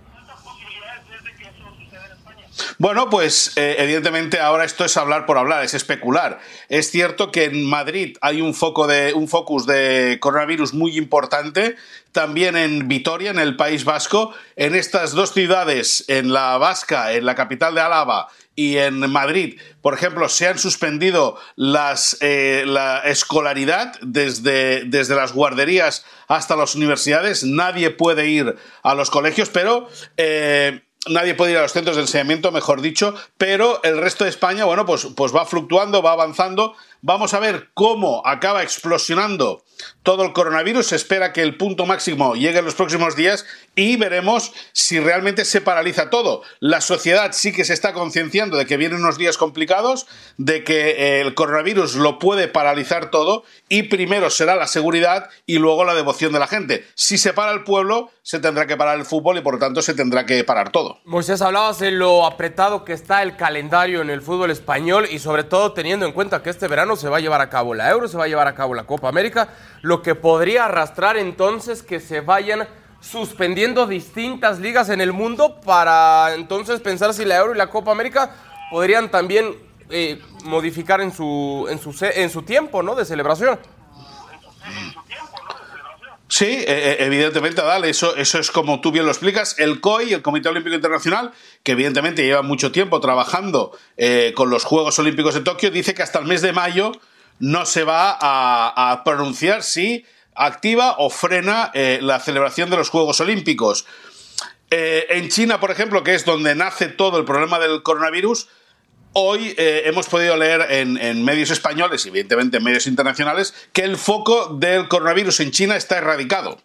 Bueno, pues eh, evidentemente ahora esto es hablar por hablar, es especular. Es cierto que en Madrid hay un, foco de, un focus de coronavirus muy importante, también en Vitoria, en el País Vasco, en estas dos ciudades, en la Vasca, en la capital de Álava y en Madrid, por ejemplo, se han suspendido las, eh, la escolaridad desde, desde las guarderías hasta las universidades. Nadie puede ir a los colegios, pero... Eh, nadie puede ir a los centros de enseñamiento, mejor dicho, pero el resto de España, bueno, pues, pues, va fluctuando, va avanzando. Vamos a ver cómo acaba explosionando todo el coronavirus. Se espera que el punto máximo llegue en los próximos días y veremos si realmente se paraliza todo. La sociedad sí que se está concienciando de que vienen unos días complicados, de que eh, el coronavirus lo puede paralizar todo y primero será la seguridad y luego la devoción de la gente. Si se para el pueblo, se tendrá que parar el fútbol y por lo tanto se tendrá que parar todo.
Moisés, hablabas de lo apretado que está el calendario en el fútbol español y sobre todo teniendo en cuenta que este verano se va a llevar a cabo la Euro, se va a llevar a cabo la Copa América, lo que podría arrastrar entonces que se vayan suspendiendo distintas ligas en el mundo para entonces pensar si la Euro y la Copa América podrían también eh, modificar en su, en, su, en su tiempo ¿no? de celebración.
Sí, e, evidentemente, Adal, eso, eso es como tú bien lo explicas. El COI, el Comité Olímpico Internacional, que evidentemente lleva mucho tiempo trabajando eh, con los Juegos Olímpicos de Tokio, dice que hasta el mes de mayo no se va a, a pronunciar si activa o frena eh, la celebración de los Juegos Olímpicos. Eh, en China, por ejemplo, que es donde nace todo el problema del coronavirus, Hoy eh, hemos podido leer en, en, medios españoles, evidentemente en medios internacionales, que el foco del coronavirus en China está erradicado.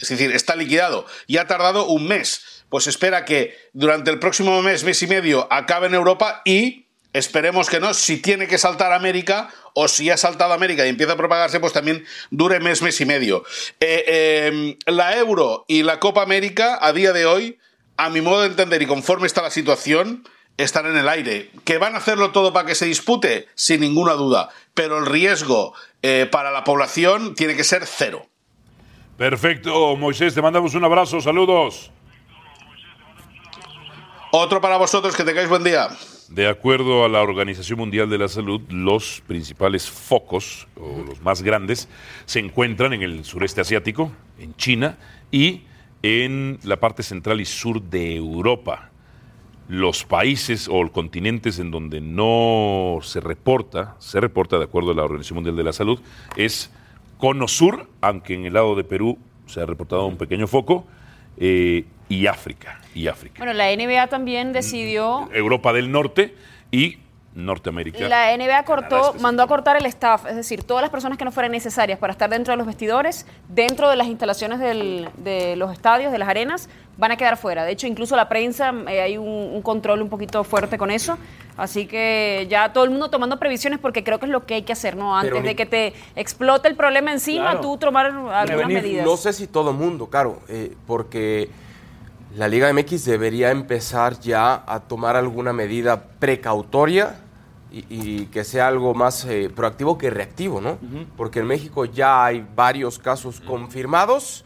Es decir, está liquidado y ha tardado un mes. Pues espera que durante el próximo mes, mes y medio, acabe en Europa y esperemos que no, si tiene que saltar a América o si ha saltado a América y empieza a propagarse, pues también dure mes, mes y medio. Eh, eh, la Euro y la Copa América, a día de hoy, a mi modo de entender y conforme está la situación, están en el aire. ¿Que van a hacerlo todo para que se dispute? Sin ninguna duda. Pero el riesgo eh, para la población tiene que ser cero.
Perfecto, Moisés, te mandamos un abrazo, saludos.
Otro para vosotros, que tengáis buen día.
De acuerdo a la Organización Mundial de la Salud, los principales focos, o los más grandes, se encuentran en el sureste asiático, en China y en la parte central y sur de Europa los países o continentes en donde no se reporta, se reporta de acuerdo a la Organización Mundial de la Salud, es Cono Sur, aunque en el lado de Perú se ha reportado un pequeño foco, eh, y África, y África.
Bueno, la NBA también decidió...
Europa del Norte y Norteamérica.
La NBA cortó, mandó a cortar el staff, es decir, todas las personas que no fueran necesarias para estar dentro de los vestidores, dentro de las instalaciones del, de los estadios, de las arenas, van a quedar fuera. De hecho, incluso la prensa, eh, hay un, un, control un poquito fuerte con eso. Así que ya todo el mundo tomando previsiones porque creo que es lo que hay que hacer, ¿no? Antes Pero, de que te explote el problema encima, claro, tú tomar algunas prevenir. medidas.
No sé si todo el mundo, claro, eh, porque... La Liga MX debería empezar ya a tomar alguna medida precautoria y, y, que sea algo más eh, proactivo que reactivo, ¿no? Uh -huh. Porque en México ya hay varios casos confirmados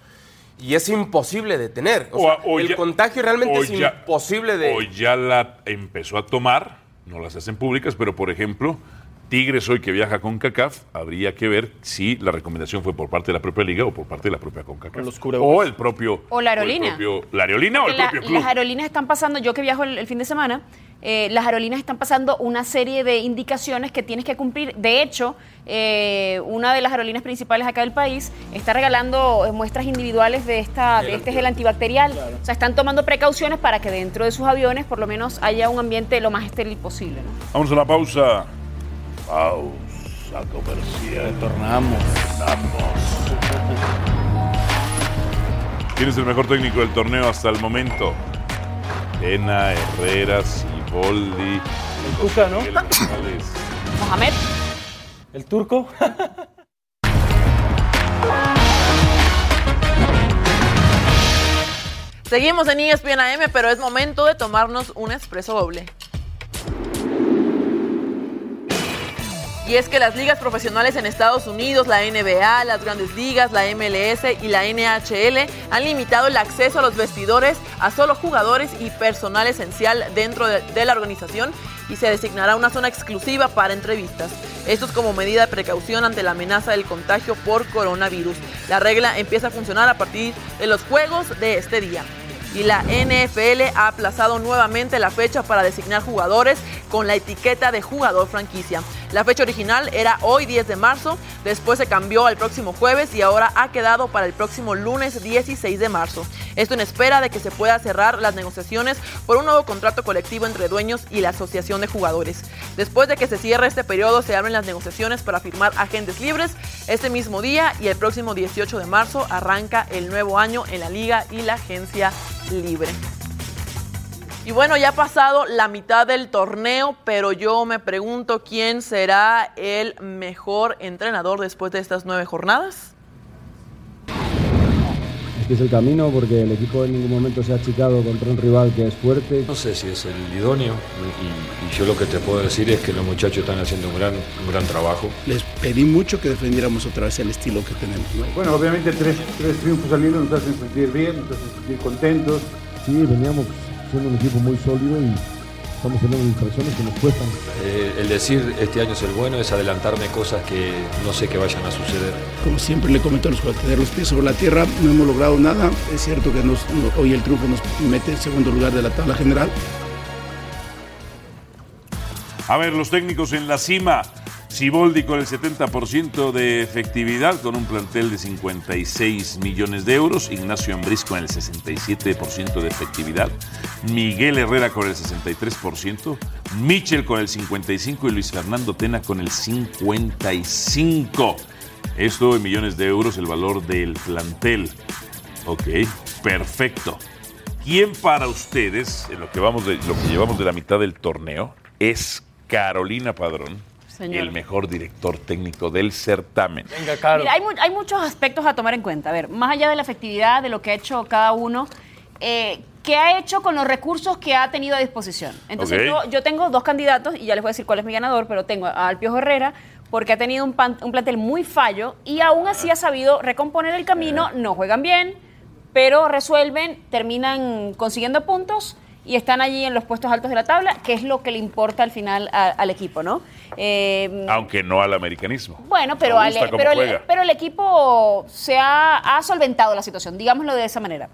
y es imposible detener. O, o, sea, o el ya, contagio realmente es ya, imposible de.
O ya la empezó a tomar, no las hacen públicas, pero por ejemplo, Tigres hoy que viaja con CACAF, habría que ver si la recomendación fue por parte de la propia liga o por parte de la propia CONCACAF. o el propio.
O la
el
aerolínea.
propio- la aerolínea o el
La-
propio club.
las aerolíneas están pasando, yo que viajo el, el fin de semana, eh, las aerolíneas están pasando una serie de indicaciones que tienes que cumplir. De hecho, eh, una de las aerolíneas principales acá del país está regalando eh, muestras individuales de, esta, de este gel antibacterial. O sea, están tomando precauciones para que dentro de sus aviones por lo menos haya un ambiente lo más estéril posible. ¿no?
Vamos a la pausa. Pausa comercial. Retornamos. ¿Quién es el mejor técnico del torneo hasta el momento? Tena, Herrera, Siboldi.
El Tuca, ¿no?
Mohamed.
El turco.
Seguimos en E ESPN AM, pero es momento de tomarnos un expreso doble. Y es que las ligas profesionales en Estados Unidos, la NBA, las grandes ligas, la MLS y la NHL han limitado el acceso a los vestidores a solo jugadores y personal esencial dentro de, de la organización y se designará una zona exclusiva para entrevistas. Esto es como medida de precaución ante la amenaza del contagio por coronavirus. La regla empieza a funcionar a partir de los juegos de este día. Y la NFL ha aplazado nuevamente la fecha para designar jugadores con la etiqueta de jugador franquicia. La fecha original era hoy 10 de marzo, después se cambió al próximo jueves y ahora ha quedado para el próximo lunes 16 de marzo. Esto en espera de que se pueda cerrar las negociaciones por un nuevo contrato colectivo entre dueños y la asociación de jugadores. Después de que se cierre este periodo se abren las negociaciones para firmar agentes libres. Este mismo día y el próximo 18 de marzo arranca el nuevo año en la liga y la agencia libre. Y bueno, ya ha pasado la mitad del torneo, pero yo me pregunto quién será el mejor entrenador después de estas nueve jornadas.
Este es el camino porque el equipo en ningún momento se ha achicado contra un rival que es fuerte.
No sé si es el idóneo y, y yo lo que te puedo decir es que los muchachos están haciendo un gran, un gran trabajo.
Les pedí mucho que defendiéramos otra vez el estilo que tenemos. ¿no?
Bueno, obviamente tres, triunfos al hilo nos hacen sentir bien, nos hacen sentir contentos. Sí, veníamos siendo un equipo muy sólido y estamos teniendo infracciones que nos cuestan.
Eh, el decir este año es el bueno es adelantarme cosas que no sé que vayan a suceder.
Como siempre le comento a los jugadores, de los pies sobre la tierra no hemos logrado nada. Es cierto que nos- no- hoy el triunfo nos mete en segundo lugar de la tabla general.
A ver, los técnicos en la cima. Siboldi con el 70% de efectividad, con un plantel de 56 millones de euros. Ignacio Ambriz con el 67% de efectividad. Miguel Herrera con el 63%. Michel con el 55% y Luis Fernando Tena con el 55%. Esto en millones de euros, el valor del plantel. Ok, perfecto. ¿Quién para ustedes, en lo que, vamos de- lo que llevamos de la mitad del torneo, es Carolina Padrón,
Señor.
el mejor director técnico del certamen?
Venga, Caro.
Mira, hay, mu- hay muchos aspectos a tomar en cuenta. A ver, más allá de la efectividad, de lo que ha hecho cada uno, eh, ¿qué ha hecho con los recursos que ha tenido a disposición? Entonces,
Ok.
yo, yo tengo dos candidatos, y ya les voy a decir cuál es mi ganador, pero tengo a Alpio Herrera, porque ha tenido un, pan- un plantel muy fallo y aún así ha sabido recomponer el camino, no juegan bien, pero resuelven, terminan consiguiendo puntos. Y están allí en los puestos altos de la tabla, que es lo que le importa al final a- al equipo, ¿no? Eh,
Aunque no al americanismo.
bueno, pero,
Me gusta
Ale-
cómo
pero, el,
juega.
pero el equipo se ha, ha solventado la situación, digámoslo de esa manera.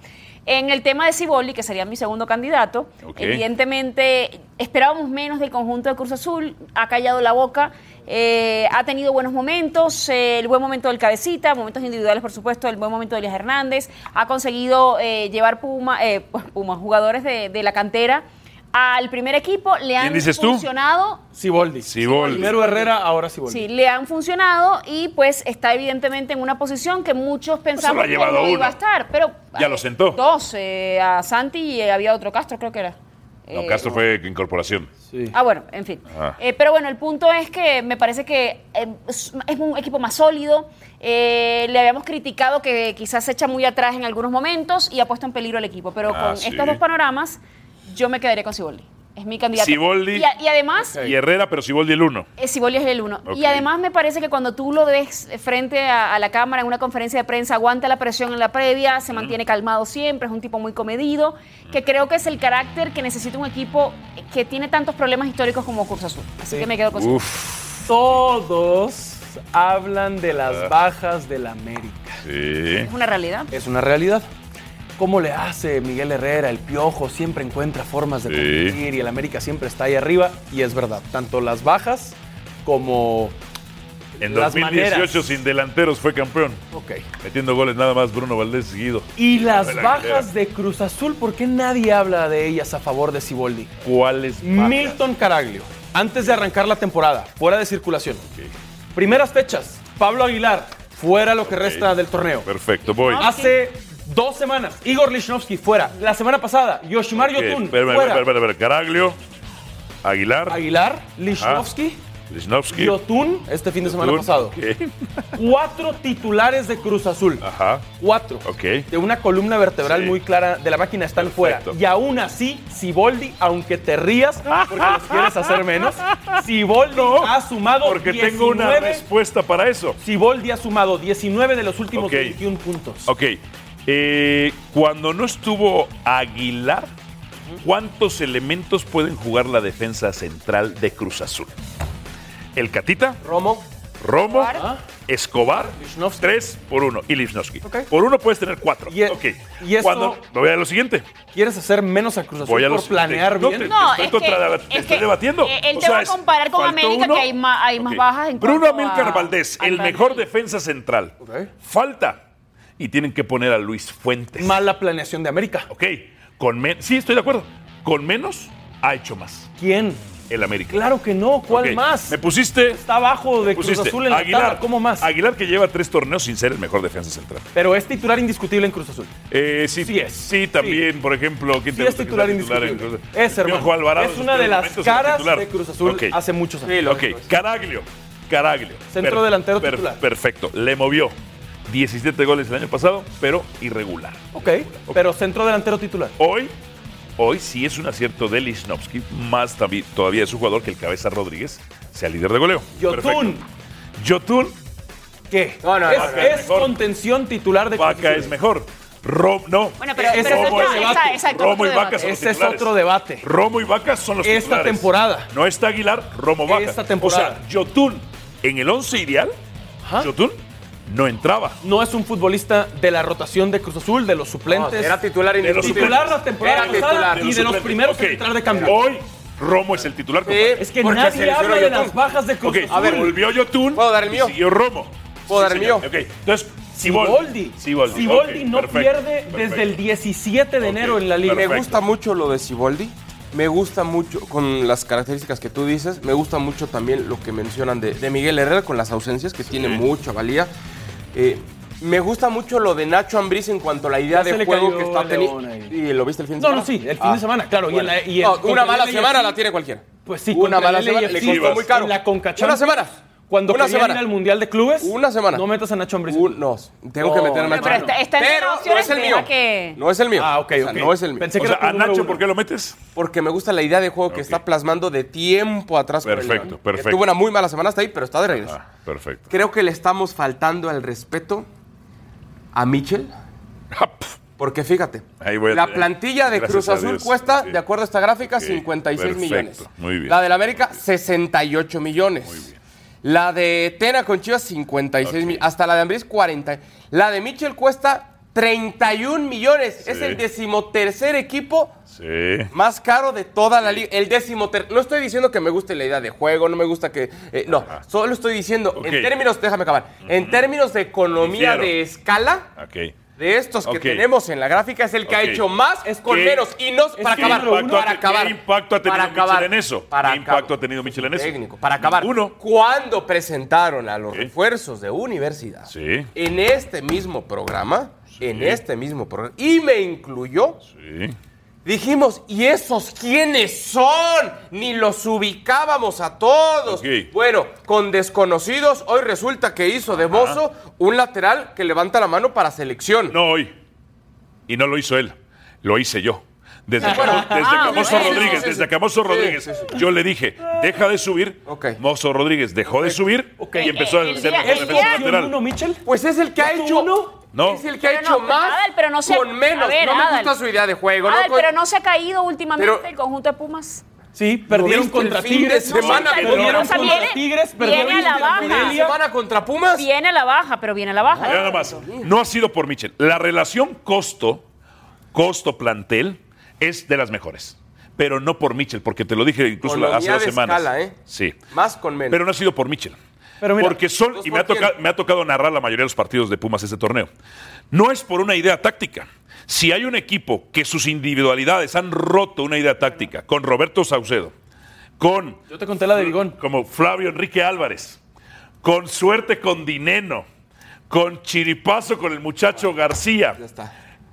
En el tema de Ciboli, que sería mi segundo candidato,
Ok.
evidentemente esperábamos menos del conjunto de Cruz Azul, ha callado la boca, eh, ha tenido buenos momentos, eh, el buen momento del Cabecita, momentos individuales por supuesto, el buen momento de Elias Hernández, ha conseguido eh, llevar Puma, eh, <laughs> Puma, jugadores de, de la cantera al primer equipo, le han
dices tú?
funcionado
Siboldi.
Siboldi.
Primero Herrera, ahora Siboldi.
Sí, le han funcionado y pues está evidentemente en una posición que muchos
lo
pensaban
ha llevado
que no iba
uno.
a estar, pero
Ya lo sentó.
Dos, eh, a Santi y eh, había otro Castro, creo que era.
No,
Eh,
Castro fue incorporación.
Ah, bueno, en fin.
Ajá.
Eh, pero bueno, el punto es que me parece que eh, es es un equipo más sólido. Eh, le habíamos criticado que quizás se echa muy atrás en algunos momentos y ha puesto en peligro al equipo. Pero
Ah,
con
sí.
estos dos panoramas, yo me quedaré con Siboldi. Es mi candidato.
Siboldi.
Y, a- y además,
Y Herrera, pero Siboldi el uno.
eh, Siboldi es el uno.
Ok.
Y además me parece que cuando tú lo ves frente a, a la cámara en una conferencia de prensa, aguanta la presión en la previa, se mantiene calmado siempre, es un tipo muy comedido, que creo que es el carácter que necesita un equipo que tiene tantos problemas históricos como Curso Azul. Así que me quedo con Siboldi.
Uf.
Todos hablan de las bajas del América.
Sí.
Es una realidad.
Es una realidad. ¿Cómo le hace Miguel Herrera? El Piojo siempre encuentra formas de
Sí.
competir y el América siempre está ahí arriba. Y es verdad, tanto las bajas como
En
las
2018
maneras.
sin delanteros fue campeón.
Ok.
Metiendo goles nada más Bruno Valdés seguido.
Y las
Manuel Aguilera.
bajas de Cruz Azul, ¿por qué nadie habla de ellas a favor de Ciboldi?
¿Cuáles bajas?
Milton Caraglio, antes de arrancar la temporada, fuera de circulación. Primeras fechas, Pablo Aguilar, fuera lo que resta del torneo.
Perfecto, voy.
Hace dos semanas, Igor Lichnowsky fuera. La semana pasada, Yoshimar
Ok,
Yotun
espérame,
fuera.
espérame, espérame, espérame. Caraglio, Aguilar.
Aguilar, Lichnowsky,
Lichnowsky.
Yotun, este fin de semana
Yotun,
pasado. <laughs>
ok.
Cuatro titulares de Cruz Azul.
Ajá.
Cuatro. De una columna vertebral muy clara de la máquina están fuera. Y aún así, Siboldi, aunque te rías porque los quieres
<laughs>
hacer menos, Siboldi ha sumado
porque tengo una respuesta para eso.
Siboldi ha sumado 19 de los últimos
Ok.
21 puntos.
Ok. eh, cuando no estuvo Aguilar, ¿cuántos elementos pueden jugar la defensa central de Cruz Azul? El Catita.
Romo.
Romo.
Ah.
Escobar. Tres por uno. Y Lichnowsky. Por uno puedes tener cuatro. ok.
y eso-
Cuando- me voy a lo siguiente.
¿Quieres hacer menos a Cruz Azul
Voy a lo
por
siguiente.
planear
No,
bien?
te- te estoy contra- te estoy debatiendo.
eh, Él
O
te
sea,
va a
es-
comparar con
faltó
América
uno.
que hay más, hay más
Ok.
bajas en
Bruno
cuanto a-
Amílcar Valdés,
al
el
plantel.
mejor defensa central. Falta. Y tienen que poner a Luis Fuentes.
Mala planeación de América.
Ok. Con men- sí, estoy de acuerdo. Con menos ha hecho más.
¿Quién?
El América.
Claro que no, ¿cuál
Ok,
más?
Me pusiste.
Está abajo de Cruz
pusiste
Azul en la tabla, ¿cómo más?
Aguilar que lleva tres torneos sin ser el mejor defensa central.
Pero es titular indiscutible en Cruz Azul.
Eh, sí, sí, también, por ejemplo, ¿quién
Sí
te
es
gusta que
titular
sea
indiscutible.
en Cruz Azul?
Es, hermano,
Piojo Alvarado
es
en sus
una de
primeros
las
momentos era
caras
titular.
de Cruz Azul
Ok.
hace muchos años. Sí, lo
ok, Caraglio, Caraglio.
Centro delantero titular.
Perfecto, le movió 17 goles el año pasado, pero irregular.
Ok, pero centro delantero titular.
Hoy, hoy sí es un acierto de Lichnowsky, más tabi- todavía es un jugador que el Cabeza Rodríguez sea líder de goleo.
Yotun.
Yotun.
¿Qué?
no,
es,
no, no,
es contención titular de
Vaca es mejor. Rom, no.
Bueno, pero- pero
Romo
eso
es-
está- está- exacto,
Romo y
otro
Vaca son los
Ese es
titulares.
otro debate.
Romo y Vaca son los
Esta
titulares.
temporada.
No está Aguilar, Romo Vaca.
Esta temporada.
O sea, Yotun en el 11 ideal, Yotun no entraba.
No es un futbolista de la rotación de Cruz Azul, de los suplentes.
No, era titular
De los
indiscutible.
titular la temporada
Era
pasada
titular.
y de los
suplentes.
primeros
Ok.
en entrar de cambio.
Hoy Romo es el titular. compadre.
es que nadie habla de las bajas de Cruz
Ok,
Azul.
volvió Yotun. ¿Puedo dar el mío? siguió Romo.
¿Puedo dar el
señor.
mío?
Ok, entonces,
Siboldi.
Siboldi. Siboldi. ok,
no
perfecto,
pierde desde
perfecto.
el 17 de enero en la liga.
Me gusta mucho lo de Siboldi. Me gusta mucho, con las características que tú dices, me gusta mucho también lo que mencionan de, de Miguel Herrera con las ausencias, que tiene mucha valía. Eh, me gusta mucho lo de Nacho Ambriz en cuanto a la idea
Ya se
de
le
juego
cayó
que está
el León
teniendo.
ahí.
¿Y lo viste el fin de
No,
semana?
no, sí, el fin
Ah,
de semana, claro. y en
bueno.
la- y en-
No,
contra
una mala
el
semana
LAFC,
la tiene cualquiera.
Pues sí,
una
contra
mala
el
semana. Le
LAFC,
costó muy caro.
en La Concachampions,
Una semana.
Cuando
Una
querían
semana.
ir al Mundial de Clubes.
Una semana.
No metas a Nacho Ambriz.
No, tengo que meter a Nacho.
Pero está, está entre
Pero
las opciones,
no es el
¿verdad?
mío.
Que...
No es el mío. Ah, ok,
ok.
no es el mío.
Pensé que O era sea, tu a número Nacho, uno. ¿por
qué lo metes?
Porque me gusta la idea de juego que está plasmando de tiempo atrás. con el
Perfecto,
León.
perfecto.
Que Tuvo una muy mala semana hasta ahí, pero está de regreso.
Ah, Perfecto.
Ah, Creo que le estamos faltando al respeto a Mitchell.
Ah,
Porque fíjate,
Ahí voy a
la
tener-
plantilla de
Gracias
Cruz
a
Azul
Dios.
cuesta,
Sí.
de acuerdo a esta gráfica,
Ok,
56
perfecto,
millones.
muy bien.
La del América, 68 millones. La de Tena con Chivas, 56 millones. Hasta la de Ambriz, 40. La de Mitchell cuesta 31 millones. Es
Sí.
el decimotercer equipo
Sí.
más caro de toda la liga. El décimo ter- No estoy diciendo que me guste la idea de juego, no me gusta que. eh, no, solo estoy diciendo, en términos, déjame acabar. En términos de economía
Difiero.
de escala,
Ok.
de estos que
Ok.
tenemos en la gráfica, es el que
Ok.
ha hecho más con
¿Qué-
menos. Y no, para
¿Qué
acabar,
impacto
para
ha-
acabar.
¿Qué impacto ha tenido
para acabar,
Michel en eso?
Para
¿Qué
acabar.
impacto ha tenido Michel en eso?
Técnico, para acabar.
Uno.
Cuando presentaron a los refuerzos de universidad
Sí.
en este mismo programa, en este mismo programa, y me incluyó,
Sí.
Dijimos, ¿y esos quiénes son? Ni los ubicábamos a todos.
Ok.
Bueno, con desconocidos, hoy resulta que hizo de mozo un lateral que levanta la mano para selección.
No hoy. Y no lo hizo él, lo hice yo. Desde,
Bueno.
Camo- desde
Ah,
Camoso
bueno, sí,
Rodríguez,
sí,
desde
sí.
Camoso
Sí,
Rodríguez,
sí, sí.
yo le dije, deja de subir. Mozo Rodríguez dejó de subir y empezó a ser mejor defensa lateral.
Mitchell?
Pues es el que ha hecho.
No.
Es el que ha
Pero no,
hecho
pero
más
Adal, pero no se-
con menos.
a ver,
no me
Adal.
gusta su idea de juego.
Adal,
no,
pero no se ha caído últimamente
Pero-
el conjunto de Pumas.
Sí, perdieron
viste el
contra
fin de
Tigres.
semana?
perdieron
Pero
contra
o sea, viene-
Tigres,
viene a
perdieron
la
contra
baja.
Morelia.
Semana
contra Pumas?
Viene a la baja, pero viene a la baja.
Nada más. No ha sido por Michel. La relación costo, costo-plantel, es de las mejores. Pero no por Michel, porque te lo dije incluso
Economía
hace dos
de
semanas.
escala, ¿eh?
Sí.
Más con menos.
Pero no ha sido por Michel. porque son,
pues,
y me ha, tocado, me ha tocado narrar la mayoría de los partidos de Pumas este torneo. No es por una idea táctica. Si hay un equipo que sus individualidades han roto una idea táctica, con Roberto Saucedo, con. Yo te conté la de Vigón. Como Flavio Enrique Álvarez, con suerte con Dineno, con Chiripazo con el muchacho García.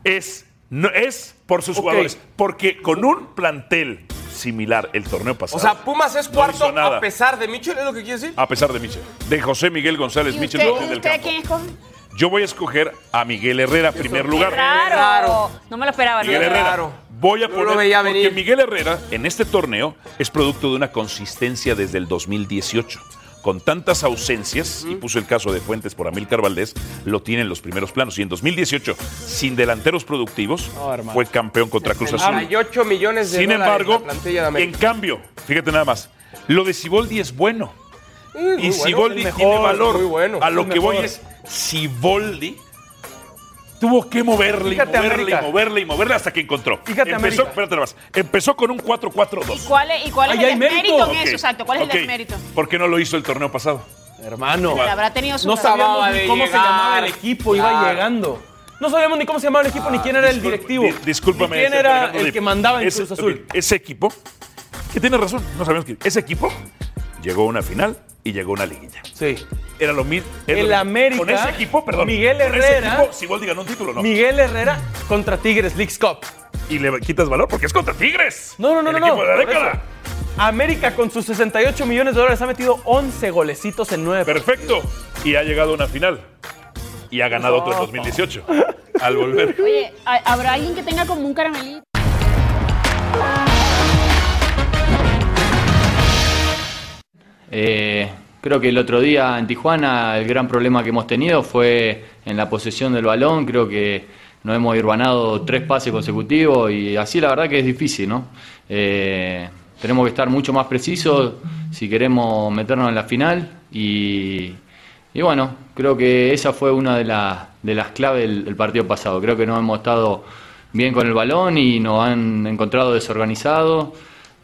Es, no, es por sus
Ok.
jugadores. Porque con un plantel similar el torneo pasado.
O sea, Pumas es cuarto
hizo nada. Ah,
a pesar de Michel, es lo que quieres decir.
A pesar de Michel. De José Miguel González
¿Y
Michel
usted,
Martín del
usted
Campo.
quién escoge?
Yo voy a escoger a Miguel Herrera en primer lugar.
Claro. No me lo esperaba.
Miguel
no me lo
Herrera.
esperaba.
Voy a poner porque Miguel Herrera en este torneo es producto de una consistencia desde el 2018. Con tantas ausencias, y puso el caso de Fuentes por Amílcar Valdés, lo tiene en los primeros planos. Y en 2018, sin delanteros productivos, fue campeón contra Cruz Azul.
38 millones de
Sin
dólares
embargo,
la plantilla de
en
América.
cambio, fíjate nada más, lo de Siboldi es bueno.
Mm, muy
y
bueno,
Siboldi
es el
tiene
mejor,
valor.
muy bueno,
a
es
lo
el
que voy
mejor.
es, Siboldi tuvo que moverle, y
Fíjate,
moverle,
América.
y moverle y moverle hasta que encontró.
Fíjate,
empezó,
América.
espérate nada más, empezó con un 4-4-2.
¿Cuál es, ¿Y cuál es
Ahí hay
el desmérito en
mérito.
eso?
Ok,
Exacto. ¿Cuál es
ok.
el desmérito?
¿Por qué no lo hizo el torneo pasado?
Hermano.
Pero habrá tenido su
No
razón.
sabíamos ni cómo se llamaba el equipo, iba
Claro.
llegando. No sabíamos ni cómo se llamaba el equipo, ni
Ah,
quién era el directivo.
Di- discúlpame.
Ni quién
ese,
era
Fernando
el
Dip.
que mandaba en
Ese-
Cruz Azul.
ok, Ese equipo, que tiene razón, no sabemos quién. Ese equipo llegó a una final y llegó a una liguilla.
Sí.
Era lo mismo. era
El
lo mismo.
América,
Con ese equipo, perdón.
Miguel
con ese
Herrera.
equipo, Siboldi ganó un título, ¿no?
Miguel Herrera contra Tigres, Leagues Cup.
Y le quitas valor porque es contra Tigres.
No, no, no,
El
no, no.
equipo de la
por
década.
eso. América con sus 68 millones de dólares ha metido 11 golecitos en 9.
Perfecto. Y ha llegado a una final. Y ha ganado otro en
<laughs>
2018. Al volver.
Oye, ¿ha- ¿habrá alguien que tenga como un caramelito?
Eh, creo que el otro día en Tijuana el gran problema que hemos tenido fue en la posesión del balón. Creo que no hemos irvanado tres pases consecutivos y así la verdad que es difícil, ¿no? Eh, tenemos que estar mucho más precisos si queremos meternos en la final y, y bueno, creo que esa fue una de, la- de las claves del, del partido pasado. Creo que no hemos estado bien con el balón y nos han encontrado desorganizados,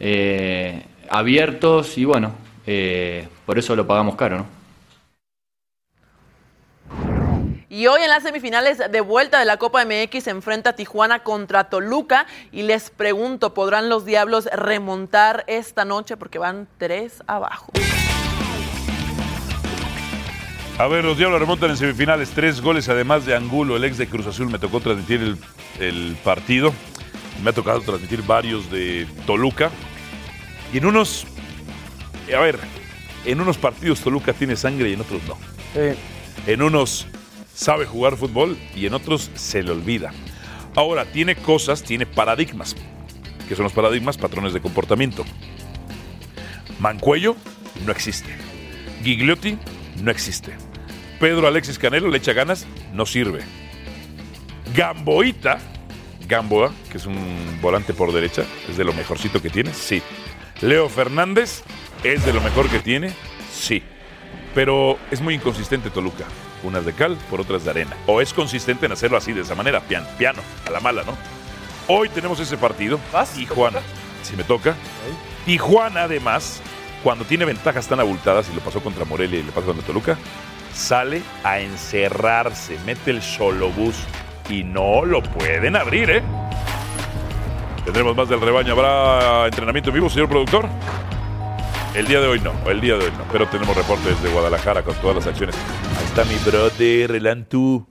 eh, abiertos y bueno, eh, por eso lo pagamos caro, ¿no?
Y hoy en las semifinales de vuelta de la Copa MX se enfrenta Tijuana contra Toluca. Y les pregunto, ¿podrán los Diablos remontar esta noche? Porque van tres abajo.
A ver, los Diablos remontan en semifinales. Tres goles, además de Angulo, el ex de Cruz Azul. Me tocó transmitir el, el partido. Me ha tocado transmitir varios de Toluca. Y en unos. A ver, en unos partidos Toluca tiene sangre y en otros no.
Eh,
En unos sabe jugar fútbol y en otros se le olvida. Ahora, tiene cosas, tiene paradigmas, que son los paradigmas, patrones de comportamiento. Mancuello no existe. Gigliotti no existe. Pedro Alexis Canelo le echa ganas, no sirve. Gamboita, Gamboa, que es un volante por derecha, es de lo mejorcito que tiene, sí. Leo Fernández es de lo mejor que tiene, sí. Pero es muy inconsistente Toluca. Unas de cal, por otras de arena. O es consistente en hacerlo así, de esa manera, pian- piano, a la mala, ¿no? Hoy tenemos ese partido. y Tijuana, si me toca. Tijuana, además, cuando tiene ventajas tan abultadas, y lo pasó contra Morelia y le pasó contra Toluca, sale a encerrarse, mete el solobús y no lo pueden abrir, ¿eh? Tendremos más del rebaño. ¿Habrá entrenamiento en vivo, señor productor? El día de hoy no, el día de hoy no. Pero tenemos reportes de Guadalajara con todas las acciones. Ahí está mi brother, el Antú.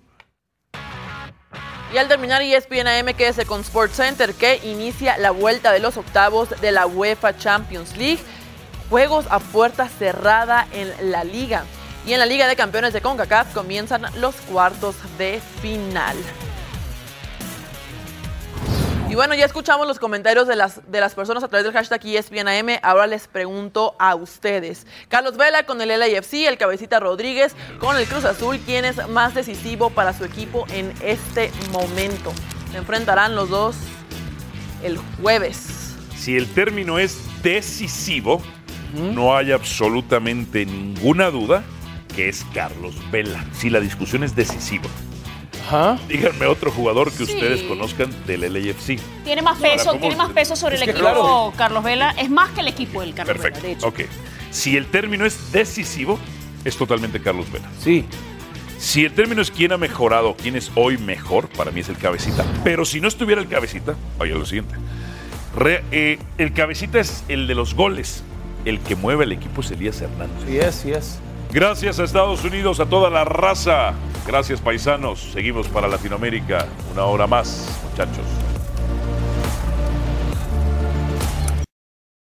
Y al terminar E ESPN AM, quédese con Sports Center, que inicia la vuelta de los octavos de la UEFA Champions League. Juegos a puerta cerrada en la liga. Y en la Liga de Campeones de CONCACAF comienzan los cuartos de final. Y bueno, ya escuchamos los comentarios de las, de las personas a través del hashtag E ESPNAM. Ahora les pregunto a ustedes. Carlos Vela con el LAFC, el Cabecita Rodríguez con el Cruz Azul. ¿Quién es más decisivo para su equipo en este momento? Se enfrentarán los dos el jueves.
Si el término es decisivo, no hay absolutamente ninguna duda que es Carlos Vela. Si la discusión es decisiva. Díganme otro jugador que
Sí.
ustedes conozcan del LAFC.
Tiene más
Ahora,
peso,
¿cómo?
tiene más peso sobre
Es
el
que
equipo
claro.
Carlos Vela. Es más que el equipo del Carlos Vela, de
Perfecto.
hecho.
Ok. Si el término es decisivo, es totalmente Carlos Vela. Sí. Si el término es quién ha mejorado, quién es hoy mejor, para mí es el cabecita. Pero si no estuviera el cabecita, vaya lo siguiente. Re- eh, el cabecita es el de los goles. El que mueve el equipo es Elías Hernández.
Sí es, sí es.
Gracias a Estados Unidos, a toda la raza. Gracias, paisanos. Seguimos para Latinoamérica. Una hora más, muchachos.